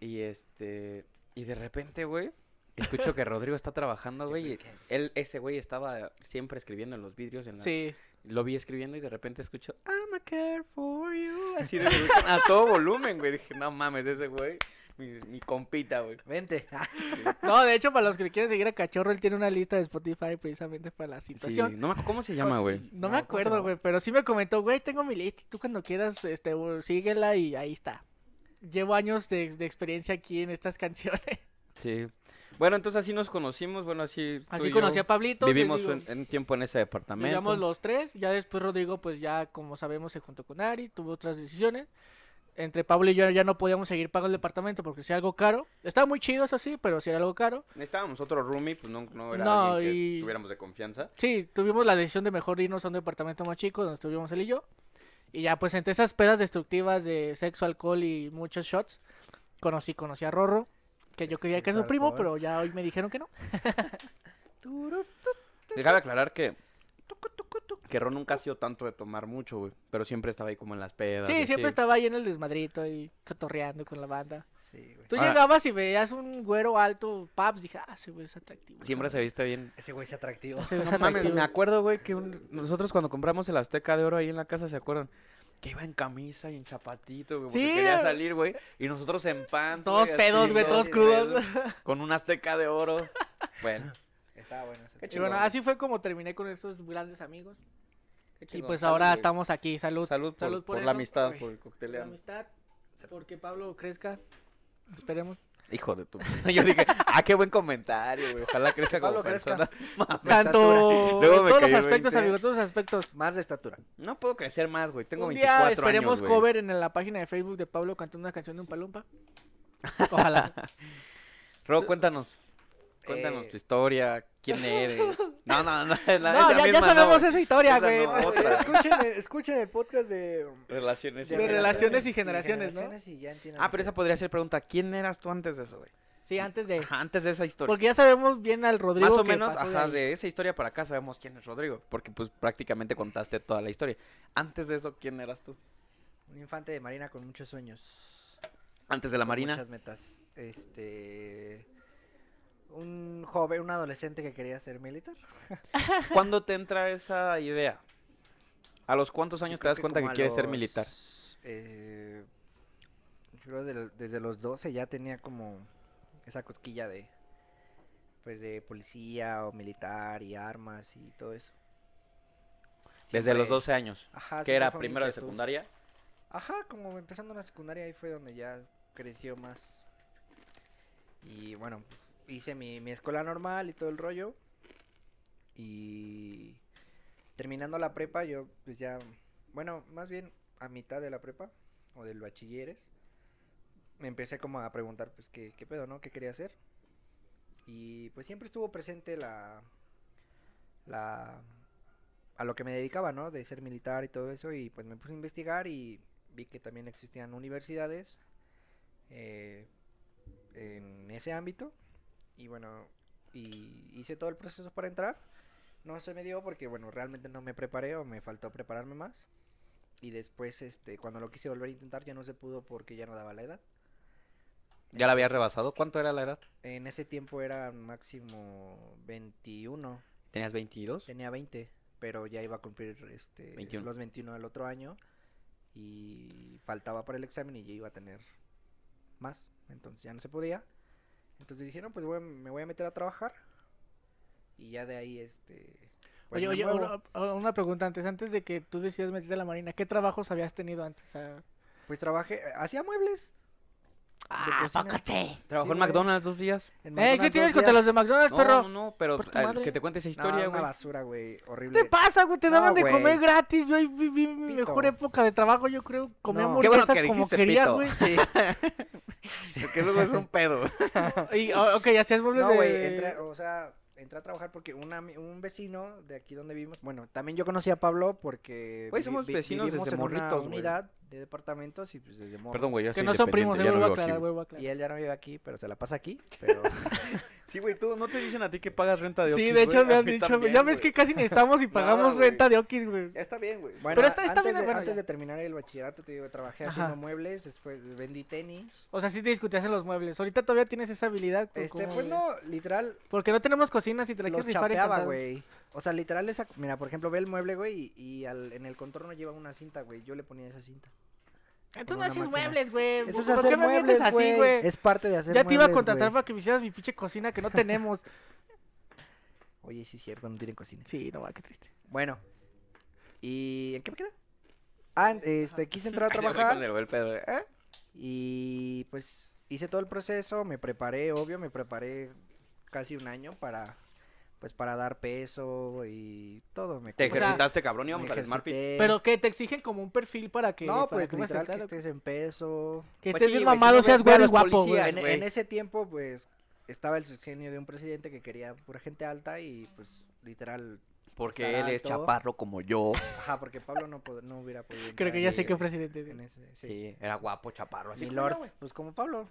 Speaker 1: Y este. Y de repente, güey, escucho que Rodrigo está trabajando, güey. y Él, ese güey estaba siempre escribiendo en los vidrios. En la-
Speaker 3: Sí.
Speaker 1: Lo vi escribiendo y de repente escucho, I'm a care for you. Así de a todo volumen, güey. Dije, no mames, ese güey. Mi, mi compita, güey.
Speaker 4: Vente.
Speaker 3: No, de hecho, para los que le quieren seguir a Cachorro, él tiene una lista de Spotify precisamente para la
Speaker 1: Sí,
Speaker 3: situación. Pues
Speaker 1: no, me acu- ¿Cómo se llama, güey?
Speaker 3: No
Speaker 4: No,
Speaker 3: me
Speaker 4: ¿cómo se
Speaker 3: acuerdo,
Speaker 4: llamaba?
Speaker 3: güey, pero sí me comentó, güey, tengo mi lista, tú cuando quieras, este, u- síguela y ahí está. Llevo años de, de experiencia aquí en estas canciones.
Speaker 1: Sí. Bueno, entonces así nos conocimos. Bueno, así. tú
Speaker 3: Así
Speaker 1: y
Speaker 3: conocí
Speaker 1: yo
Speaker 3: a Pablito. les
Speaker 1: Vivimos
Speaker 3: digo,
Speaker 1: un, un tiempo en ese departamento.
Speaker 3: vivíamos los tres, ya después Rodrigo, pues ya, como sabemos, se juntó con Ari, tuvo otras decisiones. Entre Pablo y yo ya no podíamos seguir pagando el departamento porque si era algo caro. Estaba muy chido, eso sí, pero si era algo caro.
Speaker 1: Necesitábamos otro roomie, pues no, no era
Speaker 3: No,
Speaker 1: alguien que
Speaker 3: y-
Speaker 1: tuviéramos de confianza.
Speaker 3: Sí, tuvimos la decisión de mejor irnos a un departamento más chico donde estuvimos él y yo. Y ya, pues entre esas pedas destructivas de sexo, alcohol y muchos shots, conocí, conocí a Rorro, que yo creía que era su
Speaker 4: Sexo,
Speaker 3: primo,
Speaker 4: alcohol.
Speaker 3: pero ya hoy me dijeron que no.
Speaker 1: Déjame aclarar que Que Ron nunca ha sido tanto de tomar mucho, güey. Pero siempre estaba ahí como en las pedas.
Speaker 3: Sí,
Speaker 1: güey,
Speaker 3: siempre estaba ahí en el desmadrito y cotorreando con la banda.
Speaker 2: Sí, güey.
Speaker 3: Tú
Speaker 1: Ahora-
Speaker 3: llegabas y veías un güero alto, paps, dije, ah, ese güey es atractivo.
Speaker 1: Siempre se viste bien.
Speaker 2: Ese güey es atractivo.
Speaker 3: Ese güey es
Speaker 1: No mames,
Speaker 3: atractivo.
Speaker 1: me acuerdo, güey, que un- nosotros cuando compramos el Azteca de Oro ahí en la casa, ¿se acuerdan? Que iba en camisa y en zapatito, güey, porque
Speaker 3: Sí.
Speaker 1: quería salir, güey. Y nosotros en pan.
Speaker 3: Todos pedos, güey, todos crudos.
Speaker 1: Con un Azteca de Oro. Bueno,
Speaker 2: Estaba bueno ese.
Speaker 1: Qué
Speaker 3: Y bueno,
Speaker 1: chingón.
Speaker 3: así fue como terminé con esos grandes amigos. Y
Speaker 1: chingón,
Speaker 3: pues
Speaker 1: salud,
Speaker 3: ahora
Speaker 1: güey.
Speaker 3: estamos aquí. Salud.
Speaker 1: salud por,
Speaker 3: Salud por
Speaker 1: por la
Speaker 3: eso,
Speaker 1: amistad,
Speaker 3: güey.
Speaker 1: por el
Speaker 3: La
Speaker 1: cocteleano.
Speaker 3: amistad. Porque Pablo crezca. Esperemos.
Speaker 1: Hijo de tu. Yo dije, ah, qué buen comentario, güey. Ojalá crezca como
Speaker 2: Pablo crezca.
Speaker 1: persona.
Speaker 3: Tanto.
Speaker 1: Luego Ah, me
Speaker 3: todos los
Speaker 1: cayó el
Speaker 3: aspectos,
Speaker 1: 20.
Speaker 3: amigos. Todos los aspectos.
Speaker 2: Más de estatura.
Speaker 1: No puedo crecer más, güey. Tengo
Speaker 3: un
Speaker 1: 24
Speaker 3: día esperemos
Speaker 1: años, güey.
Speaker 3: cover en la página de Facebook de Pablo cantando una canción de un palumpa. Ojalá.
Speaker 1: Ro, cuéntanos. Cuéntanos
Speaker 2: Eh.
Speaker 1: tu historia, quién eres. No, no, no. la- esa
Speaker 3: no, ya, ya
Speaker 1: misma no,
Speaker 3: sabemos
Speaker 1: güey.
Speaker 3: esa historia,
Speaker 1: Esa
Speaker 3: güey.
Speaker 1: no,
Speaker 3: ¿no?
Speaker 1: otra.
Speaker 2: Escuchen, el- escuchen el podcast de.
Speaker 1: Relaciones.
Speaker 3: De relaciones. y
Speaker 2: sí,
Speaker 3: generaciones, ¿no?
Speaker 2: generaciones y ya entienden
Speaker 1: Ah, pero
Speaker 2: ustedes.
Speaker 1: esa podría ser pregunta. ¿Quién eras tú antes de eso, güey?
Speaker 3: Sí, antes de.
Speaker 1: Ajá, antes de esa historia.
Speaker 3: Porque ya sabemos bien al Rodrigo.
Speaker 1: Más o
Speaker 3: que
Speaker 1: menos, ah,
Speaker 3: pasó
Speaker 1: ajá,
Speaker 3: ahí.
Speaker 1: de esa historia para acá sabemos quién es Rodrigo. Porque, pues, prácticamente contaste toda la historia. Antes de eso, ¿quién eras tú?
Speaker 2: Un infante de marina con muchos sueños.
Speaker 1: Antes de la
Speaker 2: con
Speaker 1: Marina.
Speaker 2: Muchas metas. Este. Un joven, un adolescente que quería ser militar.
Speaker 1: ¿Cuándo te entra esa idea? ¿A los cuántos
Speaker 2: Yo
Speaker 1: años te
Speaker 2: creo
Speaker 1: das cuenta que
Speaker 2: como a
Speaker 1: quieres ser
Speaker 2: los,
Speaker 1: militar?
Speaker 2: eh, yo creo del- desde los 12 ya tenía como esa cosquilla de pues de policía o militar y armas y todo eso.
Speaker 1: Desde los
Speaker 2: Siempre-
Speaker 1: 12 años.
Speaker 2: Ajá,
Speaker 1: Que
Speaker 2: siempre
Speaker 1: era
Speaker 2: fue mi
Speaker 1: primero de
Speaker 2: inquietud.
Speaker 1: secundaria.
Speaker 2: Ajá, como empezando la secundaria ahí fue donde ya creció más. Y bueno, pues, hice mi, mi escuela normal y todo el rollo. Y terminando la prepa, yo pues ya, bueno, más bien a mitad de la prepa o del bachilleres, me empecé como a preguntar pues qué, qué pedo, ¿no? ¿Qué quería hacer? Y pues siempre estuvo presente la, la, a lo que me dedicaba, ¿no? De ser militar y todo eso. Y pues me puse a investigar y vi que también existían universidades eh, en ese ámbito. Y bueno, y hice todo el proceso para entrar. No se me dio porque, bueno, realmente no me preparé o me faltó prepararme más. Y después, este, cuando lo quise volver a intentar, ya no se pudo porque ya no daba la edad.
Speaker 1: Ya la había
Speaker 2: Entonces,
Speaker 1: rebasado. ¿Cuánto era la edad?
Speaker 2: En ese tiempo era máximo 21.
Speaker 1: ¿Tenías 22?
Speaker 2: Tenía 20, pero ya iba a cumplir este,
Speaker 1: 21.
Speaker 2: los 21 del otro año y faltaba para el examen y ya iba a tener más, entonces ya no se podía. Entonces dijeron, pues voy a- me voy a meter a trabajar y ya de ahí este... pues,
Speaker 3: oye,
Speaker 2: me
Speaker 3: oye,
Speaker 2: muevo.
Speaker 3: ahora- ahora una pregunta antes. Antes de que tú decidas meterte a la marina, ¿qué trabajos habías tenido antes? O sea,
Speaker 2: Pues trabajé, hacía muebles.
Speaker 3: Ah,
Speaker 2: cocina.
Speaker 3: poco sí.
Speaker 1: Trabajó
Speaker 2: Sí,
Speaker 1: en
Speaker 2: güey.
Speaker 1: McDonald's dos días.
Speaker 2: en
Speaker 3: Eh, ¿qué
Speaker 2: McDonald's
Speaker 3: tienes
Speaker 2: dos
Speaker 3: contra los
Speaker 2: días.
Speaker 3: de McDonald's,
Speaker 1: No,
Speaker 3: perro?
Speaker 1: no, no, pero
Speaker 3: por tu
Speaker 1: al-
Speaker 3: madre.
Speaker 1: que te cuente esa
Speaker 2: No,
Speaker 1: historia,
Speaker 2: una
Speaker 1: güey.
Speaker 2: basura, güey, horrible.
Speaker 3: ¿Qué te pasa, güey? Te daban
Speaker 2: No,
Speaker 3: de
Speaker 2: güey.
Speaker 3: comer gratis. Yo ahí viví mi
Speaker 2: Pito.
Speaker 3: mejor época de trabajo, yo creo. Comí
Speaker 2: No. Qué
Speaker 1: bueno
Speaker 3: hamburguesas
Speaker 1: que
Speaker 3: como
Speaker 1: dijiste
Speaker 3: quería,
Speaker 1: pito.
Speaker 3: güey.
Speaker 2: Sí,
Speaker 1: Porque luego es un pedo.
Speaker 3: Y, o- ok, hacías muebles
Speaker 2: no, güey,
Speaker 3: de...
Speaker 2: entré, o sea, entré a trabajar porque un, ami- un vecino de aquí donde vivimos, bueno, también yo conocí a Pablo porque
Speaker 1: Güey, somos vecinos
Speaker 2: vivimos
Speaker 1: desde
Speaker 2: en una
Speaker 1: morritos, güey.
Speaker 2: unidad de departamentos y pues desde morro.
Speaker 1: Perdón, güey, yo
Speaker 3: Que
Speaker 1: soy
Speaker 3: no son primos,
Speaker 1: independiente,
Speaker 3: eh,
Speaker 1: ya no vivo aquí,
Speaker 3: vuelvo a aclarar,
Speaker 1: güey.
Speaker 3: vuelvo a
Speaker 2: Y
Speaker 3: aclarar.
Speaker 2: él ya no vive aquí, pero se la pasa aquí, pero
Speaker 1: Sí, güey, tú no te dicen a ti que pagas renta de
Speaker 3: Sí,
Speaker 1: Oquis,
Speaker 3: de
Speaker 1: güey?
Speaker 3: hecho me
Speaker 1: A
Speaker 3: han
Speaker 1: mí
Speaker 3: dicho,
Speaker 1: también,
Speaker 3: ya ves
Speaker 1: güey.
Speaker 3: que casi ni estamos y pagamos
Speaker 1: güey.
Speaker 3: renta de Oquis, güey.
Speaker 1: Ya Está bien, güey.
Speaker 2: bueno,
Speaker 3: está- está
Speaker 2: antes,
Speaker 3: bien de
Speaker 2: de,
Speaker 3: verga.
Speaker 2: antes de terminar el bachillerato, te digo, trabajé haciendo
Speaker 3: Ajá.
Speaker 2: muebles, después vendí tenis.
Speaker 3: O sea, sí te discutías en los muebles. Ahorita todavía tienes esa habilidad. ¿o
Speaker 2: Este,
Speaker 3: cómo,
Speaker 2: pues
Speaker 3: güey?
Speaker 2: no, literal,
Speaker 3: Porque no tenemos cocina si te la
Speaker 2: lo
Speaker 3: quieres rifar en
Speaker 2: chapeaba,
Speaker 3: Canadá.
Speaker 2: güey. O sea, literal, esa, mira, por ejemplo, ve el mueble, güey, y, y al- en el contorno lleva una cinta, güey. Yo le ponía esa cinta.
Speaker 3: Entonces
Speaker 2: con
Speaker 3: no
Speaker 2: una
Speaker 3: haces
Speaker 2: máquina.
Speaker 3: muebles, güey.
Speaker 2: Eso es
Speaker 3: Pues, ¿Por qué
Speaker 2: hacer
Speaker 3: me
Speaker 2: muebles,
Speaker 3: mientes así, güey?
Speaker 2: Es parte de hacer
Speaker 3: Ya te iba a
Speaker 2: muebles,
Speaker 3: contratar
Speaker 2: güey.
Speaker 3: para que me hicieras mi pinche cocina que no tenemos.
Speaker 2: Oye, sí es cierto, no tienen cocina.
Speaker 3: sí, no va, qué triste.
Speaker 2: Bueno. ¿Y en qué me queda? Ah, en- este, quise entrar a
Speaker 1: Ay, se me fue con
Speaker 2: trabajar
Speaker 1: el güey el pedo, güey. ¿Eh?
Speaker 2: y pues hice todo el proceso, me preparé, obvio, me preparé casi un año para, pues para dar peso y todo. Me
Speaker 1: Te
Speaker 2: o sea,
Speaker 1: ejercitaste, cabrón,
Speaker 2: me
Speaker 1: íbamos al Smart Fit.
Speaker 2: ejercité.
Speaker 3: Pero que te exigen como un perfil para que.
Speaker 2: No,
Speaker 3: para
Speaker 2: pues
Speaker 3: que me
Speaker 2: literal que
Speaker 3: aceptaran,
Speaker 2: estés en peso.
Speaker 3: Que
Speaker 1: Pues
Speaker 3: estés
Speaker 1: sí,
Speaker 3: bien
Speaker 1: güey, si
Speaker 3: mamado,
Speaker 1: no,
Speaker 3: seas
Speaker 1: ve- ve a
Speaker 3: güey
Speaker 1: los
Speaker 3: guapo, güey.
Speaker 1: policías,
Speaker 2: En,
Speaker 1: Ah, güey.
Speaker 2: en ese tiempo, pues, estaba el sexenio de un presidente que quería pura gente alta y pues literal,
Speaker 1: Porque
Speaker 2: estar
Speaker 1: él es
Speaker 2: alto.
Speaker 1: chaparro como yo.
Speaker 2: ajá, porque Pablo no, pod- no hubiera podido
Speaker 3: Creo
Speaker 2: entrar
Speaker 3: que
Speaker 2: en
Speaker 3: ya sé
Speaker 2: ese-
Speaker 3: qué presidente. es,
Speaker 2: en
Speaker 3: güey.
Speaker 2: ese- sí.
Speaker 1: Sí, era guapo, chaparro. Así
Speaker 2: Mi
Speaker 1: como yo,
Speaker 2: lord,
Speaker 1: güey.
Speaker 2: pues como Pablo.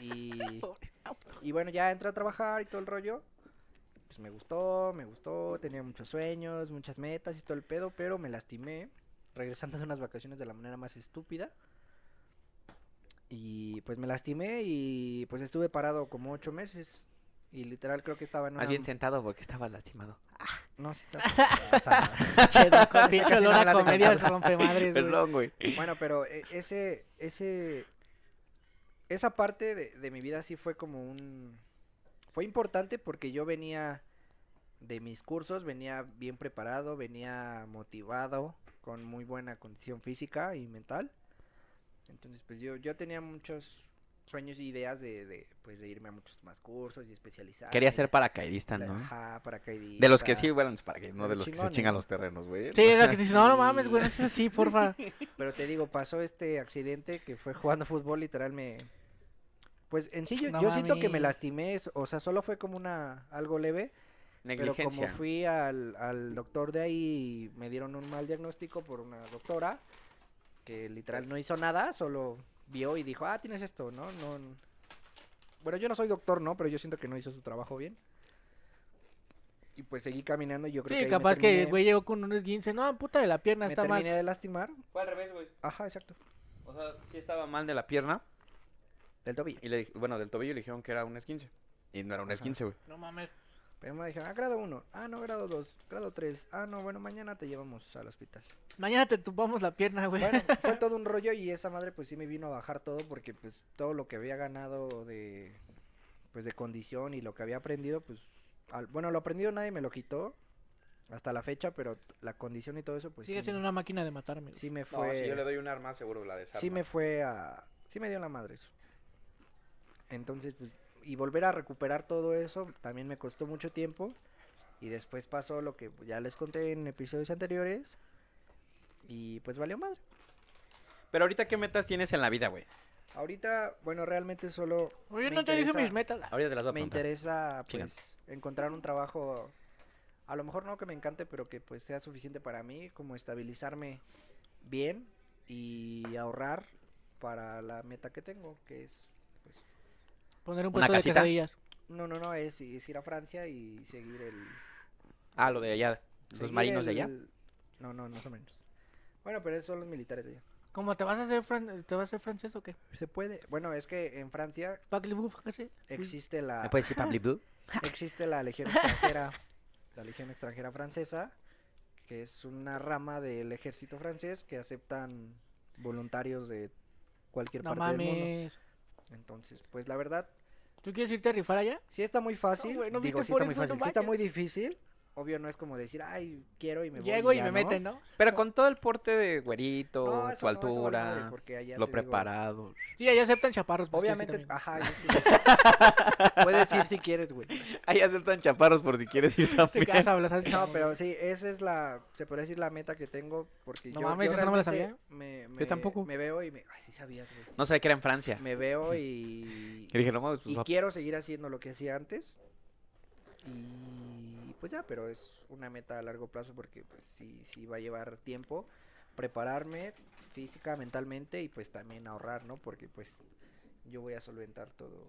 Speaker 2: Y,
Speaker 3: Pobre.
Speaker 2: y bueno, ya entré a trabajar y todo el rollo. pues me gustó, me gustó, tenía muchos sueños, muchas metas y todo el pedo, pero me lastimé regresando de unas vacaciones de la manera más estúpida. Y pues me lastimé y pues estuve parado como ocho meses. Y literal creo que estaba en una...
Speaker 1: Más bien sentado porque estaba lastimado.
Speaker 2: No, sí está...
Speaker 3: Che, loco,
Speaker 2: Esa
Speaker 3: pinche
Speaker 2: casi no
Speaker 3: olor
Speaker 2: la
Speaker 3: a
Speaker 2: tengo
Speaker 3: comedia
Speaker 2: cantada.
Speaker 3: rompe madres, güey.
Speaker 1: Perdón, güey.
Speaker 2: Bueno, pero e- ese, ese, esa parte de, de mi vida sí fue como un, fue importante porque yo venía de mis cursos, venía bien preparado, venía motivado, con muy buena condición física y mental. Entonces, pues yo, yo tenía muchos sueños y ideas de, de, pues, de irme a muchos más cursos y especializar.
Speaker 1: Quería ser paracaidista, ¿no?
Speaker 2: Ajá, paracaidista.
Speaker 1: De los que sí, bueno, para que no
Speaker 2: de
Speaker 1: de los
Speaker 2: los
Speaker 1: que se
Speaker 2: chingones.
Speaker 1: chingan los terrenos, güey.
Speaker 3: Sí, es la que te dice, no, no mames, güey, no es así, porfa.
Speaker 2: Pero te digo, pasó este accidente que fue jugando fútbol, literal me... Pues en sí yo,
Speaker 3: No
Speaker 2: yo siento que me
Speaker 3: mames.
Speaker 2: lastimé, s- o sea, solo fue como una algo leve, pero como
Speaker 1: Negligencia.
Speaker 2: fui al, al doctor de ahí me dieron un mal diagnóstico por una doctora que literal no hizo nada, solo vio y dijo, "Ah, tienes esto", ¿no? No n- Bueno, yo no soy doctor, ¿no? Pero yo siento que no hizo su trabajo bien. Y pues seguí caminando y yo creo que
Speaker 3: Sí,
Speaker 2: ahí me
Speaker 3: capaz que el
Speaker 2: terminé-
Speaker 3: güey llegó con un esguince. No, puta de la pierna,
Speaker 2: me
Speaker 3: está mal.
Speaker 2: terminé de lastimar.
Speaker 1: Fue al revés, güey.
Speaker 2: Ajá, exacto.
Speaker 1: O sea, sí estaba mal de la pierna.
Speaker 2: Del tobillo.
Speaker 1: Y le, dij- bueno, del tobillo le dijeron que era un esquince. Y no era un
Speaker 2: Ajá.
Speaker 1: esquince, güey.
Speaker 3: No mames.
Speaker 2: Pero me dijeron, ah, grado 1, ah, no, grado 2, grado 3, ah, no, bueno, mañana te llevamos al hospital.
Speaker 3: Mañana te tumbamos la pierna, güey.
Speaker 2: Bueno, fue todo un rollo y esa madre pues sí me vino a bajar todo porque pues todo lo que había ganado de, pues de condición y lo que había aprendido, pues, al- bueno, lo aprendido nadie me lo quitó hasta la fecha, pero t- la condición y todo eso pues
Speaker 3: Sigue
Speaker 2: sí,
Speaker 3: siendo una máquina de matarme. güey.
Speaker 2: sí me
Speaker 1: No,
Speaker 2: fue,
Speaker 1: si yo le doy un arma, seguro la desarma.
Speaker 2: sí me fue a, sí me dio en la madre eso. Entonces, pues, y volver a recuperar todo eso también me costó mucho tiempo. Y después pasó lo que ya les conté en episodios anteriores. Y pues valió madre.
Speaker 1: Pero ahorita, ¿qué metas tienes en la vida, güey?
Speaker 2: Ahorita, bueno, realmente solo.
Speaker 3: Oye,
Speaker 2: me
Speaker 3: no te dije
Speaker 2: interesa-
Speaker 3: mis metas. Ah,
Speaker 1: Ahorita te las voy a
Speaker 2: Me
Speaker 1: preguntar.
Speaker 2: interesa,
Speaker 1: Chinga.
Speaker 2: pues, encontrar un trabajo. A lo mejor no que me encante, pero que pues sea suficiente para mí, como estabilizarme bien y ahorrar para la meta que tengo, que es
Speaker 3: Poner un
Speaker 1: ¿Una
Speaker 3: puesto de
Speaker 1: casita?
Speaker 3: quesadillas.
Speaker 2: No, no, no, es, es ir a Francia y seguir el...
Speaker 1: Ah, lo de allá. Los
Speaker 2: seguir
Speaker 1: marinos de allá.
Speaker 2: el- No, no, más o menos. Bueno, pero esos son los militares de allá.
Speaker 3: ¿Cómo te vas a hacer, fran- te vas a hacer francés o qué?
Speaker 2: Se puede. Bueno, es que en Francia
Speaker 3: Pac-le bouf, ¿qué sé?
Speaker 2: existe la,
Speaker 1: ¿Me puedes decir Pablo Blue?
Speaker 2: existe la Legión Extranjera, la Legión Extranjera Francesa, que es una rama del ejército francés que aceptan voluntarios de cualquier
Speaker 3: No
Speaker 2: parte del mundo.
Speaker 3: mames.
Speaker 2: Entonces, pues la verdad,
Speaker 3: ¿Tú quieres irte a rifar allá?
Speaker 2: sí está muy fácil.
Speaker 3: güey, no
Speaker 2: digo, sí
Speaker 3: viste
Speaker 2: está
Speaker 3: Forrest
Speaker 2: muy
Speaker 3: Gump, no
Speaker 2: fácil. Sí está
Speaker 3: manches.
Speaker 2: muy difícil. Obvio, no es como decir, ay, quiero y me voy.
Speaker 3: Llego y
Speaker 2: ya,
Speaker 3: me
Speaker 2: ¿no?
Speaker 3: meten, ¿no?
Speaker 1: Pero con todo el porte de güerito,
Speaker 2: No,
Speaker 1: su
Speaker 2: eso no, eso vale madre,
Speaker 1: altura,
Speaker 2: porque allá
Speaker 1: lo
Speaker 2: te digo,
Speaker 1: preparado.
Speaker 3: Sí, allá aceptan chaparros. pues, que sí
Speaker 2: Obviamente, ah,
Speaker 3: también.
Speaker 2: ajá, yo sí. Puedes ir si quieres, güey.
Speaker 1: Ahí aceptan chaparros por si quieres ir
Speaker 3: Te
Speaker 1: también.
Speaker 3: quedas a hablar, ¿sabes?
Speaker 2: No, pero sí, esa es la, se podría decir la meta que tengo, porque
Speaker 3: No
Speaker 2: yo,
Speaker 3: mames,
Speaker 2: yo
Speaker 3: esa no me la
Speaker 2: realmente me- me-
Speaker 3: tampoco.
Speaker 2: Me veo y me, ay, sí sabías, güey.
Speaker 1: No sabía que era en Francia.
Speaker 2: Me veo y,
Speaker 1: Y dije, no mames,
Speaker 2: y
Speaker 1: pues va-
Speaker 2: quiero seguir haciendo lo que hacía antes. Y pues ya, pero es una meta a largo plazo porque pues sí, sí va a llevar tiempo prepararme física, mentalmente y pues también ahorrar, ¿no? Porque pues yo voy a solventar todo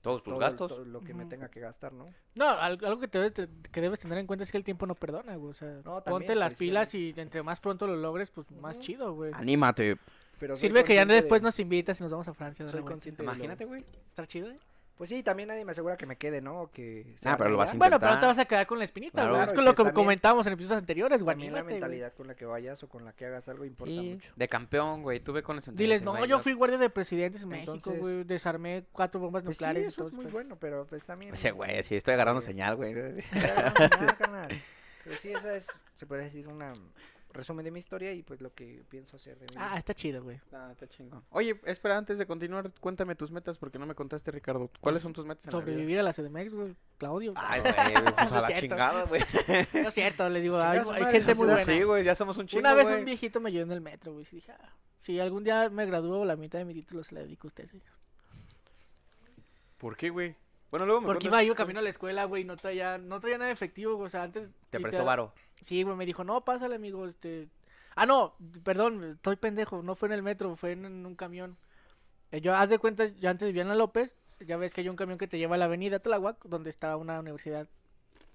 Speaker 1: todos
Speaker 2: todo
Speaker 1: tus
Speaker 2: el-
Speaker 1: gastos.
Speaker 2: todo lo que me
Speaker 3: Ujú.
Speaker 2: tenga que gastar, ¿no?
Speaker 3: No, al- algo que, te debes, te- que debes tener en cuenta es que el tiempo no perdona, güey. O sea,
Speaker 2: No, también,
Speaker 3: ponte las
Speaker 2: pues,
Speaker 3: pilas y entre más pronto lo logres, pues más
Speaker 2: Ujú.
Speaker 3: chido, güey.
Speaker 1: Anímate.
Speaker 2: Pero soy
Speaker 3: Sirve que ya
Speaker 2: consciente
Speaker 3: después
Speaker 2: de-
Speaker 3: nos invitas y nos vamos a Francia. de
Speaker 2: soy
Speaker 3: repente.
Speaker 2: consciente de lo-
Speaker 1: Imagínate, güey.
Speaker 3: ¿Está chido, eh?
Speaker 2: Pues sí, también nadie me asegura que me quede, ¿no? O Que
Speaker 1: Ah, pero lo vas a
Speaker 3: Bueno, pero no te
Speaker 1: intentar.
Speaker 3: vas a quedar con la espinita,
Speaker 1: Claro.
Speaker 3: güey. Es
Speaker 2: Claro, y
Speaker 3: con lo
Speaker 2: pues
Speaker 3: que
Speaker 2: también-
Speaker 3: comentábamos en episodios anteriores, güey.
Speaker 2: También la
Speaker 3: anímate, güey.
Speaker 2: mentalidad con la que vayas o con la que hagas algo importa
Speaker 3: Sí.
Speaker 2: mucho.
Speaker 1: De campeón, güey. Tú ve con ese
Speaker 3: Diles, no,
Speaker 1: güey,
Speaker 3: yo fui guardia de presidentes en México,
Speaker 2: Entonces-
Speaker 3: güey. Desarmé cuatro bombas
Speaker 2: Pues sí,
Speaker 3: nucleares. y
Speaker 2: eso
Speaker 3: todo
Speaker 2: es
Speaker 3: ese
Speaker 2: muy
Speaker 3: pedo".
Speaker 2: bueno, pero pues también...
Speaker 1: Ese güey, sí, estoy agarrando
Speaker 2: Sí.
Speaker 1: señal, güey.
Speaker 2: Ya, ya, carnal. Pero sí, esa es, se puede decir, una resumen de mi historia y pues lo que pienso hacer de mí.
Speaker 3: Ah, está chido, güey.
Speaker 1: Oye, espera, antes de continuar, cuéntame tus metas porque no me contaste, Ricardo. ¿Cuáles son tus metas en la vida?
Speaker 3: Sobrevivir a la CDMX, güey. Claudio.
Speaker 1: Ay, güey, pues
Speaker 3: No es
Speaker 1: a la
Speaker 3: cierto.
Speaker 1: chingada, güey.
Speaker 3: No es cierto, les digo, hay,
Speaker 2: Chingar a su
Speaker 3: hay
Speaker 2: madre,
Speaker 3: gente muy
Speaker 2: no
Speaker 3: buena.
Speaker 2: seas
Speaker 1: Sí, güey, ya somos un chingo,
Speaker 3: Una vez
Speaker 1: güey.
Speaker 3: un viejito me ayudó en el metro, güey. y dije, ah, si algún día me gradúo, la mitad de mi título se la dedico a usted, señor.
Speaker 1: ¿Por qué, güey? Bueno, luego me
Speaker 3: Porque
Speaker 1: cuentas.
Speaker 3: iba yo camino a la escuela, güey, no traía, no traía nada efectivo, güey. O sea, antes...
Speaker 1: Te prestó
Speaker 3: literal-
Speaker 1: varo.
Speaker 3: Sí, güey, me dijo, no, pásale, amigo, este... Ah, no, perdón, estoy pendejo, no fue en el metro, fue en, en un camión. Eh, Yo, haz de cuenta, yo antes vivía en la López, ya ves que hay un camión que te lleva a la avenida Tláhuac, donde está una universidad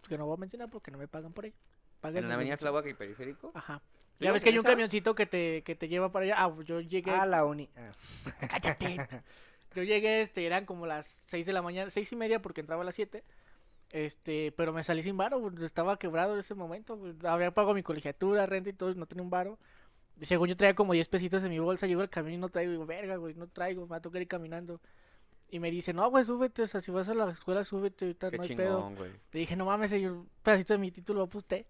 Speaker 3: que no voy a mencionar porque no me pagan por ello. Pagan
Speaker 4: En la
Speaker 3: los
Speaker 4: avenida
Speaker 3: derechos.
Speaker 4: Tláhuac y Periférico.
Speaker 3: Ajá.
Speaker 4: Sí,
Speaker 3: Ya ves que hay un
Speaker 4: ¿esa?
Speaker 3: camioncito que te, que te lleva para allá. Ah, yo llegué.
Speaker 2: Ah, la uni. ah.
Speaker 3: ¡Cállate! Yo llegué, este, eran como las 6 de la mañana, seis y media porque entraba a las 7. Este, pero me salí sin varo, güey, estaba quebrado en ese momento. güey, Había pagado mi colegiatura, renta y todo, y no tenía un varo. Y Según yo traía como 10 pesitos en mi bolsa, llego al camión y no traigo, digo, verga, güey, no traigo, me va a tocar ir caminando. Y me dice, no, güey, súbete, o sea, si vas a la escuela, súbete, ahorita
Speaker 4: Qué
Speaker 3: no hay pedo.
Speaker 4: chingón, güey.
Speaker 3: Le dije, no mames, señor, un pedacito de mi título, pues te.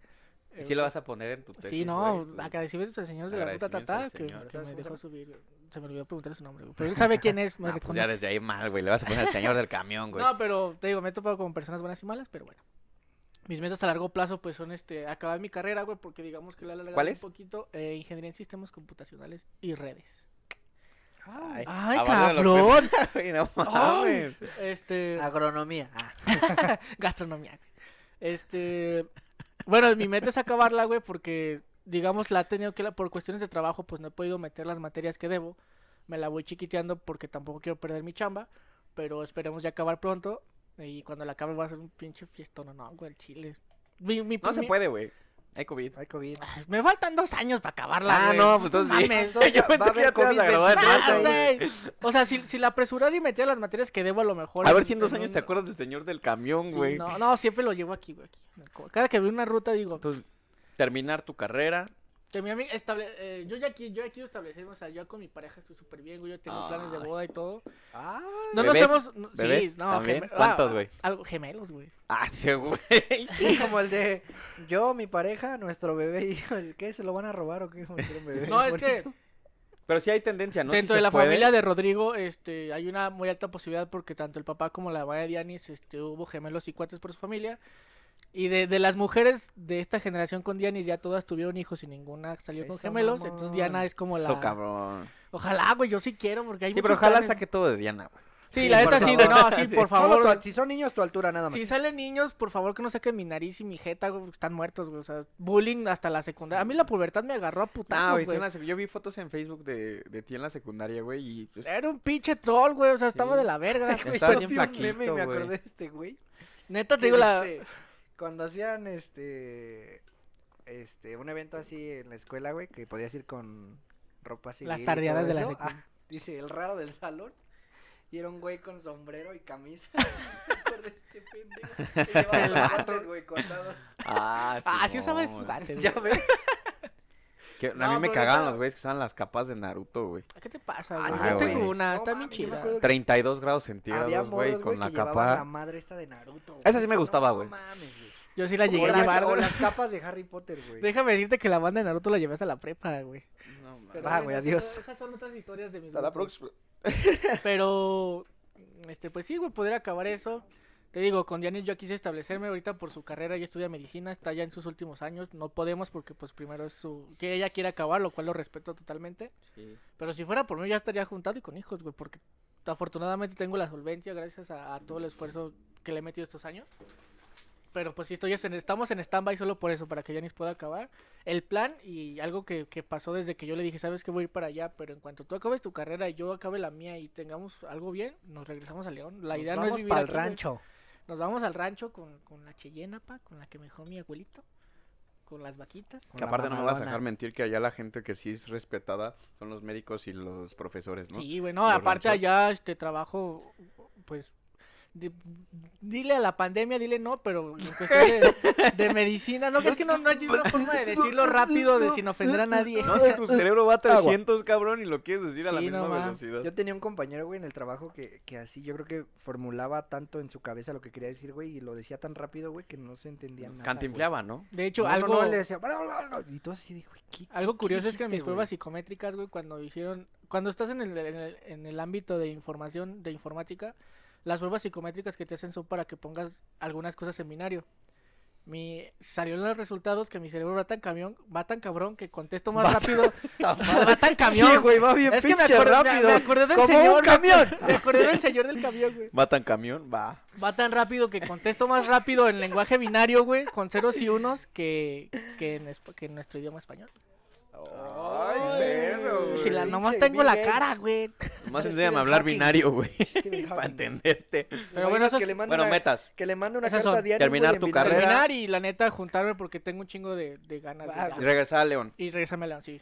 Speaker 4: ¿Y si lo vas a poner en tu tesis,
Speaker 3: Sí, no,
Speaker 4: güey? Ah,
Speaker 3: agradecimientos al señor de la ruta
Speaker 4: Agradecimientos
Speaker 3: Tatá
Speaker 4: al
Speaker 3: que,
Speaker 4: señor.
Speaker 3: que
Speaker 5: ¿Sabes cómo
Speaker 3: me
Speaker 5: se
Speaker 3: dejó
Speaker 5: llama?
Speaker 3: subir. güey. Se me olvidó preguntarle su nombre, güey, Pero él sabe quién es, me
Speaker 4: Ah, pues ya
Speaker 3: reconoce.
Speaker 4: desde ahí mal, güey. Le vas a poner al señor del camión, güey.
Speaker 3: No, pero te digo, me he topado con personas buenas y malas, pero bueno. Mis metas a largo plazo, pues son este, acabar mi carrera, güey, porque digamos que la he alargado
Speaker 4: ¿Cuál
Speaker 3: un
Speaker 4: es?
Speaker 3: poquito. eh, ingeniería en sistemas computacionales y redes. pues,
Speaker 4: Ay,
Speaker 3: ¡Ay,
Speaker 4: abajo de los
Speaker 3: cabrón!
Speaker 4: Güey, no
Speaker 3: ¡Ay! Este.
Speaker 2: Agronomía. Ah,
Speaker 3: gastronomía. güey. Este, bueno, mi meta es acabarla, güey, porque digamos la he tenido que la- por cuestiones de trabajo, pues no he podido meter las materias que debo. Me la voy chiquiteando porque tampoco quiero perder mi chamba, pero esperemos ya acabar pronto y cuando la acabe va a ser un pinche fiestón, no, güey, el chile. Mi- mi-
Speaker 4: No se
Speaker 3: mi-
Speaker 4: puede, güey. Hay COVID.
Speaker 2: hay COVID.
Speaker 3: Ay, Me faltan dos años para acabarla,
Speaker 4: Ah,
Speaker 3: Ah, güey.
Speaker 4: no, pues entonces sí.
Speaker 3: mames.
Speaker 2: Entonces,
Speaker 4: Yo
Speaker 2: va
Speaker 4: pensé
Speaker 2: a
Speaker 4: que
Speaker 2: haber
Speaker 4: ya te ibas a
Speaker 2: COVID
Speaker 4: graduar en
Speaker 2: veintitrés
Speaker 4: marzo,
Speaker 3: Ah,
Speaker 2: ahí.
Speaker 3: güey. O sea, si, si la apresurar y meter las materias que debo, a lo mejor.
Speaker 4: A ver si en dos
Speaker 3: en
Speaker 4: años
Speaker 3: un-
Speaker 4: te acuerdas del señor del camión,
Speaker 3: Sí,
Speaker 4: güey.
Speaker 3: no, no, siempre lo llevo aquí, güey. aquí. Cada que veo una ruta digo,
Speaker 4: Entonces, terminar tu carrera.
Speaker 3: terminé mi- estable- eh, yo ya qui- yo ya quiero establecerme, o sea, yo con mi pareja estoy súper bien, güey, yo tengo planes de
Speaker 4: Ay.
Speaker 3: boda y todo.
Speaker 2: Ah,
Speaker 3: No
Speaker 4: ¿Bebés?
Speaker 3: nos hemos no-
Speaker 4: ¿Bebés
Speaker 3: sí, no,
Speaker 4: también?
Speaker 3: geme- ah,
Speaker 4: ¿Cuántos, güey?
Speaker 3: algo gemelos, güey.
Speaker 4: Ah, sí, güey.
Speaker 2: como el de yo, mi pareja, nuestro bebé. y- ¿Qué? ¿Se lo van a robar o qué? Porque era un bebé
Speaker 3: No, es que
Speaker 2: bonito.
Speaker 4: Pero sí hay tendencia, ¿no?
Speaker 3: dentro
Speaker 4: Sí se
Speaker 3: de la
Speaker 4: puede.
Speaker 3: familia de Rodrigo este hay una muy alta posibilidad porque tanto el papá como la mamá de Dianis este hubo gemelos y cuates por su familia. Y de, de las mujeres de esta generación con Dianis ya todas tuvieron hijos y ninguna salió con
Speaker 2: Eso,
Speaker 3: gemelos,
Speaker 2: mamón.
Speaker 3: entonces Diana es como la
Speaker 4: Eso, cabrón.
Speaker 3: Ojalá, güey, yo sí quiero porque hay
Speaker 4: Sí, pero
Speaker 3: muchos
Speaker 4: ojalá
Speaker 3: planes.
Speaker 4: saque todo de Diana, güey.
Speaker 3: Sí,
Speaker 2: Sí,
Speaker 3: la
Speaker 2: por
Speaker 3: neta sí, güey,
Speaker 2: favor.
Speaker 3: no, sí,
Speaker 4: Sí.
Speaker 3: por
Speaker 2: Solo
Speaker 3: favor.
Speaker 2: tu
Speaker 3: güey.
Speaker 2: al- si son niños, tu altura nada más.
Speaker 3: Si salen niños, por favor que no saquen mi nariz y mi jeta, güey, porque están muertos, güey. O sea, bullying hasta la secundaria. A mí la pubertad me agarró a
Speaker 4: No,
Speaker 3: putazos,
Speaker 4: güey,
Speaker 3: güey.
Speaker 4: tú en la sec- yo vi fotos en Facebook de, de ti en la secundaria, güey, y pues,
Speaker 3: Era un pinche troll, güey. O sea, estaba
Speaker 4: Sí.
Speaker 3: de la verga.
Speaker 4: Güey,
Speaker 2: Yo
Speaker 4: estaba bien
Speaker 2: vi un meme y
Speaker 4: flaquito,
Speaker 2: me
Speaker 4: güey.
Speaker 2: acordé de este güey.
Speaker 3: Neta, te
Speaker 2: que
Speaker 3: digo la.
Speaker 2: dice, Cuando hacían este este un evento así en la escuela, güey, que podías ir con ropa así.
Speaker 3: Las tardeadas de la
Speaker 2: dice, el raro del salón. Y era un güey con sombrero y camisa. Me acordé de este pendejo. Y llevaba los guantes, güey, cortados.
Speaker 4: Ah, sí.
Speaker 3: Ah, sí usabas
Speaker 4: no, güey.
Speaker 3: guantes,
Speaker 4: Ya
Speaker 3: güey.
Speaker 4: ves. Que
Speaker 3: No,
Speaker 4: a mí me
Speaker 3: pero
Speaker 4: cagaban
Speaker 3: neta-
Speaker 4: los güeyes que usaban las capas de Naruto, güey.
Speaker 3: ¿Qué te pasa,
Speaker 2: Ah,
Speaker 3: güey?
Speaker 4: no,
Speaker 3: Yo tengo
Speaker 4: güey.
Speaker 3: una,
Speaker 2: No
Speaker 3: está bien
Speaker 2: mames, yo me
Speaker 3: chida.
Speaker 2: acuerdo
Speaker 4: 32 grados
Speaker 2: Había
Speaker 4: centígrados, güey,
Speaker 2: morros, güey,
Speaker 4: con
Speaker 2: que
Speaker 4: la
Speaker 2: llevaban
Speaker 4: capa.
Speaker 2: la madre esta de Naruto. güey.
Speaker 4: Esa sí me gustaba, güey.
Speaker 2: No mames, güey.
Speaker 3: Yo sí la
Speaker 2: O
Speaker 3: llegué a
Speaker 2: las-
Speaker 3: llevar,
Speaker 2: O
Speaker 3: güey.
Speaker 2: las capas de Harry Potter, güey.
Speaker 3: Déjame decirte que la banda de Naruto la llevé hasta la prepa, güey.
Speaker 4: No, mames.
Speaker 3: Pero
Speaker 2: Va,
Speaker 3: bueno,
Speaker 2: güey,
Speaker 3: esas-
Speaker 2: adiós.
Speaker 3: Esas son otras historias de mis
Speaker 4: Hasta la
Speaker 3: gustos.
Speaker 4: próxima.
Speaker 3: Pero, este, pues sí, güey, poder acabar eso. Te digo, con Dianis yo quise establecerme ahorita por su carrera, ella estudia medicina, está ya en sus últimos años, no podemos porque pues primero es su... que ella quiere acabar, lo cual lo respeto totalmente. Pero si fuera por mí ya estaría juntado y con hijos, güey, porque afortunadamente tengo la solvencia gracias a, a todo el esfuerzo que le he metido estos años. Pero pues sí, estoy en- estamos en stand-by solo por eso, para que Yanis pueda acabar. El plan y algo que, que pasó desde que yo le dije, sabes que voy a ir para allá, pero en cuanto tú acabes tu carrera y yo acabe la mía y tengamos algo bien, nos regresamos a León. La idea no es vivir
Speaker 2: para el
Speaker 3: aquí, güey.
Speaker 2: rancho.
Speaker 3: Nos vamos al rancho con, con la Cheyenne, pa, con la que me dejó mi abuelito, con las vaquitas.
Speaker 2: Con
Speaker 4: Que
Speaker 2: la
Speaker 4: aparte no me vas a
Speaker 2: mamalona.
Speaker 4: dejar mentir que allá la gente que sí es respetada son los médicos y los profesores, ¿no?
Speaker 3: Sí, güey, no,
Speaker 4: Los
Speaker 3: aparte
Speaker 4: ranchos.
Speaker 3: allá este trabajo, pues, di- dile a la pandemia, dile no, pero en cuestión de, de medicina, no, que es que no, no hay una forma de decirlo rápido, de sin ofender a nadie.
Speaker 4: No, es que tu cerebro va a
Speaker 2: Agua.
Speaker 4: 300, cabrón, y lo quieres decir a la
Speaker 3: Sí,
Speaker 4: misma
Speaker 3: no, ma.
Speaker 4: velocidad.
Speaker 2: Yo tenía un compañero, güey, en el trabajo que, que así yo creo que formulaba tanto en su cabeza lo que quería decir, güey, y lo decía tan rápido, güey, que no se entendía nada.
Speaker 4: Cantimpleaba, ¿no?
Speaker 3: De
Speaker 2: Yo
Speaker 3: hecho,
Speaker 2: algo...
Speaker 3: algo,
Speaker 2: le decía... "Bla, bla, bla", Y tú así, dijo, ¿qué?
Speaker 3: algo curioso es que en mis
Speaker 2: dijiste, güey?
Speaker 3: pruebas psicométricas, güey, cuando hicieron, cuando estás en el, en el, en el ámbito de información, de informática, las pruebas psicométricas que te hacen son para que pongas algunas cosas en binario. Mi, salieron los resultados que mi cerebro va tan camión, va tan cabrón que contesto más rápido, va tan camión.
Speaker 2: Sí, güey, va bien
Speaker 3: Es que me
Speaker 2: pinche
Speaker 3: acordé, me-
Speaker 2: rápido.
Speaker 3: me acordé del
Speaker 2: como
Speaker 3: señor,
Speaker 2: un
Speaker 3: me acordé-
Speaker 2: camión.
Speaker 3: Me acordé del señor del camión, güey.
Speaker 4: Va tan camión, va.
Speaker 3: Va tan rápido que contesto más rápido en lenguaje binario, güey, con ceros y unos que, que, en, espa- que en nuestro idioma español.
Speaker 4: Ay,
Speaker 3: Ay,
Speaker 4: verga, Claro, güey.
Speaker 3: Pues Si la, nomás
Speaker 2: Pinche
Speaker 3: tengo la
Speaker 2: Pues Bill Gates.
Speaker 3: cara,
Speaker 2: Este
Speaker 3: güey.
Speaker 4: Nomás
Speaker 2: Pero
Speaker 4: enséñame
Speaker 2: Stephen
Speaker 4: a hablar
Speaker 2: Hawking.
Speaker 4: binario, güey.
Speaker 2: Stephen
Speaker 4: Para
Speaker 2: Hawking.
Speaker 4: entenderte.
Speaker 3: Pero bueno, eso
Speaker 2: que
Speaker 3: es-
Speaker 2: le mande
Speaker 4: Bueno,
Speaker 2: una,
Speaker 4: metas.
Speaker 2: que le mande una
Speaker 3: Esas
Speaker 2: carta
Speaker 3: son.
Speaker 2: diaria.
Speaker 4: Terminar tu carrera.
Speaker 3: Terminar y la neta juntarme porque tengo un chingo de, de ganas. de
Speaker 2: Ah,
Speaker 3: la-
Speaker 4: Regresar a León.
Speaker 3: Y regresarme a León, sí.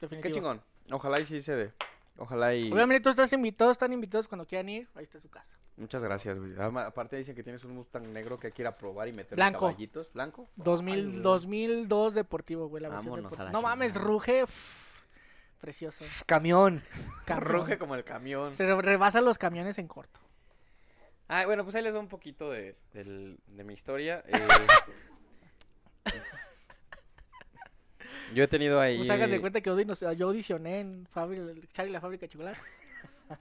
Speaker 4: Qué
Speaker 3: Definitivo.
Speaker 4: chingón. Ojalá y sí se dé. Ojalá y.
Speaker 3: Obviamente todos estás invitados, están invitados cuando quieran ir. Ahí está su casa.
Speaker 4: Muchas gracias, güey. Ama- Aparte dicen que tienes un Mustang negro que quiera probar y meter
Speaker 3: Blanco.
Speaker 4: caballitos. Blanco.
Speaker 3: 2000,
Speaker 4: güey.
Speaker 3: 2002 deportivo, güey, la versión
Speaker 4: Vámonos a
Speaker 3: deportiva.
Speaker 4: la
Speaker 3: No mames,
Speaker 4: chingada.
Speaker 3: ruge. pff, precioso.
Speaker 2: Camión.
Speaker 3: Cabrón.
Speaker 4: Ruge como el camión.
Speaker 3: Se re- rebasan los camiones en corto.
Speaker 4: Ah, bueno, pues ahí les va un poquito de, del- de mi historia. eh. yo he tenido ahí.
Speaker 3: Pues hagan de cuenta que yo audicioné, yo audicioné en fabri- Charlie la fábrica de chocolate.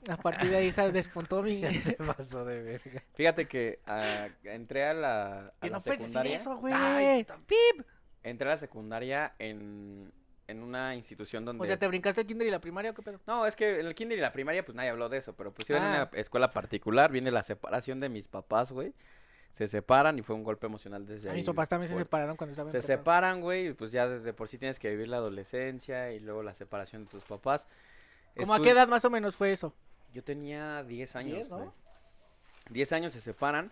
Speaker 3: A partir de ahí se despuntó mi.
Speaker 2: Se pasó de verga.
Speaker 4: Fíjate que ah, entré a la, a
Speaker 3: Que
Speaker 4: la
Speaker 3: no puedes decir
Speaker 4: secundaria.
Speaker 3: eso, güey.
Speaker 2: Ay, ¡Pip!
Speaker 4: Entré a la secundaria en, en una institución donde.
Speaker 3: O sea, ¿te brincaste el kinder y la primaria o qué pedo?
Speaker 4: No, es que en el kinder y la primaria, pues nadie habló de eso, pero pues iba en
Speaker 3: Ah.
Speaker 4: una escuela particular, viene la separación de mis papás, güey. Se separan y fue un golpe emocional desde
Speaker 3: A Ah,
Speaker 4: ahí.
Speaker 3: mis papás también se
Speaker 4: fuerte.
Speaker 3: separaron cuando estaban
Speaker 4: Se separan, güey, y pues ya desde por sí tienes que vivir la adolescencia y luego la separación de tus papás.
Speaker 3: ¿Cómo a
Speaker 4: Estu-
Speaker 3: qué edad más o menos fue eso?
Speaker 4: Yo tenía 10 años,
Speaker 2: Diez, ¿no?
Speaker 4: güey. 10 años se separan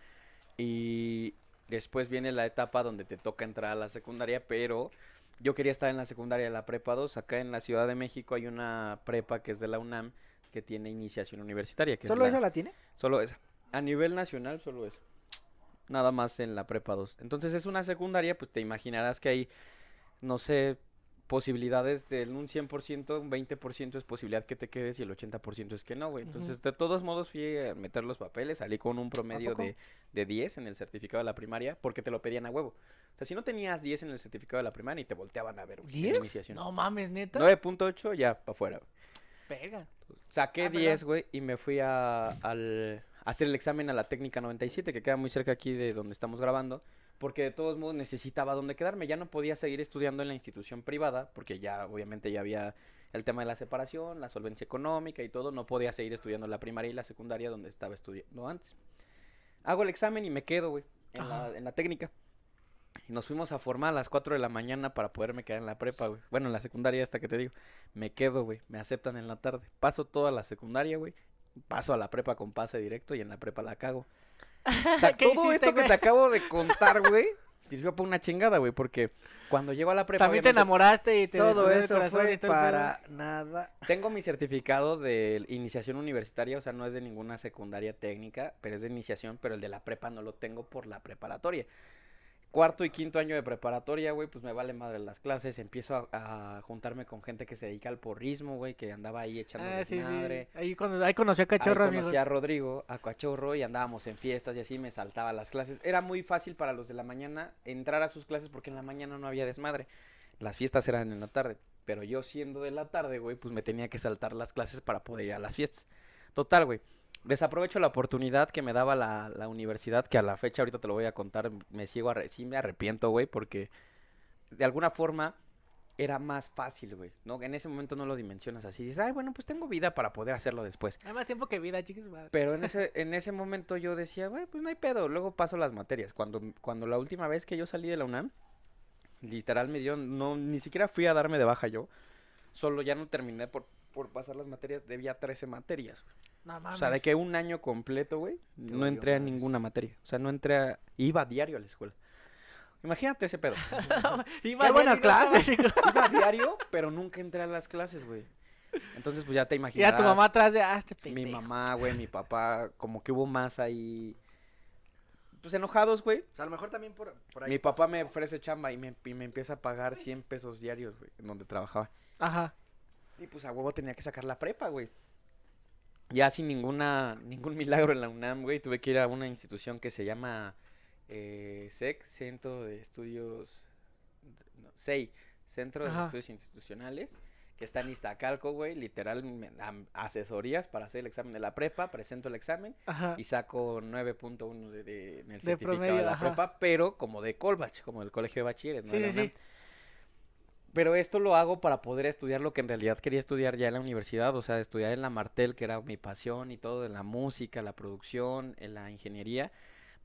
Speaker 4: y después viene la etapa donde te toca entrar a la secundaria, pero yo quería estar en la secundaria de la prepa 2. Acá en la Ciudad de México hay una prepa que es de la UNAM que tiene iniciación universitaria. Que es
Speaker 2: ¿Solo
Speaker 4: la-
Speaker 2: esa la tiene?
Speaker 4: Solo esa. A nivel nacional, solo esa. Nada más en la prepa 2. Entonces es una secundaria, pues te imaginarás que hay, no sé, posibilidades de un 100%, un 20% es posibilidad que te quedes y el 80% es que no, güey.
Speaker 3: Ujú.
Speaker 4: Entonces, de todos modos, fui a meter los papeles, salí con un promedio
Speaker 3: poco?
Speaker 4: de, de 10 en el certificado de la primaria porque te lo pedían a huevo. O sea, si no tenías 10 en el certificado de la primaria y te volteaban a ver, güey. en
Speaker 2: ¿10?
Speaker 4: iniciación.
Speaker 3: No mames, neta.
Speaker 4: 9.8 ya para afuera.
Speaker 3: Verga.
Speaker 4: Saqué
Speaker 3: Ah, perdón.
Speaker 4: 10, güey, y me fui a, al, a hacer el examen a la técnica 97, que queda muy cerca aquí de donde estamos grabando, porque de todos modos necesitaba dónde quedarme. Ya no podía seguir estudiando en la institución privada, porque ya obviamente ya había el tema de la separación, la solvencia económica y todo. No podía seguir estudiando la primaria y la secundaria donde estaba estudiando antes. Hago el examen y me quedo, güey, en
Speaker 3: Ajá.
Speaker 4: la, en la técnica. Y nos fuimos a formar a las 4 de la mañana para poderme quedar en la prepa, güey. Bueno, en la secundaria hasta que te digo. Me quedo, güey. Me aceptan en la tarde. Paso toda la secundaria, güey. Paso a la prepa con pase directo y en la prepa la cago. O sea,
Speaker 3: ¿Qué
Speaker 4: todo
Speaker 3: hiciste,
Speaker 4: esto que
Speaker 3: güey?
Speaker 4: te acabo de contar, güey, sirvió para una chingada, güey. Porque cuando llego a la prepa,
Speaker 3: También te
Speaker 4: obviamente,
Speaker 3: enamoraste y te
Speaker 2: Todo
Speaker 3: destruyó el
Speaker 2: eso
Speaker 3: corazón
Speaker 2: fue
Speaker 3: y todo el pedo.
Speaker 2: para nada.
Speaker 4: tengo mi certificado de iniciación universitaria. O sea, no es de ninguna secundaria técnica, pero es de iniciación. Pero el de la prepa no lo tengo por la preparatoria. Cuarto y quinto año de preparatoria, güey, pues me vale madre las clases. Empiezo a, a juntarme con gente que se dedica al porrismo, güey, que andaba ahí echando
Speaker 3: Ah, sí,
Speaker 4: desmadre.
Speaker 3: sí. Ahí, cuando, ahí conocí a Cachorro,
Speaker 4: Ahí
Speaker 3: amigo.
Speaker 4: conocí a Rodrigo, a Cachorro, y andábamos en fiestas y así me saltaba las clases. Era muy fácil para los de la mañana entrar a sus clases porque en la mañana no había desmadre. Las fiestas eran en la tarde. Pero yo siendo de la tarde, güey, pues me tenía que saltar las clases para poder ir a las fiestas. Total, güey. Desaprovecho la oportunidad que me daba la, la universidad, que a la fecha ahorita te lo voy a contar, me sigo arre sí me arrepiento, güey, porque de alguna forma era más fácil, güey, ¿no? En ese momento no lo dimensionas así, dices, ay, bueno, pues tengo vida para poder hacerlo después.
Speaker 3: Hay más tiempo que vida, chicos. madre.
Speaker 4: Pero en ese, en ese momento yo decía, güey, pues no hay pedo, luego paso las materias. Cuando, cuando la última vez que yo salí de la UNAM, literal me dieron, no, ni siquiera fui a darme de baja yo, solo ya no terminé por, por pasar las materias, debía 13 materias. güey.
Speaker 3: No
Speaker 4: O
Speaker 3: mames.
Speaker 4: sea, de que un año completo, güey, no
Speaker 2: valió
Speaker 4: entré a
Speaker 2: madres.
Speaker 4: ninguna materia. O sea, no entré a, iba a diario a la escuela. Imagínate ese pedo.
Speaker 2: ¡Qué
Speaker 3: Iba bien
Speaker 2: buenas
Speaker 3: y no estaba,
Speaker 2: clases!
Speaker 3: chico.
Speaker 4: Iba a diario, pero nunca entré a las clases, güey. Entonces, pues ya te
Speaker 3: Y
Speaker 4: imaginas.
Speaker 3: a tu mamá atrás de, ah, este
Speaker 4: Mi
Speaker 3: pendejo.
Speaker 4: mamá, güey, mi papá, como que hubo más ahí. Pues enojados, güey.
Speaker 2: O sea, a lo mejor también por, por ahí.
Speaker 4: Mi papá me ofrece chamba y me, y me empieza a pagar 100 pesos diarios, güey, en donde trabajaba.
Speaker 3: Ajá.
Speaker 4: Y pues a huevo tenía que sacar la prepa, güey. Ya sin ninguna, ningún milagro en la UNAM, güey, tuve que ir a una institución que se llama eh, SEC, Centro de Estudios, no, CEI, Centro de
Speaker 3: Ajá.
Speaker 4: Estudios Institucionales, que está en Iztacalco, güey, literal, me dan asesorías para hacer el examen de la prepa, presento el examen
Speaker 3: Ajá.
Speaker 4: y saco 9.1 de, de- en el certificado
Speaker 3: promedio,
Speaker 4: de la
Speaker 3: ajá.
Speaker 4: prepa, pero como de Colbach, como del colegio de bachilleres, ¿no?
Speaker 3: Sí,
Speaker 4: de la
Speaker 3: sí, sí.
Speaker 4: UNAM. Pero esto lo hago para poder estudiar lo que en realidad quería estudiar ya en la universidad, o sea, estudiar en la Martel, que era mi pasión y todo, en la música, la producción, en la ingeniería.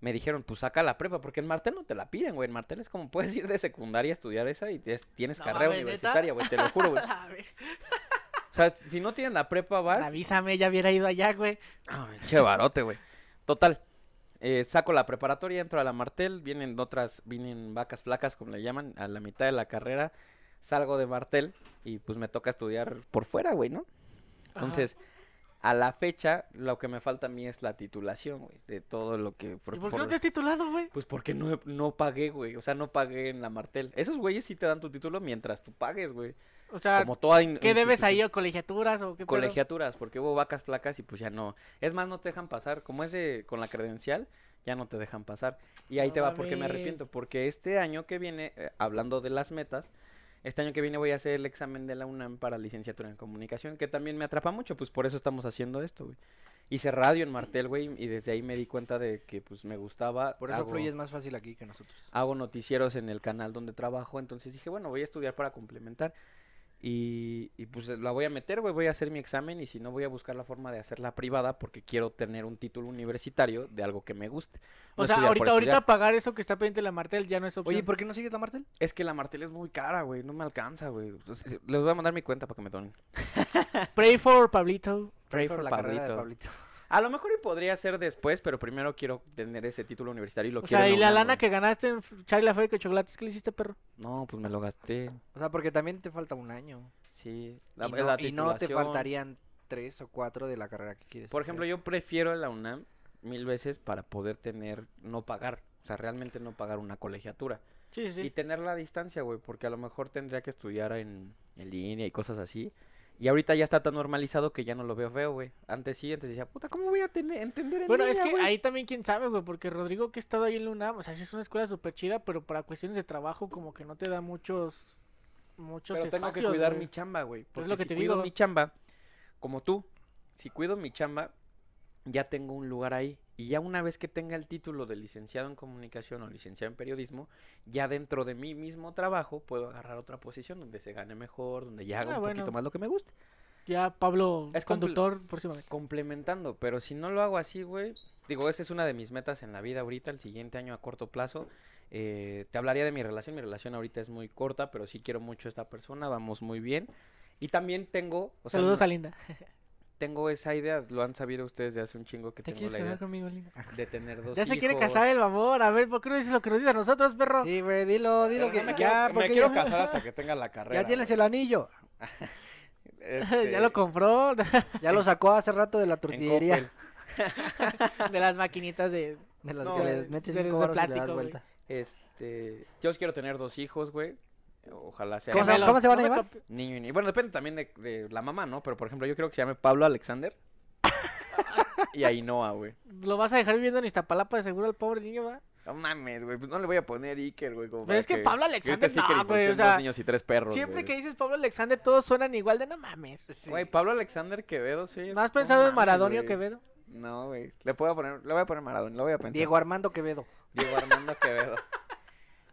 Speaker 4: Me dijeron, pues saca la prepa, porque en Martel no te la piden, güey. En Martel es como puedes ir de secundaria a estudiar esa y te- tienes
Speaker 3: No
Speaker 4: carrera
Speaker 3: mames, ¿neta?
Speaker 4: universitaria, güey, te lo juro, güey.
Speaker 3: A ver.
Speaker 4: O sea, si no tienes la prepa, vas.
Speaker 3: Avísame, ya hubiera ido allá, güey.
Speaker 4: Ay, che barote, Ah, güey. Total. eh, saco la preparatoria, entro a la Martel, vienen otras, vienen vacas flacas, como le llaman, a la mitad de la carrera, salgo de Martel y pues me toca estudiar por fuera, güey, ¿no?
Speaker 3: Ajá.
Speaker 4: Entonces, a la fecha, lo que me falta a mí es la titulación, güey, de todo lo que... por-
Speaker 3: ¿Y por qué
Speaker 4: por-
Speaker 3: no te has titulado, güey?
Speaker 4: Pues porque no, he- no pagué, güey, o sea, no pagué en la Martel. Esos güeyes sí te dan tu título mientras tú pagues, güey.
Speaker 3: O sea,
Speaker 4: Como toda... in-
Speaker 3: Ah, ¿qué debes
Speaker 4: institución
Speaker 3: ahí o colegiaturas o qué pedo?
Speaker 4: colegiaturas, porque hubo vacas flacas y pues ya no. Es más, no te dejan pasar. Como es de con la credencial, ya no te dejan pasar. Y ahí
Speaker 3: No
Speaker 4: te va porque me
Speaker 3: mames.
Speaker 4: arrepiento. Porque este año que viene, eh, hablando de las metas, este año que viene voy a hacer el examen de la UNAM para licenciatura en comunicación, que también me atrapa mucho, pues por eso estamos haciendo esto, güey. Hice radio en Martel, güey, y desde ahí me di cuenta de que pues me gustaba.
Speaker 2: Por eso
Speaker 4: hago-
Speaker 2: fluyes más fácil aquí que nosotros.
Speaker 4: hago noticieros en el canal donde trabajo, entonces dije, bueno, voy a estudiar para complementar. Y, y, pues la voy a meter, güey, voy a hacer mi examen y si no voy a buscar la forma de hacerla privada porque quiero tener un título universitario de algo que me guste.
Speaker 3: O
Speaker 4: No
Speaker 3: sea,
Speaker 4: estudiar por
Speaker 3: ahorita, ahorita
Speaker 4: estudiar.
Speaker 3: pagar eso que está pendiente la Martel ya no es opción.
Speaker 2: Oye, ¿por qué no sigues la Martel?
Speaker 4: Es que la martel es muy cara, güey, no me alcanza, güey. Entonces, Les voy a mandar mi cuenta para que me donen.
Speaker 3: Pray for Pablito.
Speaker 4: Pray
Speaker 2: Por
Speaker 4: for
Speaker 2: la carrera de
Speaker 4: Pablito.
Speaker 2: Pablito.
Speaker 4: A lo mejor y podría ser después, pero primero quiero tener ese título universitario y lo
Speaker 3: O
Speaker 4: quiero.
Speaker 3: sea,
Speaker 4: en
Speaker 3: y la
Speaker 4: UNAM,
Speaker 3: lana
Speaker 4: güey.
Speaker 3: que ganaste en F- Charlie la Fábrica de Chocolates, ¿qué le hiciste, perro?
Speaker 4: No, pues me lo gasté.
Speaker 2: O sea, porque también te falta un año.
Speaker 4: Sí. La,
Speaker 2: y,
Speaker 4: la
Speaker 2: no, y no te
Speaker 4: titulación.
Speaker 2: faltarían tres o cuatro de la carrera que quieres.
Speaker 4: Por ejemplo, yo prefiero la UNAM mil veces para poder tener, no pagar, o sea, realmente no pagar una colegiatura.
Speaker 3: Sí, sí,
Speaker 4: Y
Speaker 3: sí.
Speaker 4: tener la distancia, güey, porque a lo mejor tendría que estudiar en, en línea y cosas así. Y ahorita ya está tan normalizado que ya no lo veo feo, güey. Antes sí, antes decía, puta, ¿cómo voy a tener, entender en
Speaker 3: Bueno, es
Speaker 4: línea,
Speaker 3: que
Speaker 4: güey?"
Speaker 3: ahí también quién sabe, güey, porque Rodrigo que ha estado ahí en la UNAM, o sea, sí es una escuela súper chida, pero para cuestiones de trabajo como que no te da muchos, muchos
Speaker 4: Pero tengo que
Speaker 3: espacios,
Speaker 4: cuidar
Speaker 3: güey.
Speaker 4: mi chamba, güey. Porque
Speaker 3: lo que
Speaker 4: si
Speaker 3: te
Speaker 4: cuido
Speaker 3: digo.
Speaker 4: mi chamba, como tú, si cuido mi chamba, ya tengo un lugar ahí. Y ya una vez que tenga el título de licenciado en comunicación o licenciado en periodismo, ya dentro de mi mismo trabajo puedo agarrar otra posición donde se gane mejor, donde ya haga
Speaker 3: Ah,
Speaker 4: un
Speaker 3: bueno.
Speaker 4: poquito más lo que me guste.
Speaker 3: Ya Pablo,
Speaker 4: Es compl-
Speaker 3: conductor, próximamente.
Speaker 4: Complementando, pero si no lo hago así, güey, digo, esa es una de mis metas en la vida ahorita, el siguiente año a corto plazo. eh, te hablaría de mi relación, mi relación ahorita es muy corta, pero sí quiero mucho a esta persona, vamos muy bien. Y también tengo, o sea,
Speaker 3: Saludos
Speaker 4: no-
Speaker 3: a Linda.
Speaker 4: tengo esa idea, lo han sabido ustedes de hace un chingo que
Speaker 2: ¿Te
Speaker 4: tengo
Speaker 2: quieres
Speaker 4: la idea
Speaker 2: casar conmigo, Linda?
Speaker 4: de tener dos
Speaker 3: Ya se quiere
Speaker 4: hijos.
Speaker 3: casar el mamón, a ver, ¿por qué no dices lo que nos dices a nosotros, perro?
Speaker 2: Sí, güey, dilo, dilo
Speaker 4: Pero
Speaker 2: que
Speaker 4: no me quiero,
Speaker 2: ya,
Speaker 4: me
Speaker 2: porque
Speaker 4: quiero
Speaker 2: ya,
Speaker 4: casar hasta que tenga la carrera.
Speaker 2: ya tienes
Speaker 4: güey.
Speaker 2: el anillo.
Speaker 4: Este,
Speaker 3: ya lo compró
Speaker 2: Ya lo sacó hace rato de la
Speaker 4: en
Speaker 2: tortillería.
Speaker 4: Coppel.
Speaker 3: de las maquinitas de...
Speaker 2: De las
Speaker 4: No,
Speaker 2: que
Speaker 3: de-
Speaker 2: le metes
Speaker 3: de
Speaker 2: cinco
Speaker 3: los de
Speaker 2: varos y le das
Speaker 3: plástico, güey.
Speaker 2: vuelta.
Speaker 4: Este, yo quiero tener dos hijos, güey. Ojalá sea
Speaker 2: ¿Cómo se-
Speaker 4: niño
Speaker 2: cómo se van a
Speaker 3: No me
Speaker 2: llevar?
Speaker 3: cap-
Speaker 4: niño y niña. Bueno, depende también de, de la mamá, ¿no? Pero por ejemplo, yo creo que se llame Pablo Alexander. y Ainhoa, güey.
Speaker 3: Lo vas a dejar viviendo en Iztapalapa de seguro al pobre niño, ¿va?
Speaker 4: No mames, güey. Pues no le voy a poner Iker, güey. como
Speaker 3: Pero
Speaker 4: para
Speaker 3: es que Pablo Alexander,
Speaker 4: grite Iker y
Speaker 3: no, güey, o
Speaker 4: volteen
Speaker 3: sea,
Speaker 4: dos niños y tres perros,
Speaker 3: Siempre
Speaker 4: güey.
Speaker 3: que dices Pablo Alexander todos suenan igual de no mames.
Speaker 4: Güey, Pablo Alexander Quevedo, sí.
Speaker 3: ¿No has pensado en
Speaker 4: mames,
Speaker 3: Maradonio
Speaker 4: güey.
Speaker 3: Quevedo?
Speaker 4: No, güey. Le puedo poner, le voy a poner Maradona, lo voy a pensar.
Speaker 2: Diego Armando Quevedo.
Speaker 4: Diego Armando Quevedo.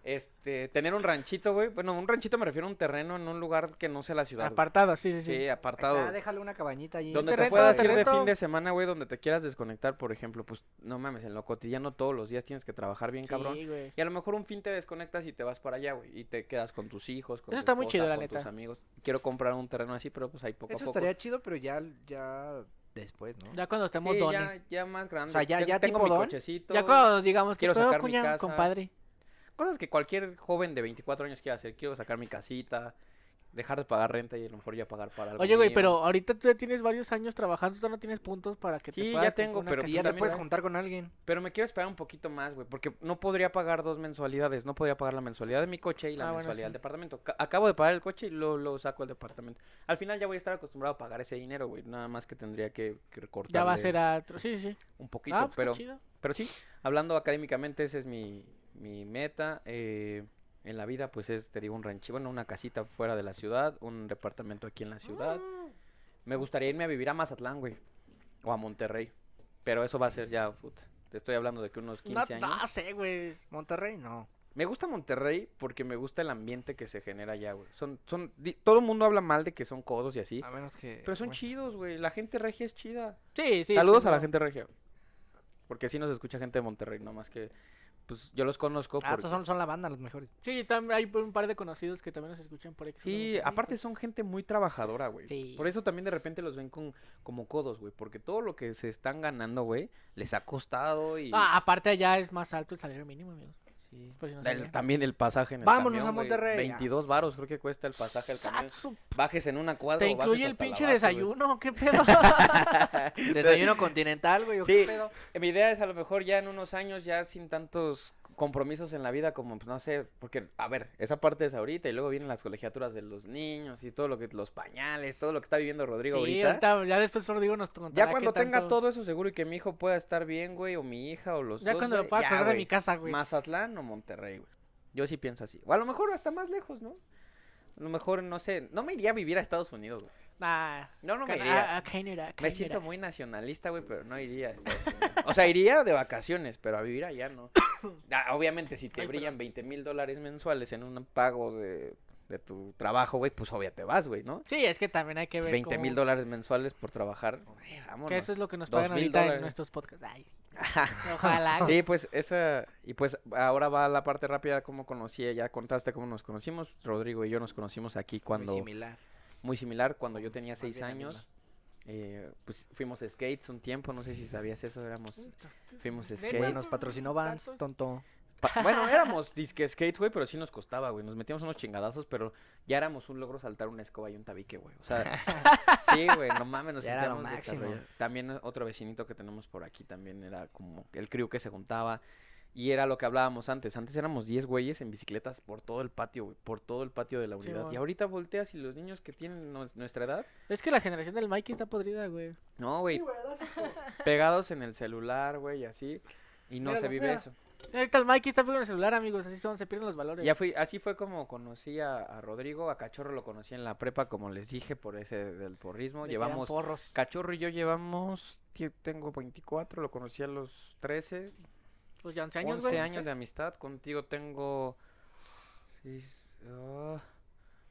Speaker 4: Este, tener un ranchito, güey. Bueno, un ranchito me refiero a un terreno en un lugar que no sea la ciudad. güey.
Speaker 3: Apartado, sí, sí, sí.
Speaker 4: Sí, apartado.
Speaker 2: Ah, déjale una cabañita allí.
Speaker 4: Donde
Speaker 3: te
Speaker 4: te,
Speaker 3: rento,
Speaker 4: puedas
Speaker 3: te
Speaker 4: ir de
Speaker 3: rento.
Speaker 4: fin de semana, güey, donde te quieras desconectar, por ejemplo, pues no mames, en lo cotidiano todos los días tienes que trabajar bien, cabrón.
Speaker 3: Sí, güey.
Speaker 4: Y a lo mejor un fin te desconectas y te vas para allá, güey, y te quedas con tus hijos, con
Speaker 3: Eso
Speaker 4: tu
Speaker 3: está muy
Speaker 4: esposa,
Speaker 3: chido, la
Speaker 4: con tus
Speaker 3: neta.
Speaker 4: amigos. Quiero comprar un terreno así, pero pues ahí poco a
Speaker 2: Eso
Speaker 4: poco.
Speaker 2: estaría chido, pero ya, ya después, ¿no?
Speaker 3: Ya cuando estemos
Speaker 4: Sí,
Speaker 3: dones.
Speaker 4: ya, ya más grande.
Speaker 2: O sea, ya-
Speaker 4: Ten-
Speaker 2: ya
Speaker 4: tengo
Speaker 2: tipo
Speaker 4: mi
Speaker 2: don.
Speaker 4: cochecito.
Speaker 3: Ya cuando digamos que
Speaker 4: Quiero
Speaker 3: todo
Speaker 4: sacar mi
Speaker 3: cuña,
Speaker 4: casa.
Speaker 3: compadre.
Speaker 4: Cosas que cualquier joven de 24 años quiere hacer. Quiero sacar mi casita, dejar de pagar renta y a lo mejor ya pagar para algo.
Speaker 3: Oye, güey,
Speaker 4: mío.
Speaker 3: pero ahorita tú ya tienes varios años trabajando, tú no tienes puntos para que te
Speaker 4: Sí,
Speaker 3: puedas
Speaker 4: ya
Speaker 3: comprar
Speaker 4: tengo,
Speaker 3: una
Speaker 4: pero
Speaker 2: Y
Speaker 4: pues
Speaker 3: casita.
Speaker 2: ya te
Speaker 4: también
Speaker 2: puedes
Speaker 4: hay-
Speaker 2: juntar con alguien.
Speaker 4: Pero me quiero esperar un poquito más, güey, porque no podría pagar dos mensualidades. No podría pagar la mensualidad de mi coche y la
Speaker 3: Ah, bueno,
Speaker 4: mensualidad del
Speaker 3: sí.
Speaker 4: departamento. Ca- acabo de pagar el coche y luego lo saco el departamento. Al final ya voy a estar acostumbrado a pagar ese dinero, güey. Nada más que tendría que, que recortarle
Speaker 3: Ya va a ser a otro- Sí, sí, sí.
Speaker 4: un poquito.
Speaker 3: Ah, pues está
Speaker 4: pero,
Speaker 3: chido.
Speaker 4: pero sí, hablando académicamente, esa es mi, mi meta. eh, en la vida, pues es, te digo, un ranchito, bueno, una casita fuera de la ciudad, un departamento aquí en la ciudad.
Speaker 3: Mm,
Speaker 4: Me gustaría irme a vivir a Mazatlán, güey. O a Monterrey. Pero eso va a ser ya, puta. Te estoy hablando de que unos 15
Speaker 3: No,
Speaker 4: años.
Speaker 3: no sé, güey.
Speaker 2: Monterrey, no.
Speaker 4: Me gusta Monterrey porque me gusta el ambiente que se genera allá, güey. Son, son, di- todo el mundo habla mal de que son codos y así.
Speaker 2: A menos que.
Speaker 4: Pero son
Speaker 2: Ah, bueno.
Speaker 4: chidos, güey. La gente regia es chida.
Speaker 3: Sí, sí.
Speaker 4: Saludos
Speaker 3: tú
Speaker 4: a la
Speaker 3: no.
Speaker 4: gente regia. güey. Porque sí nos escucha gente de Monterrey, no más que pues yo los conozco.
Speaker 2: Ah,
Speaker 4: porque-
Speaker 2: estos son, son la banda los mejores.
Speaker 3: Sí, tam- hay un par de conocidos que también nos escuchan por ahí. que son de
Speaker 4: Sí,
Speaker 3: Monterrey,
Speaker 4: aparte
Speaker 3: pues.
Speaker 4: son gente muy trabajadora, güey.
Speaker 3: Sí.
Speaker 4: Por eso también de repente los ven con como codos, güey, porque todo lo que se están ganando, güey, les ha costado y
Speaker 3: Ah, aparte allá es más alto el salario mínimo, amigo.
Speaker 4: Sí.
Speaker 3: Por si no
Speaker 4: El-
Speaker 3: sabían.
Speaker 4: también el pasaje en el
Speaker 2: Vámonos
Speaker 4: camión,
Speaker 2: a
Speaker 4: güey.
Speaker 2: Monterrey.
Speaker 4: 22 varos creo que cuesta el pasaje al camión.
Speaker 3: Satsu,
Speaker 4: Bajes en una cuadra
Speaker 3: Te
Speaker 4: o bajes
Speaker 3: incluye el
Speaker 4: hasta la
Speaker 3: pinche
Speaker 4: base, güey.
Speaker 3: desayuno, qué pedo.
Speaker 2: Desayuno continental, güey. ¿o qué
Speaker 4: Sí, eh,
Speaker 2: pedo?
Speaker 4: mi idea es a lo mejor ya en unos años, ya sin tantos compromisos en la vida, como pues, no sé, porque, a ver, esa parte es ahorita y luego vienen las colegiaturas de los niños y todo lo que, los pañales, todo lo que está viviendo Rodrigo
Speaker 3: sí,
Speaker 4: ahorita.
Speaker 3: ahorita, ya después solo digo nos contará
Speaker 4: Ya
Speaker 3: qué
Speaker 4: cuando tenga
Speaker 3: tanto-
Speaker 4: todo eso seguro y que mi hijo pueda estar bien, güey, o mi hija o los
Speaker 3: Ya
Speaker 4: dos,
Speaker 3: cuando lo
Speaker 4: güey,
Speaker 3: pueda
Speaker 4: ya,
Speaker 3: correr de
Speaker 4: güey.
Speaker 3: mi casa, güey.
Speaker 4: Mazatlán o Monterrey, güey. Yo sí pienso así. O a lo mejor hasta más lejos, ¿no? A lo mejor, no sé, no me iría a vivir a Estados Unidos, güey.
Speaker 3: Nah,
Speaker 4: No, no me
Speaker 3: can-
Speaker 4: iría.
Speaker 3: ah, ah, Canadá,
Speaker 4: Me
Speaker 3: Canadá.
Speaker 4: siento muy nacionalista, güey, pero no iría a Estados Unidos. O sea, iría de vacaciones, pero a vivir allá no. Ah, Obviamente, si te
Speaker 3: Ay,
Speaker 4: brillan 20 mil dólares mensuales en un pago de, de tu trabajo, güey, pues obvia te vas, güey, ¿no?
Speaker 3: Sí, es que también hay que ver
Speaker 4: 20 mil
Speaker 3: cómo-
Speaker 4: dólares mensuales por trabajar. güey,
Speaker 3: Que
Speaker 4: vámonos.
Speaker 3: eso es lo que nos
Speaker 4: Dos
Speaker 3: pagan
Speaker 4: mil
Speaker 3: ahorita
Speaker 4: dólares.
Speaker 3: en nuestros podcasts. Ay, sí. ojalá. güey.
Speaker 4: Sí, pues esa. Y pues ahora va la parte rápida, cómo conocí, ya contaste cómo nos conocimos. Rodrigo y yo nos conocimos aquí cuando.
Speaker 2: Muy
Speaker 4: Muy,
Speaker 2: similar.
Speaker 4: similar, cuando yo tenía
Speaker 2: Más
Speaker 4: seis
Speaker 2: bien la
Speaker 4: años. eh, pues fuimos skates un tiempo, no sé si sabías eso, éramos. Fuimos
Speaker 3: Neta,
Speaker 4: skates.
Speaker 3: güey,
Speaker 2: Güey, nos patrocinó Vans,
Speaker 3: Tantos.
Speaker 2: tonto.
Speaker 4: Pa- bueno, éramos disque skates, güey, pero sí nos costaba, güey. Nos metíamos unos chingadazos, pero ya éramos un logro saltar una escoba y un tabique, güey. O sea, sí, güey, no mames, nos
Speaker 2: Ya era lo
Speaker 4: sentíamos
Speaker 2: máximo.
Speaker 4: desarrollados. También eh, otro vecinito que tenemos por aquí también era como el crew que se juntaba. Y era lo que hablábamos antes. Antes éramos 10 güeyes en bicicletas por todo el patio, güey. Por todo el patio de la
Speaker 3: Sí,
Speaker 4: unidad. y
Speaker 3: mon.
Speaker 4: ahorita volteas y los niños que tienen nos- nuestra edad.
Speaker 3: Es que la generación del Mikey está podrida, güey.
Speaker 4: No, güey. Pegados en el celular, güey, y así. Y no se
Speaker 2: Míralo,
Speaker 4: vive
Speaker 2: mira.
Speaker 4: eso.
Speaker 3: Ahorita el Mikey está pegando el celular, amigos. Así son, se pierden los valores.
Speaker 4: Ya fui, así fue como conocí a, a Rodrigo, a Cachorro lo conocí en la prepa, como les dije, por ese del porrismo.
Speaker 3: De que eran
Speaker 4: llevamos,
Speaker 3: porros.
Speaker 4: Cachorro y yo llevamos, que tengo 24, lo conocí a los 13,
Speaker 3: Pues ya 11 años,
Speaker 4: 11
Speaker 3: güey.
Speaker 4: años de amistad, contigo tengo seis, ah,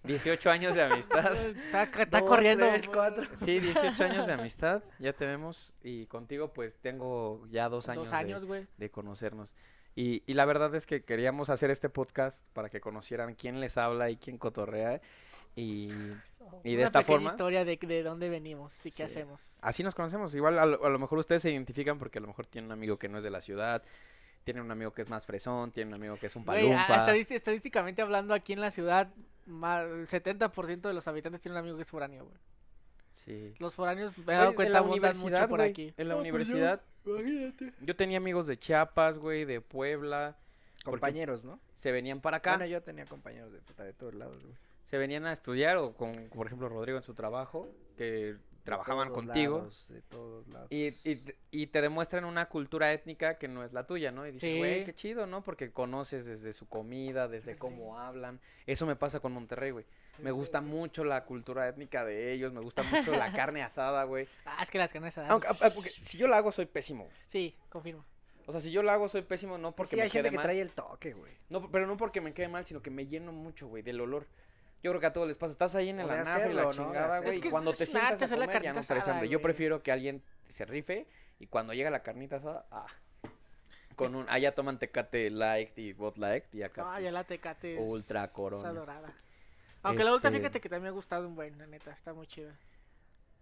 Speaker 4: 18 años de amistad.
Speaker 3: Está, está
Speaker 2: Dos,
Speaker 3: corriendo.
Speaker 2: tres, cuatro.
Speaker 4: Sí, 18 años de amistad, ya tenemos, y contigo pues tengo ya dos años,
Speaker 3: Dos
Speaker 4: de-
Speaker 3: años, güey.
Speaker 4: de conocernos. Y, y la verdad es que queríamos hacer este podcast para que conocieran quién les habla y quién cotorrea. Y, y de
Speaker 3: Una
Speaker 4: esta
Speaker 3: pequeña
Speaker 4: forma,
Speaker 3: historia de, de dónde venimos y
Speaker 4: Sí.
Speaker 3: qué hacemos.
Speaker 4: así nos conocemos. Igual a lo, a lo mejor ustedes se identifican porque a lo mejor tienen un amigo que no es de la ciudad, tienen un amigo que es más fresón, tienen un amigo que es un
Speaker 3: Güey, ah, a-
Speaker 4: palumpa.
Speaker 3: estadis- estadísticamente hablando, aquí en la ciudad, ma- el 70% de los habitantes tiene un amigo que es foráneo, güey.
Speaker 4: Sí.
Speaker 3: Los foráneos, me he dado
Speaker 4: Güey,
Speaker 3: cuenta, abundan mucho por
Speaker 4: güey,
Speaker 3: aquí.
Speaker 2: pues
Speaker 4: En la universidad. Yo tenía amigos de Chiapas, güey, de Puebla. porque
Speaker 2: Compañeros, ¿no?
Speaker 4: Se venían para acá.
Speaker 2: Bueno, yo tenía compañeros de puta de todos lados, güey.
Speaker 4: se venían a estudiar o con, por ejemplo, Rodrigo en su trabajo, que trabajaban
Speaker 2: todos
Speaker 4: contigo.
Speaker 2: lados, de todos lados.
Speaker 4: Y, y te- y te demuestran una cultura étnica que no es la tuya, ¿no? Y dices, güey,
Speaker 3: Sí.
Speaker 4: qué chido, ¿no? Porque conoces desde su comida, desde cómo hablan. Eso me pasa con Monterrey, güey. Me gusta mucho la cultura étnica de ellos, me gusta mucho la carne asada, güey.
Speaker 3: Ah, es que las canas asadas,
Speaker 4: Aunque, ah, porque si yo la hago, soy pésimo. güey.
Speaker 3: Sí, confirmo.
Speaker 4: O sea, si yo la hago, soy pésimo, no porque
Speaker 2: Pues sí,
Speaker 4: me
Speaker 2: hay gente
Speaker 4: quede
Speaker 2: que
Speaker 4: mal.
Speaker 2: trae el toque, güey.
Speaker 4: No, pero no porque me quede mal, sino que me lleno mucho, güey, del olor. Yo creo que a todos les pasa. Estás ahí en
Speaker 2: O
Speaker 4: el
Speaker 2: de
Speaker 4: anafe y
Speaker 2: hacerlo,
Speaker 4: la
Speaker 2: ¿no? De
Speaker 4: chingada,
Speaker 2: hacerlo.
Speaker 4: güey.
Speaker 2: Es
Speaker 4: y
Speaker 2: que es-
Speaker 4: cuando te
Speaker 3: es un arte
Speaker 4: sientas a
Speaker 3: hacer la
Speaker 4: comer, ya
Speaker 3: carnita
Speaker 4: no traes
Speaker 3: asada,
Speaker 4: hambre. Yo
Speaker 3: güey.
Speaker 4: prefiero que alguien se rife y cuando llega la carnita asada, ah, con un... Allá toman Tecate Light y Bot Light y acá
Speaker 3: Ah,
Speaker 4: pues,
Speaker 3: ya la tecate. es-
Speaker 4: Ultra
Speaker 3: Está
Speaker 4: Corona.
Speaker 3: dorada. Aunque la ultra,
Speaker 4: Este-
Speaker 3: fíjate que también me ha gustado un buen, la neta, está muy chida. De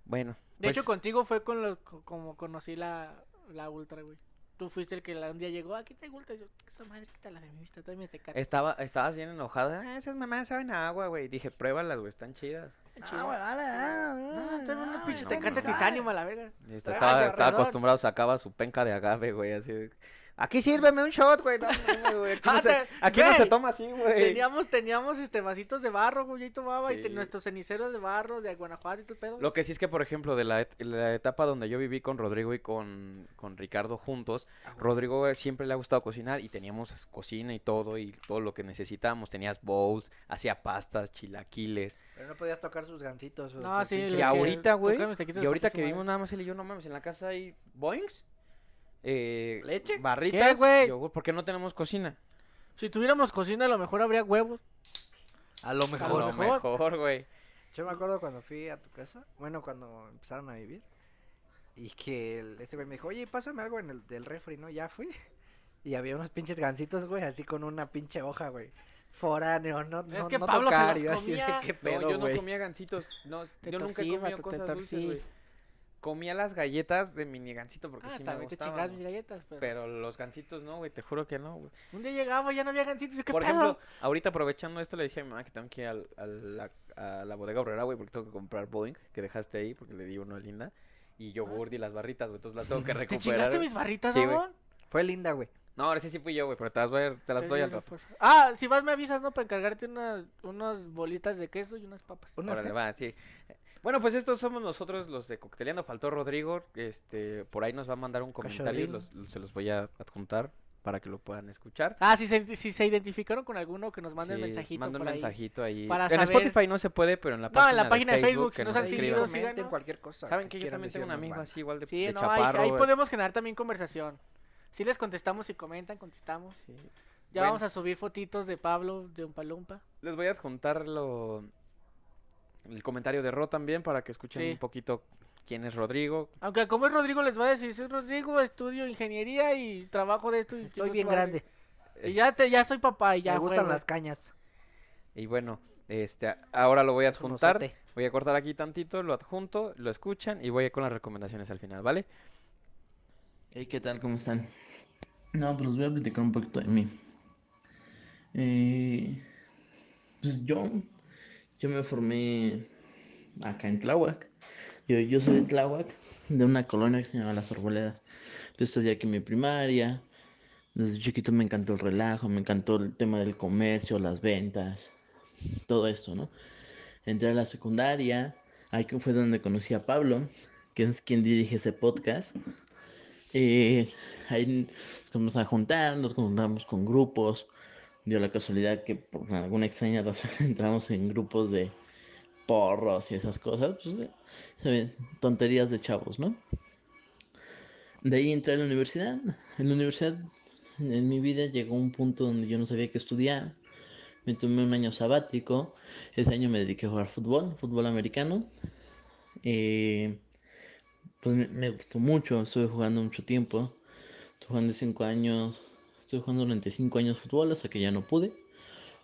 Speaker 4: Bueno,
Speaker 3: hecho,
Speaker 4: pues,
Speaker 3: contigo fue con lo, co- como conocí la, la ultra, güey. Tú fuiste el que la- un día llegó, aquí traigo ultra. Y yo, esa madre, quítala de mi vista, tráeme tecate.
Speaker 4: estaba, estabas bien enojada. "Ah, esas mamás saben a agua, güey. Dije, pruébalas, güey, están chidas.
Speaker 3: Están
Speaker 2: Ah,
Speaker 3: chidas.
Speaker 2: güey, dale, dale,
Speaker 3: No,
Speaker 2: dale,
Speaker 3: tráeme unos
Speaker 2: dale,
Speaker 3: pinches
Speaker 4: Ah, no,
Speaker 3: tecate
Speaker 4: mames.
Speaker 3: titanium a la verga.
Speaker 4: Y esta-
Speaker 2: Trae algo
Speaker 4: Estaba, estaba
Speaker 2: alrededor.
Speaker 4: acostumbrado, sacaba su penca de agave, güey, así. de, Aquí sírveme un shot, güey. No, mames, güey, aquí no
Speaker 3: Ah,
Speaker 4: se,
Speaker 3: te-
Speaker 4: aquí no se
Speaker 3: güey,
Speaker 4: toma así, güey.
Speaker 3: Teníamos, teníamos este vasitos de barro, güey, y tomaba, y te-
Speaker 4: Sí.
Speaker 3: nuestros ceniceros de barro de Guanajuato y tu pedo.
Speaker 4: Lo que sí es que, por ejemplo, de la, et- la etapa donde yo viví con Rodrigo y con, con Ricardo juntos,
Speaker 3: Ah,
Speaker 4: Rodrigo eh, siempre le ha gustado cocinar y teníamos cocina y todo, y todo lo que necesitábamos. Tenías bowls, hacía pastas, chilaquiles.
Speaker 2: Pero no podías tocar sus gancitos.
Speaker 3: No, sí,
Speaker 4: Y
Speaker 3: los que-
Speaker 4: ahorita, güey,
Speaker 3: tocan los taquitos
Speaker 4: y
Speaker 3: de
Speaker 4: ahorita
Speaker 3: patas,
Speaker 4: que
Speaker 3: su
Speaker 4: vivimos nada más él y yo, no mames, en la casa hay boings, eh,
Speaker 2: ¿Leche?
Speaker 4: barritas,
Speaker 3: güey?
Speaker 4: yogur, ¿por qué no tenemos cocina?
Speaker 3: Si tuviéramos cocina, a lo mejor habría huevos.
Speaker 2: A lo
Speaker 4: A
Speaker 3: A lo
Speaker 4: lo
Speaker 2: mejor.
Speaker 3: mejor.
Speaker 4: mejor, güey.
Speaker 2: Yo me acuerdo cuando fui a tu casa, bueno, cuando empezaron a vivir, y que el- este güey me dijo, oye, pásame algo en el, del refri, ¿no? Ya fui. Y había unos pinches gancitos, güey, así con una pinche hoja, güey. Foráneo, no, no,
Speaker 3: Es que
Speaker 2: no
Speaker 3: Pablo se
Speaker 2: tocar.
Speaker 3: los
Speaker 2: y yo así de,
Speaker 3: comía.
Speaker 2: ¿qué pedo,
Speaker 4: No, yo
Speaker 2: güey?
Speaker 4: no comía gancitos. No,
Speaker 3: Te
Speaker 4: yo nunca he
Speaker 3: torcí,
Speaker 4: comido
Speaker 3: vato, te
Speaker 4: cosas dulces,
Speaker 3: torcí.
Speaker 4: güey. Comía las galletas de mini gancito porque
Speaker 3: Ah,
Speaker 4: sí me
Speaker 3: también te
Speaker 4: gustaban.
Speaker 3: chingabas
Speaker 4: güey.
Speaker 3: mis galletas. Pero...
Speaker 4: Pero los gancitos no, güey, te juro que no, güey.
Speaker 3: Un día llegaba, ya no había gancitos. yo, ¿Qué
Speaker 4: Por
Speaker 3: pedo?
Speaker 4: ejemplo, ahorita aprovechando esto, le dije a mi mamá que tengo que ir al- a, la, a la bodega obrera, güey, porque tengo que comprar Boeing, que dejaste ahí, porque le di uno a Linda, y yogurt y las barritas, güey, entonces las tengo que
Speaker 3: Ah. ¿te
Speaker 4: recuperar.
Speaker 3: chingaste mis barritas,
Speaker 4: Sí, güey.
Speaker 3: mamón?
Speaker 2: Fue linda, güey.
Speaker 4: No, ahora sí, sí fui yo, güey, pero te las, voy a- te las
Speaker 3: Sí,
Speaker 4: doy
Speaker 3: sí,
Speaker 4: al
Speaker 3: no,
Speaker 4: rato.
Speaker 3: por favor. Ah, si vas me avisas, ¿no? Para encargarte unas, unas bolitas de queso y unas papas.
Speaker 2: ¿Unas
Speaker 4: Órale,
Speaker 2: qué?
Speaker 4: va, sí. Bueno, pues estos somos nosotros los de Cocteliano. Faltó Rodrigo. Este, por ahí nos va a mandar un comentario. y
Speaker 2: Cachorrín.
Speaker 4: los- los- se los voy a adjuntar para que lo puedan escuchar.
Speaker 3: Ah, si se, si se identificaron con alguno, que nos manden
Speaker 4: Sí,
Speaker 3: mensajito
Speaker 4: manda un
Speaker 3: por ahí.
Speaker 4: mensajito ahí.
Speaker 3: Para
Speaker 4: en
Speaker 3: saber-
Speaker 4: Spotify no se puede, pero en la
Speaker 3: No,
Speaker 4: página,
Speaker 3: en la página
Speaker 4: de
Speaker 3: de Facebook,
Speaker 4: Facebook, que
Speaker 3: si
Speaker 4: nos
Speaker 3: nos han
Speaker 2: Ahí
Speaker 4: escriban.
Speaker 3: seguido, sí.
Speaker 2: comenten
Speaker 3: síganos.
Speaker 2: cualquier cosa.
Speaker 4: Saben
Speaker 2: que
Speaker 4: que yo
Speaker 2: quieran
Speaker 4: también tengo un
Speaker 2: decirnos,
Speaker 4: amigo
Speaker 2: banda.
Speaker 4: así igual de,
Speaker 3: Sí,
Speaker 4: de
Speaker 3: no, ahí-
Speaker 4: chaparro. Eh,
Speaker 3: ahí,
Speaker 4: güey.
Speaker 3: podemos generar también conversación. Si les contestamos y comentan, contestamos.
Speaker 4: Sí.
Speaker 3: Ya
Speaker 4: Bueno,
Speaker 3: vamos a subir fotitos de Pablo, de un palumpa.
Speaker 4: Les voy a adjuntar lo- el comentario de Ro también para que escuchen
Speaker 3: Sí.
Speaker 4: un poquito quién es Rodrigo.
Speaker 3: Aunque como es Rodrigo, les va a decir, soy Rodrigo, estudio ingeniería y trabajo de esto. y
Speaker 2: Estoy
Speaker 3: chingo
Speaker 2: bien
Speaker 3: su madre".
Speaker 2: grande.
Speaker 3: Y ya, te, ya soy papá y ya
Speaker 2: me
Speaker 3: fue,
Speaker 2: gustan
Speaker 3: güey.
Speaker 2: las cañas.
Speaker 4: Y bueno, este, a- ahora lo voy a
Speaker 2: Es un
Speaker 4: adjuntar.
Speaker 2: osote.
Speaker 4: Voy a cortar aquí tantito, lo adjunto, lo escuchan y voy con las recomendaciones al final, ¿vale?
Speaker 6: Hey, ¿qué tal? ¿Cómo están? No, pues les voy a platicar un poquito de mí. Eh, pues yo, yo me formé acá en Tláhuac. Yo, yo soy de Tláhuac, de una colonia que se llama Las Arboledas. Pues, Yo estudié aquí mi primaria. Desde chiquito me encantó el relajo, me encantó el tema del comercio, las ventas, todo esto, ¿no? Entré a la secundaria, aquí fue donde conocí a Pablo, que es quien dirige ese podcast. Eh, ahí nos comenzamos a juntar, nos juntamos con grupos. Dio la casualidad que por alguna extraña razón entramos en grupos de porros y esas cosas. pues, eh, saben, tonterías de chavos, ¿no? De ahí entré a la universidad. En la universidad, en en mi vida, llegó un punto donde yo no sabía qué estudiar. Me tomé un año sabático. Ese año me dediqué a jugar fútbol, fútbol americano. Eh, pues me, me gustó mucho, estuve jugando mucho tiempo. Estuve jugando 5 años, estuve jugando durante 5 años fútbol hasta que ya no pude.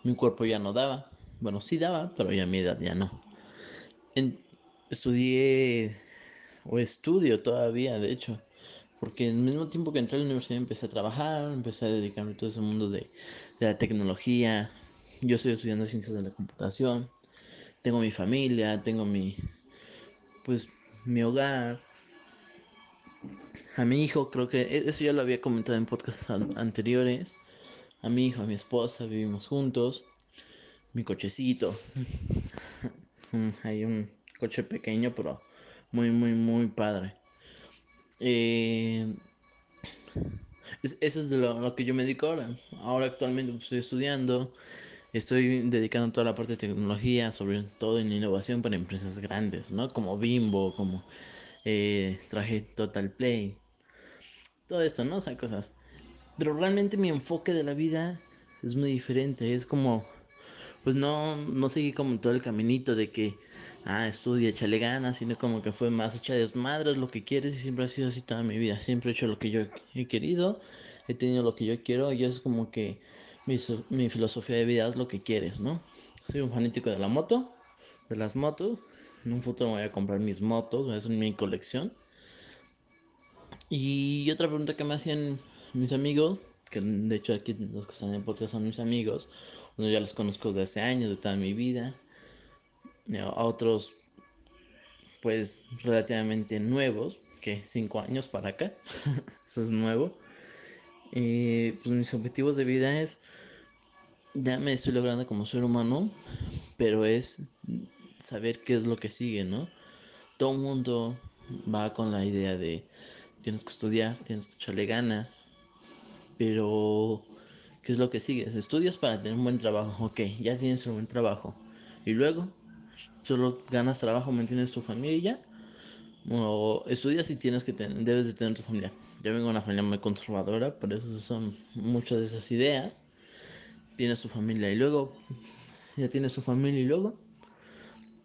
Speaker 6: Mi cuerpo ya no daba. Bueno, sí daba, pero ya a mi edad ya no. En- estudié o estudio todavía, de hecho, porque al mismo tiempo que entré a la universidad empecé a trabajar, empecé a dedicarme a todo ese mundo de, de la tecnología. Yo estoy estudiando ciencias de la computación. Tengo mi familia, tengo mi, pues, mi hogar a mi hijo, creo que e- eso ya lo había comentado en podcasts an- anteriores. A mi hijo, a mi esposa, vivimos juntos. Mi cochecito. Mm, Hay un coche pequeño, pero muy, muy, muy padre. Eh, es- eso es de lo, lo que yo me dedico ahora. Ahora actualmente pues, estoy estudiando. Estoy dedicando toda la parte de tecnología, sobre todo en innovación para empresas grandes, ¿no? Como Bimbo, como eh, traje Total Play, todo esto, ¿no? O sea, cosas. Pero realmente mi enfoque de la vida es muy diferente, es como, pues no, no seguí como todo el caminito de que, ah, estudia, échale ganas, sino como que fue más hecha desmadres, lo que quieres y siempre ha sido así toda mi vida, siempre he hecho lo que yo he querido, he tenido lo que yo quiero y es como que mi, so- mi filosofía de vida es lo que quieres, ¿no? Soy un fanático de la moto, de las motos, en un futuro me voy a comprar mis motos, es mi colección. Y otra pregunta que me hacían mis amigos, que de hecho aquí los que están en el podcast son mis amigos, unos ya los conozco desde hace años, de toda mi vida, y a a otros pues relativamente nuevos, que cinco años para acá, eso es nuevo. Eh, pues mis objetivos de vida es, ya me estoy logrando como ser humano, pero es saber qué es lo que sigue, ¿no? Todo el mundo va con la idea de tienes que estudiar, tienes que echarle ganas, pero ¿qué es lo que sigue? Estudias para tener un buen trabajo, ok, ya tienes un buen trabajo, y luego solo ganas trabajo, mantienes tu familia, o estudias y tienes que ten- debes de tener tu familia. Yo vengo de una familia muy conservadora, por eso son muchas de esas ideas. Tienes tu familia y luego, ya tienes tu familia y luego,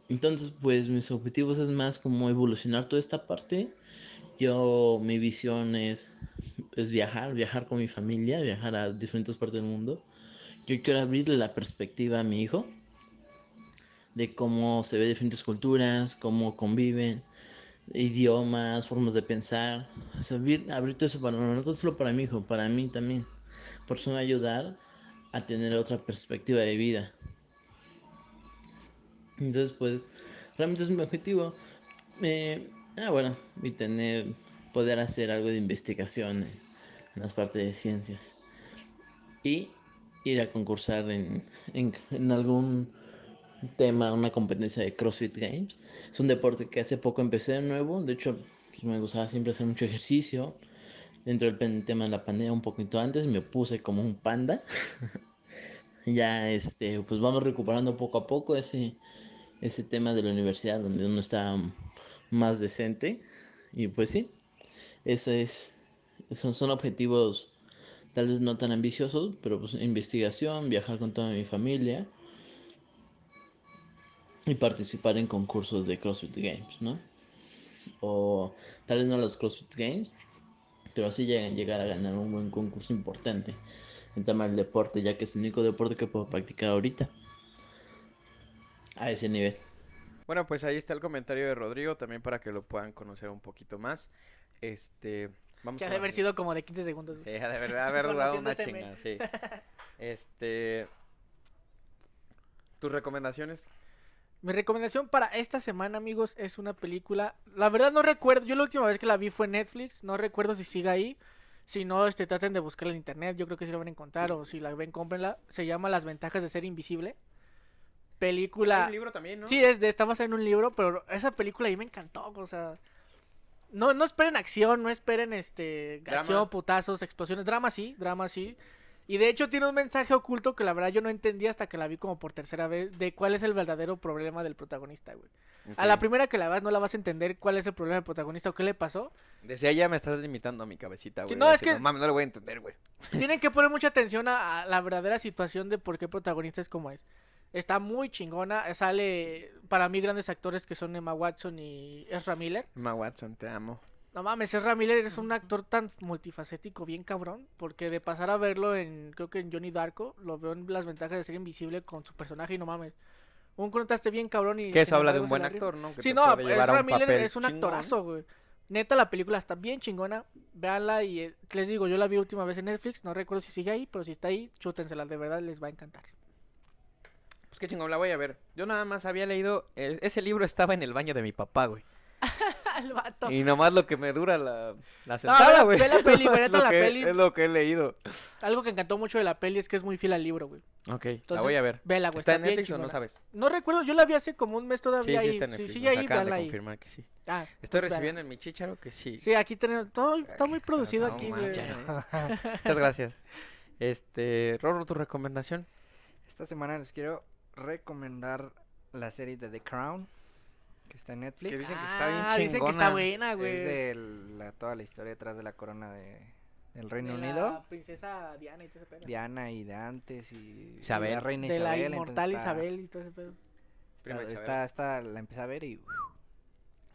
Speaker 6: entonces, pues mis objetivos es más como evolucionar toda esta parte. Yo, mi visión es es viajar, viajar con mi familia, viajar a diferentes partes del mundo. Yo quiero abrirle la perspectiva a mi hijo de cómo se ve diferentes culturas, cómo conviven, idiomas, formas de pensar. O sea, abrir, abrir todo eso para no solo para mi hijo, para mí también. Por eso me va a ayudar a tener otra perspectiva de vida. Entonces, pues, realmente es mi objetivo. Eh, ah, bueno, y tener, poder hacer algo de investigación en, en las partes de ciencias. Y ir a concursar en, en, en algún tema, una competencia de CrossFit Games. Es un deporte que hace poco empecé de nuevo. De hecho, pues, me gustaba siempre hacer mucho ejercicio. Dentro del tema de la pandemia, un poquito antes, me puse como un panda. ya, este, pues vamos recuperando poco a poco ese, ese tema de la universidad, donde uno está más decente. Y pues sí, ese es, esos son objetivos tal vez no tan ambiciosos, pero pues investigación, viajar con toda mi familia y participar en concursos de CrossFit Games, ¿no? O tal vez no los CrossFit Games, pero sí llegan, llegar a ganar un buen concurso importante en tema del deporte, ya que es el único deporte que puedo practicar ahorita a ese nivel.
Speaker 4: Bueno, pues ahí está el comentario de Rodrigo, también para que lo puedan conocer un poquito más. Este, vamos
Speaker 3: Que ha
Speaker 4: con
Speaker 3: de
Speaker 4: la
Speaker 3: haber sido como de 15 segundos.
Speaker 4: Sí, ha de verdad haber dudado una
Speaker 3: Conociéndose,
Speaker 4: chinga, sí. Este. ¿Tus recomendaciones?
Speaker 3: Mi recomendación para esta semana, amigos, es una película. La verdad no recuerdo. Yo la última vez que la vi fue en Netflix. No recuerdo si sigue ahí. Si no, este, traten de buscarla en internet. Yo creo que sí la van a encontrar. O si la ven, cómprenla. Se llama Las ventajas de ser invisible. Película.
Speaker 4: Hay libro también, ¿no?
Speaker 3: Sí, es de, está basada en un libro, pero esa película a mí me encantó, o sea... No, no esperen acción, no esperen este
Speaker 4: Drama.
Speaker 3: acción, putazos, explosiones, drama sí, drama sí. Y de hecho tiene un mensaje oculto que la verdad yo no entendí hasta que la vi como por tercera vez de cuál es el verdadero problema del protagonista, güey. A la
Speaker 4: Ok.
Speaker 3: primera que la veas no la vas a entender cuál es el problema del protagonista o qué le pasó.
Speaker 4: Decía ya me estás limitando a mi cabecita,
Speaker 3: Sí,
Speaker 4: güey.
Speaker 3: no,
Speaker 4: Así,
Speaker 3: es que-
Speaker 4: No mames, no lo voy a entender, güey.
Speaker 3: Tienen que poner mucha atención a, a la verdadera situación de por qué el protagonista es como es. Está muy chingona, sale para mí grandes actores que son Emma Watson y Ezra Miller.
Speaker 4: Ma Watson, te amo.
Speaker 3: No mames, Ezra Miller es un actor tan multifacético, bien cabrón, porque de pasar a verlo en, creo que en Johnny Darko, lo veo en las ventajas de ser invisible con su personaje y no mames. Un contraste bien cabrón y...
Speaker 4: Que eso
Speaker 3: sin
Speaker 4: habla de
Speaker 3: embargo se
Speaker 4: un buen
Speaker 3: la rifa.
Speaker 4: actor, ¿no? Que
Speaker 3: Sí,
Speaker 4: te
Speaker 3: no,
Speaker 4: puede llevar a
Speaker 3: Ezra
Speaker 4: un
Speaker 3: Miller
Speaker 4: papel
Speaker 3: es un
Speaker 4: chingón.
Speaker 3: actorazo, güey. Neta, la película está bien chingona, véanla y eh, les digo, yo la vi última vez en Netflix, no recuerdo si sigue ahí, pero si está ahí, chútensela, de verdad les va a encantar.
Speaker 4: Pues qué chingón, la voy a ver. Yo nada más había leído. el- ese libro estaba en el baño de mi papá, güey.
Speaker 3: El vato.
Speaker 4: Y nomás lo que me dura la, la
Speaker 3: No, ve la-
Speaker 4: sentada, güey.
Speaker 3: ve la peli, ve
Speaker 4: Es
Speaker 3: neta
Speaker 4: lo
Speaker 3: la
Speaker 4: que-
Speaker 3: peli.
Speaker 4: Es lo que he leído.
Speaker 3: Algo que encantó mucho de la peli es que es muy fiel al libro, güey.
Speaker 4: Ok, la
Speaker 3: Entonces,
Speaker 4: voy a ver.
Speaker 3: Vela, güey.
Speaker 4: ¿Está en
Speaker 3: bien
Speaker 4: Netflix o no
Speaker 3: chingona.
Speaker 4: sabes?
Speaker 3: No recuerdo, yo la vi hace como un mes
Speaker 4: Sí,
Speaker 3: todavía
Speaker 4: sí
Speaker 3: ahí.
Speaker 4: está en Netflix.
Speaker 3: si sigue
Speaker 4: nos
Speaker 3: ahí,
Speaker 4: acaban
Speaker 3: véanla
Speaker 4: de
Speaker 3: ahí.
Speaker 4: confirmar que sí.
Speaker 3: Ah,
Speaker 4: Estoy
Speaker 3: pues, véanla.
Speaker 4: recibiendo en mi chicharo que sí.
Speaker 3: Sí, aquí tenemos todo, está muy producido
Speaker 4: No
Speaker 3: aquí, güey.
Speaker 4: manches. Muchas gracias. Este, Rorro, tu recomendación.
Speaker 2: Esta semana les quiero recomendar la serie de The Crown, que está en Netflix.
Speaker 4: Que dicen que está bien
Speaker 3: Ah, dicen que está
Speaker 4: chingona.
Speaker 3: buena,
Speaker 2: Es
Speaker 3: güey.
Speaker 2: de el- la- toda la historia detrás de la corona de, del
Speaker 3: De
Speaker 2: Reino
Speaker 3: la
Speaker 2: Unido.
Speaker 3: princesa Diana y todo ese pedo.
Speaker 2: Diana y de antes y, y
Speaker 4: Isabel.
Speaker 2: la reina
Speaker 3: de
Speaker 2: Isabel,
Speaker 3: la
Speaker 2: entonces
Speaker 3: inmortal
Speaker 2: está-
Speaker 3: Isabel y todo ese pedo.
Speaker 4: Prima
Speaker 2: Está,
Speaker 4: Isabel.
Speaker 2: está- está- la empecé a ver y... uf,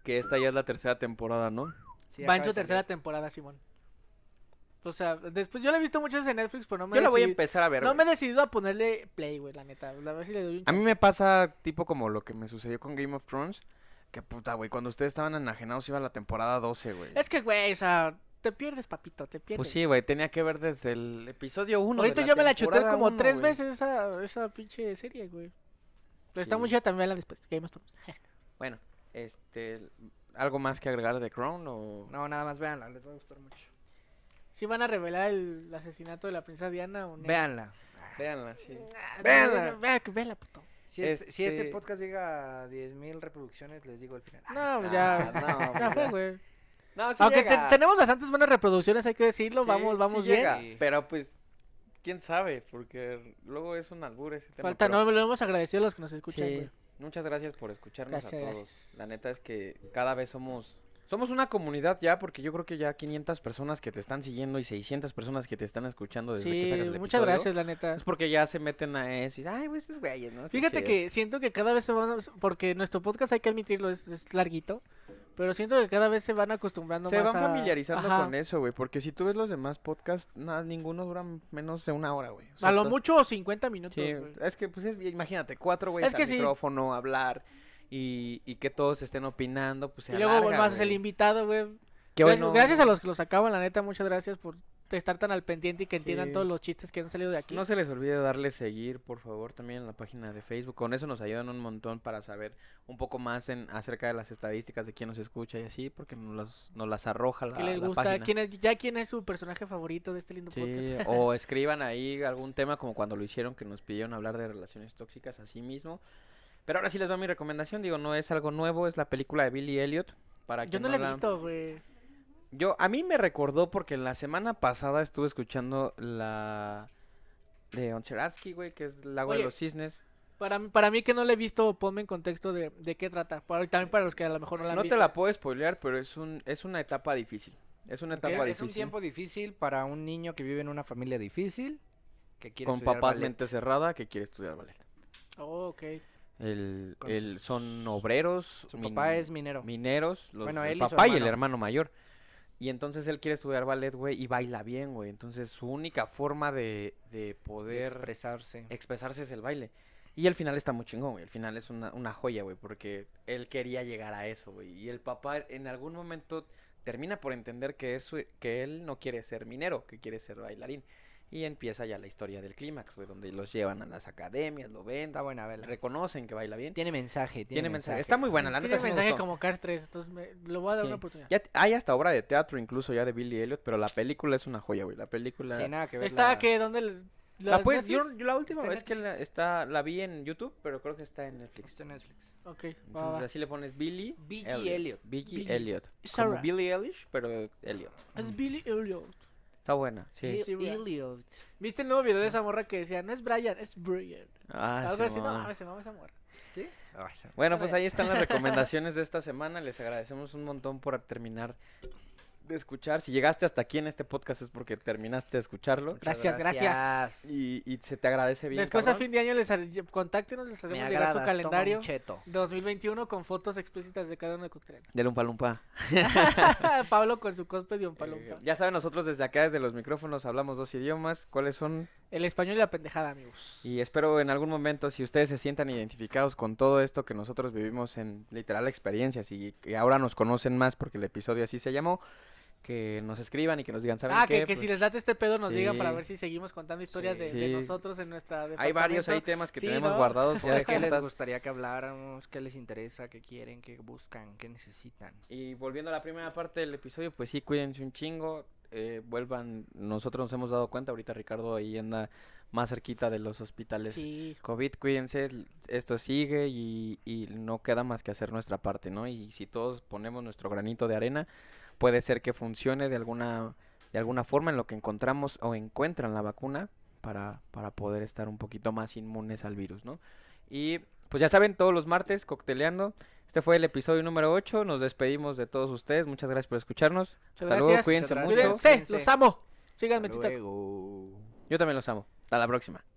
Speaker 4: Que esta ya es la tercera temporada, ¿no?
Speaker 2: sí,
Speaker 3: Va
Speaker 2: acaba
Speaker 3: en su
Speaker 2: de
Speaker 3: tercera
Speaker 2: salir.
Speaker 3: temporada, Simón. O sea, después yo la he visto muchas veces en Netflix, pero no me
Speaker 4: Yo la voy a
Speaker 3: decidi-
Speaker 4: empezar a ver.
Speaker 3: No me
Speaker 4: güey.
Speaker 3: he decidido a ponerle play, güey, la neta. A ver si le doy un
Speaker 4: A mí me pasa tipo como lo que me sucedió con Game of Thrones. Que puta, güey, cuando ustedes estaban enajenados iba la temporada 12, güey.
Speaker 3: Es que, güey, o sea, te pierdes, papito, te pierdes.
Speaker 4: Pues sí, güey, tenía que ver desde el episodio 1.
Speaker 3: Ahorita yo me la chuté como tres veces esa, esa pinche serie, güey. Pero está
Speaker 4: Sí.
Speaker 3: muy chida también la después. Game of Thrones.
Speaker 4: Bueno, este, ¿algo más que agregar de Crown o...?
Speaker 2: No, nada más véanla, les va a gustar mucho.
Speaker 3: ¿Sí van a revelar el, el asesinato de la princesa Diana o no?
Speaker 2: Véanla.
Speaker 4: Véanla, sí.
Speaker 3: Ah,
Speaker 4: véanla.
Speaker 3: no, Vea, que véanla, puto.
Speaker 2: Si este, si este
Speaker 4: Este-
Speaker 2: podcast llega a 10.000 reproducciones, les digo al final.
Speaker 3: No,
Speaker 4: no,
Speaker 3: ya.
Speaker 4: Ah, no,
Speaker 3: ya
Speaker 4: pues
Speaker 3: fue,
Speaker 4: ya.
Speaker 3: güey.
Speaker 4: No, sí
Speaker 3: Aunque te-
Speaker 4: llega.
Speaker 3: tenemos bastantes buenas reproducciones, hay que decirlo.
Speaker 4: Sí,
Speaker 3: vamos,
Speaker 4: sí
Speaker 3: vamos bien.
Speaker 4: llega,
Speaker 2: Sí.
Speaker 4: Pero pues, quién sabe, porque luego es un albur ese tema.
Speaker 3: Falta,
Speaker 4: pero-
Speaker 3: no, lo hemos agradecido a los que nos escuchan,
Speaker 4: Sí,
Speaker 3: güey.
Speaker 4: Muchas gracias por escucharnos
Speaker 3: Gracias,
Speaker 4: a todos.
Speaker 3: gracias.
Speaker 4: La neta es que cada vez somos somos una comunidad ya porque yo creo que ya 500 personas que te están siguiendo y 600 personas que te están escuchando desde pues, que
Speaker 3: Sí,
Speaker 4: sacas el
Speaker 3: muchas
Speaker 4: episodio.
Speaker 3: gracias, la neta.
Speaker 4: Es porque ya se meten a eso y ay, güey, estos güeyes, ¿no? Qué
Speaker 3: Fíjate
Speaker 4: chido".
Speaker 3: que siento que cada vez se van a- porque nuestro podcast hay que admitirlo, es, es larguito. Pero siento que cada vez se van acostumbrando
Speaker 4: Se
Speaker 3: más
Speaker 4: van
Speaker 3: a-
Speaker 4: familiarizando
Speaker 3: Ajá.
Speaker 4: con eso, güey. Porque si tú ves los demás podcasts, nada, ninguno dura menos de una hora, güey. O sea,
Speaker 3: A lo
Speaker 4: to-
Speaker 3: mucho 50 minutos,
Speaker 4: Sí,
Speaker 3: güey.
Speaker 4: es que, pues, es- imagínate, cuatro güeyes
Speaker 3: Es que
Speaker 4: al
Speaker 3: sí.
Speaker 4: micrófono, hablar y, y que todos estén opinando, pues, se
Speaker 3: Y luego
Speaker 4: alarga,
Speaker 3: más el
Speaker 4: güey.
Speaker 3: invitado, güey.
Speaker 4: Que hoy
Speaker 3: Gracias,
Speaker 4: no-
Speaker 3: gracias a los que lo sacaban, la neta, muchas gracias por estar tan al pendiente y que entiendan
Speaker 4: Sí.
Speaker 3: todos los chistes que han salido de aquí.
Speaker 4: No se les olvide darle seguir, por favor, también en la página de Facebook. Con eso nos ayudan un montón para saber un poco más en acerca de las estadísticas de quién nos escucha y así, porque nos, las- nos las arroja la,
Speaker 3: ¿Qué les
Speaker 4: la
Speaker 3: gusta?
Speaker 4: página.
Speaker 3: ¿Quién es, ya quién es su personaje favorito de este lindo podcast.
Speaker 4: Sí, o escriban ahí algún tema como cuando lo hicieron que nos pidieron hablar de relaciones tóxicas así mismo. Pero ahora sí les va mi recomendación, digo, no es algo nuevo, es la película de Billy Elliot. Para
Speaker 3: Yo
Speaker 4: quien
Speaker 3: no lo
Speaker 4: la-
Speaker 3: he visto, güey.
Speaker 4: Yo, a mí me recordó porque la semana pasada estuve escuchando la de Oncheratsky, güey, que es el agua
Speaker 3: Oye.
Speaker 4: de los cisnes.
Speaker 3: Para, mí- para mí que no lo he visto, ponme en contexto de, de qué trata. Para, y también para los que a lo mejor no la han
Speaker 4: No
Speaker 3: visto.
Speaker 4: te la puedo spoilear, pero es un es una etapa difícil. Es una etapa
Speaker 2: Es
Speaker 4: difícil.
Speaker 2: un tiempo difícil para un niño que vive en una familia difícil. Que quiere
Speaker 4: con
Speaker 2: estudiar
Speaker 4: papás
Speaker 2: ballet.
Speaker 4: mente cerrada que quiere estudiar ballet.
Speaker 3: Oh, ok.
Speaker 4: El,
Speaker 2: Con
Speaker 4: el-
Speaker 2: sus-
Speaker 4: son obreros.
Speaker 2: Su
Speaker 4: min-
Speaker 2: papá es minero.
Speaker 4: mineros, los,
Speaker 2: Bueno,
Speaker 4: el
Speaker 2: él y su
Speaker 4: papá y el
Speaker 2: hermano.
Speaker 4: hermano mayor. Y entonces él quiere estudiar ballet, güey, y baila bien, güey. Entonces su única forma de, de
Speaker 2: de
Speaker 4: poder
Speaker 2: expresarse.
Speaker 4: expresarse es el baile. Y el final está muy chingón, güey. El final es una, una joya, güey, porque él quería llegar a eso, güey. Y el papá en algún momento termina por entender que, eso, que él no quiere ser minero, que quiere ser bailarín. Y empieza ya la historia del clímax, güey, donde los llevan a las academias, lo ven,
Speaker 2: Está buena vela.
Speaker 4: reconocen que baila bien. Tiene,
Speaker 2: Tiene mensaje. Tiene,
Speaker 4: mensaje. Está muy buena, la neta.
Speaker 3: Tiene
Speaker 4: sí me
Speaker 3: mensaje
Speaker 4: gustó.
Speaker 3: como Cars 3, entonces me, lo voy a dar
Speaker 4: Sí.
Speaker 3: una oportunidad.
Speaker 4: Ya t- hay hasta obra de teatro incluso ya de Billy Elliot, pero la película es una joya, güey. La película...
Speaker 2: Sin nada que ver.
Speaker 3: ¿Está
Speaker 2: la-
Speaker 3: que ¿Dónde? les-
Speaker 4: la,
Speaker 3: las
Speaker 4: puedes- yo-
Speaker 3: Netflix?
Speaker 4: yo la última
Speaker 2: Está en
Speaker 4: vez que la,
Speaker 2: Netflix.
Speaker 4: está, la vi en YouTube, pero creo que está en Netflix.
Speaker 2: Está en Netflix.
Speaker 3: Ok, va, va,
Speaker 4: Entonces
Speaker 3: va.
Speaker 4: así le pones Billy.
Speaker 2: Billy Elliot.
Speaker 4: Billy
Speaker 3: Billy-
Speaker 4: Elliot. Como
Speaker 3: Sarah.
Speaker 4: Billy Eilish, pero Elliot.
Speaker 3: Es Billy Elliot.
Speaker 4: Está buena, sí.
Speaker 3: Sí. güey.
Speaker 2: Elliot.
Speaker 3: ¿Viste el nuevo video de esa morra que decía, no es Brian, es Brian?
Speaker 4: Ah,
Speaker 3: Algo
Speaker 4: se
Speaker 3: así, no,
Speaker 4: mamó.
Speaker 3: mames, se mama esa morra.
Speaker 2: ¿Sí? Ah, esa-
Speaker 4: Bueno, pues ahí están las recomendaciones de esta semana. Les agradecemos un montón por terminar de escuchar. Si llegaste hasta aquí en este podcast es porque terminaste de escucharlo.
Speaker 3: Gracias, gracias.
Speaker 4: Y, y se te agradece bien.
Speaker 3: Después
Speaker 4: cabrón.
Speaker 3: a fin de año les har- lle- contáctenos, les
Speaker 2: Me
Speaker 3: haremos llegar su
Speaker 2: agradas, calendario.
Speaker 3: calendario
Speaker 2: un cheto.
Speaker 3: 2021 con fotos explícitas de cada uno de Coctelena.
Speaker 4: Del Umpa Lumpa.
Speaker 3: Pablo con su cosplay de un
Speaker 4: Eh, ya saben, nosotros desde acá, desde los micrófonos, hablamos dos idiomas. ¿Cuáles son?
Speaker 3: El español y la pendejada, amigos.
Speaker 4: Y espero en algún momento, si ustedes se sientan identificados con todo esto que nosotros vivimos en literal experiencias y que ahora nos conocen más porque el episodio así se llamó, que nos escriban y que nos digan, ¿saben
Speaker 3: Ah,
Speaker 4: qué?
Speaker 3: que, que
Speaker 4: Pues,
Speaker 3: si les late este pedo nos digan para
Speaker 4: Sí.
Speaker 3: ver si seguimos contando historias
Speaker 4: Sí.
Speaker 3: de, de
Speaker 4: Sí.
Speaker 3: nosotros en nuestra
Speaker 4: Hay varios ahí
Speaker 3: departamento.
Speaker 4: temas que
Speaker 3: Sí,
Speaker 4: tenemos
Speaker 3: ¿no?
Speaker 4: guardados ya
Speaker 2: ¿De
Speaker 4: de
Speaker 2: qué les
Speaker 4: juntas.
Speaker 2: gustaría que habláramos? ¿Qué les interesa? ¿Qué quieren? ¿Qué buscan? ¿Qué necesitan?
Speaker 4: Y volviendo a la primera parte del episodio, pues sí, cuídense un chingo. eh, vuelvan, nosotros nos hemos dado cuenta, ahorita Ricardo ahí anda más cerquita de los hospitales
Speaker 3: Sí.
Speaker 4: COVID, cuídense, l- esto sigue y, y no queda más que hacer nuestra parte, ¿no? Y si todos ponemos nuestro granito de arena, puede ser que funcione de alguna, de alguna forma en lo que encontramos o encuentran la vacuna para, para poder estar un poquito más inmunes al virus, ¿no? Y pues ya saben, todos los martes, cocteleando. Este fue el episodio número 8. Nos despedimos de todos ustedes. Muchas gracias por escucharnos. Hasta
Speaker 3: Muchas
Speaker 4: luego,
Speaker 3: gracias.
Speaker 4: cuídense
Speaker 2: Muchas
Speaker 4: mucho.
Speaker 2: gracias.
Speaker 3: Cuídense,
Speaker 2: Cuídense.
Speaker 3: los amo. Síganme,
Speaker 2: Hasta
Speaker 3: Tito.
Speaker 2: luego.
Speaker 4: Yo también los amo. Hasta la próxima.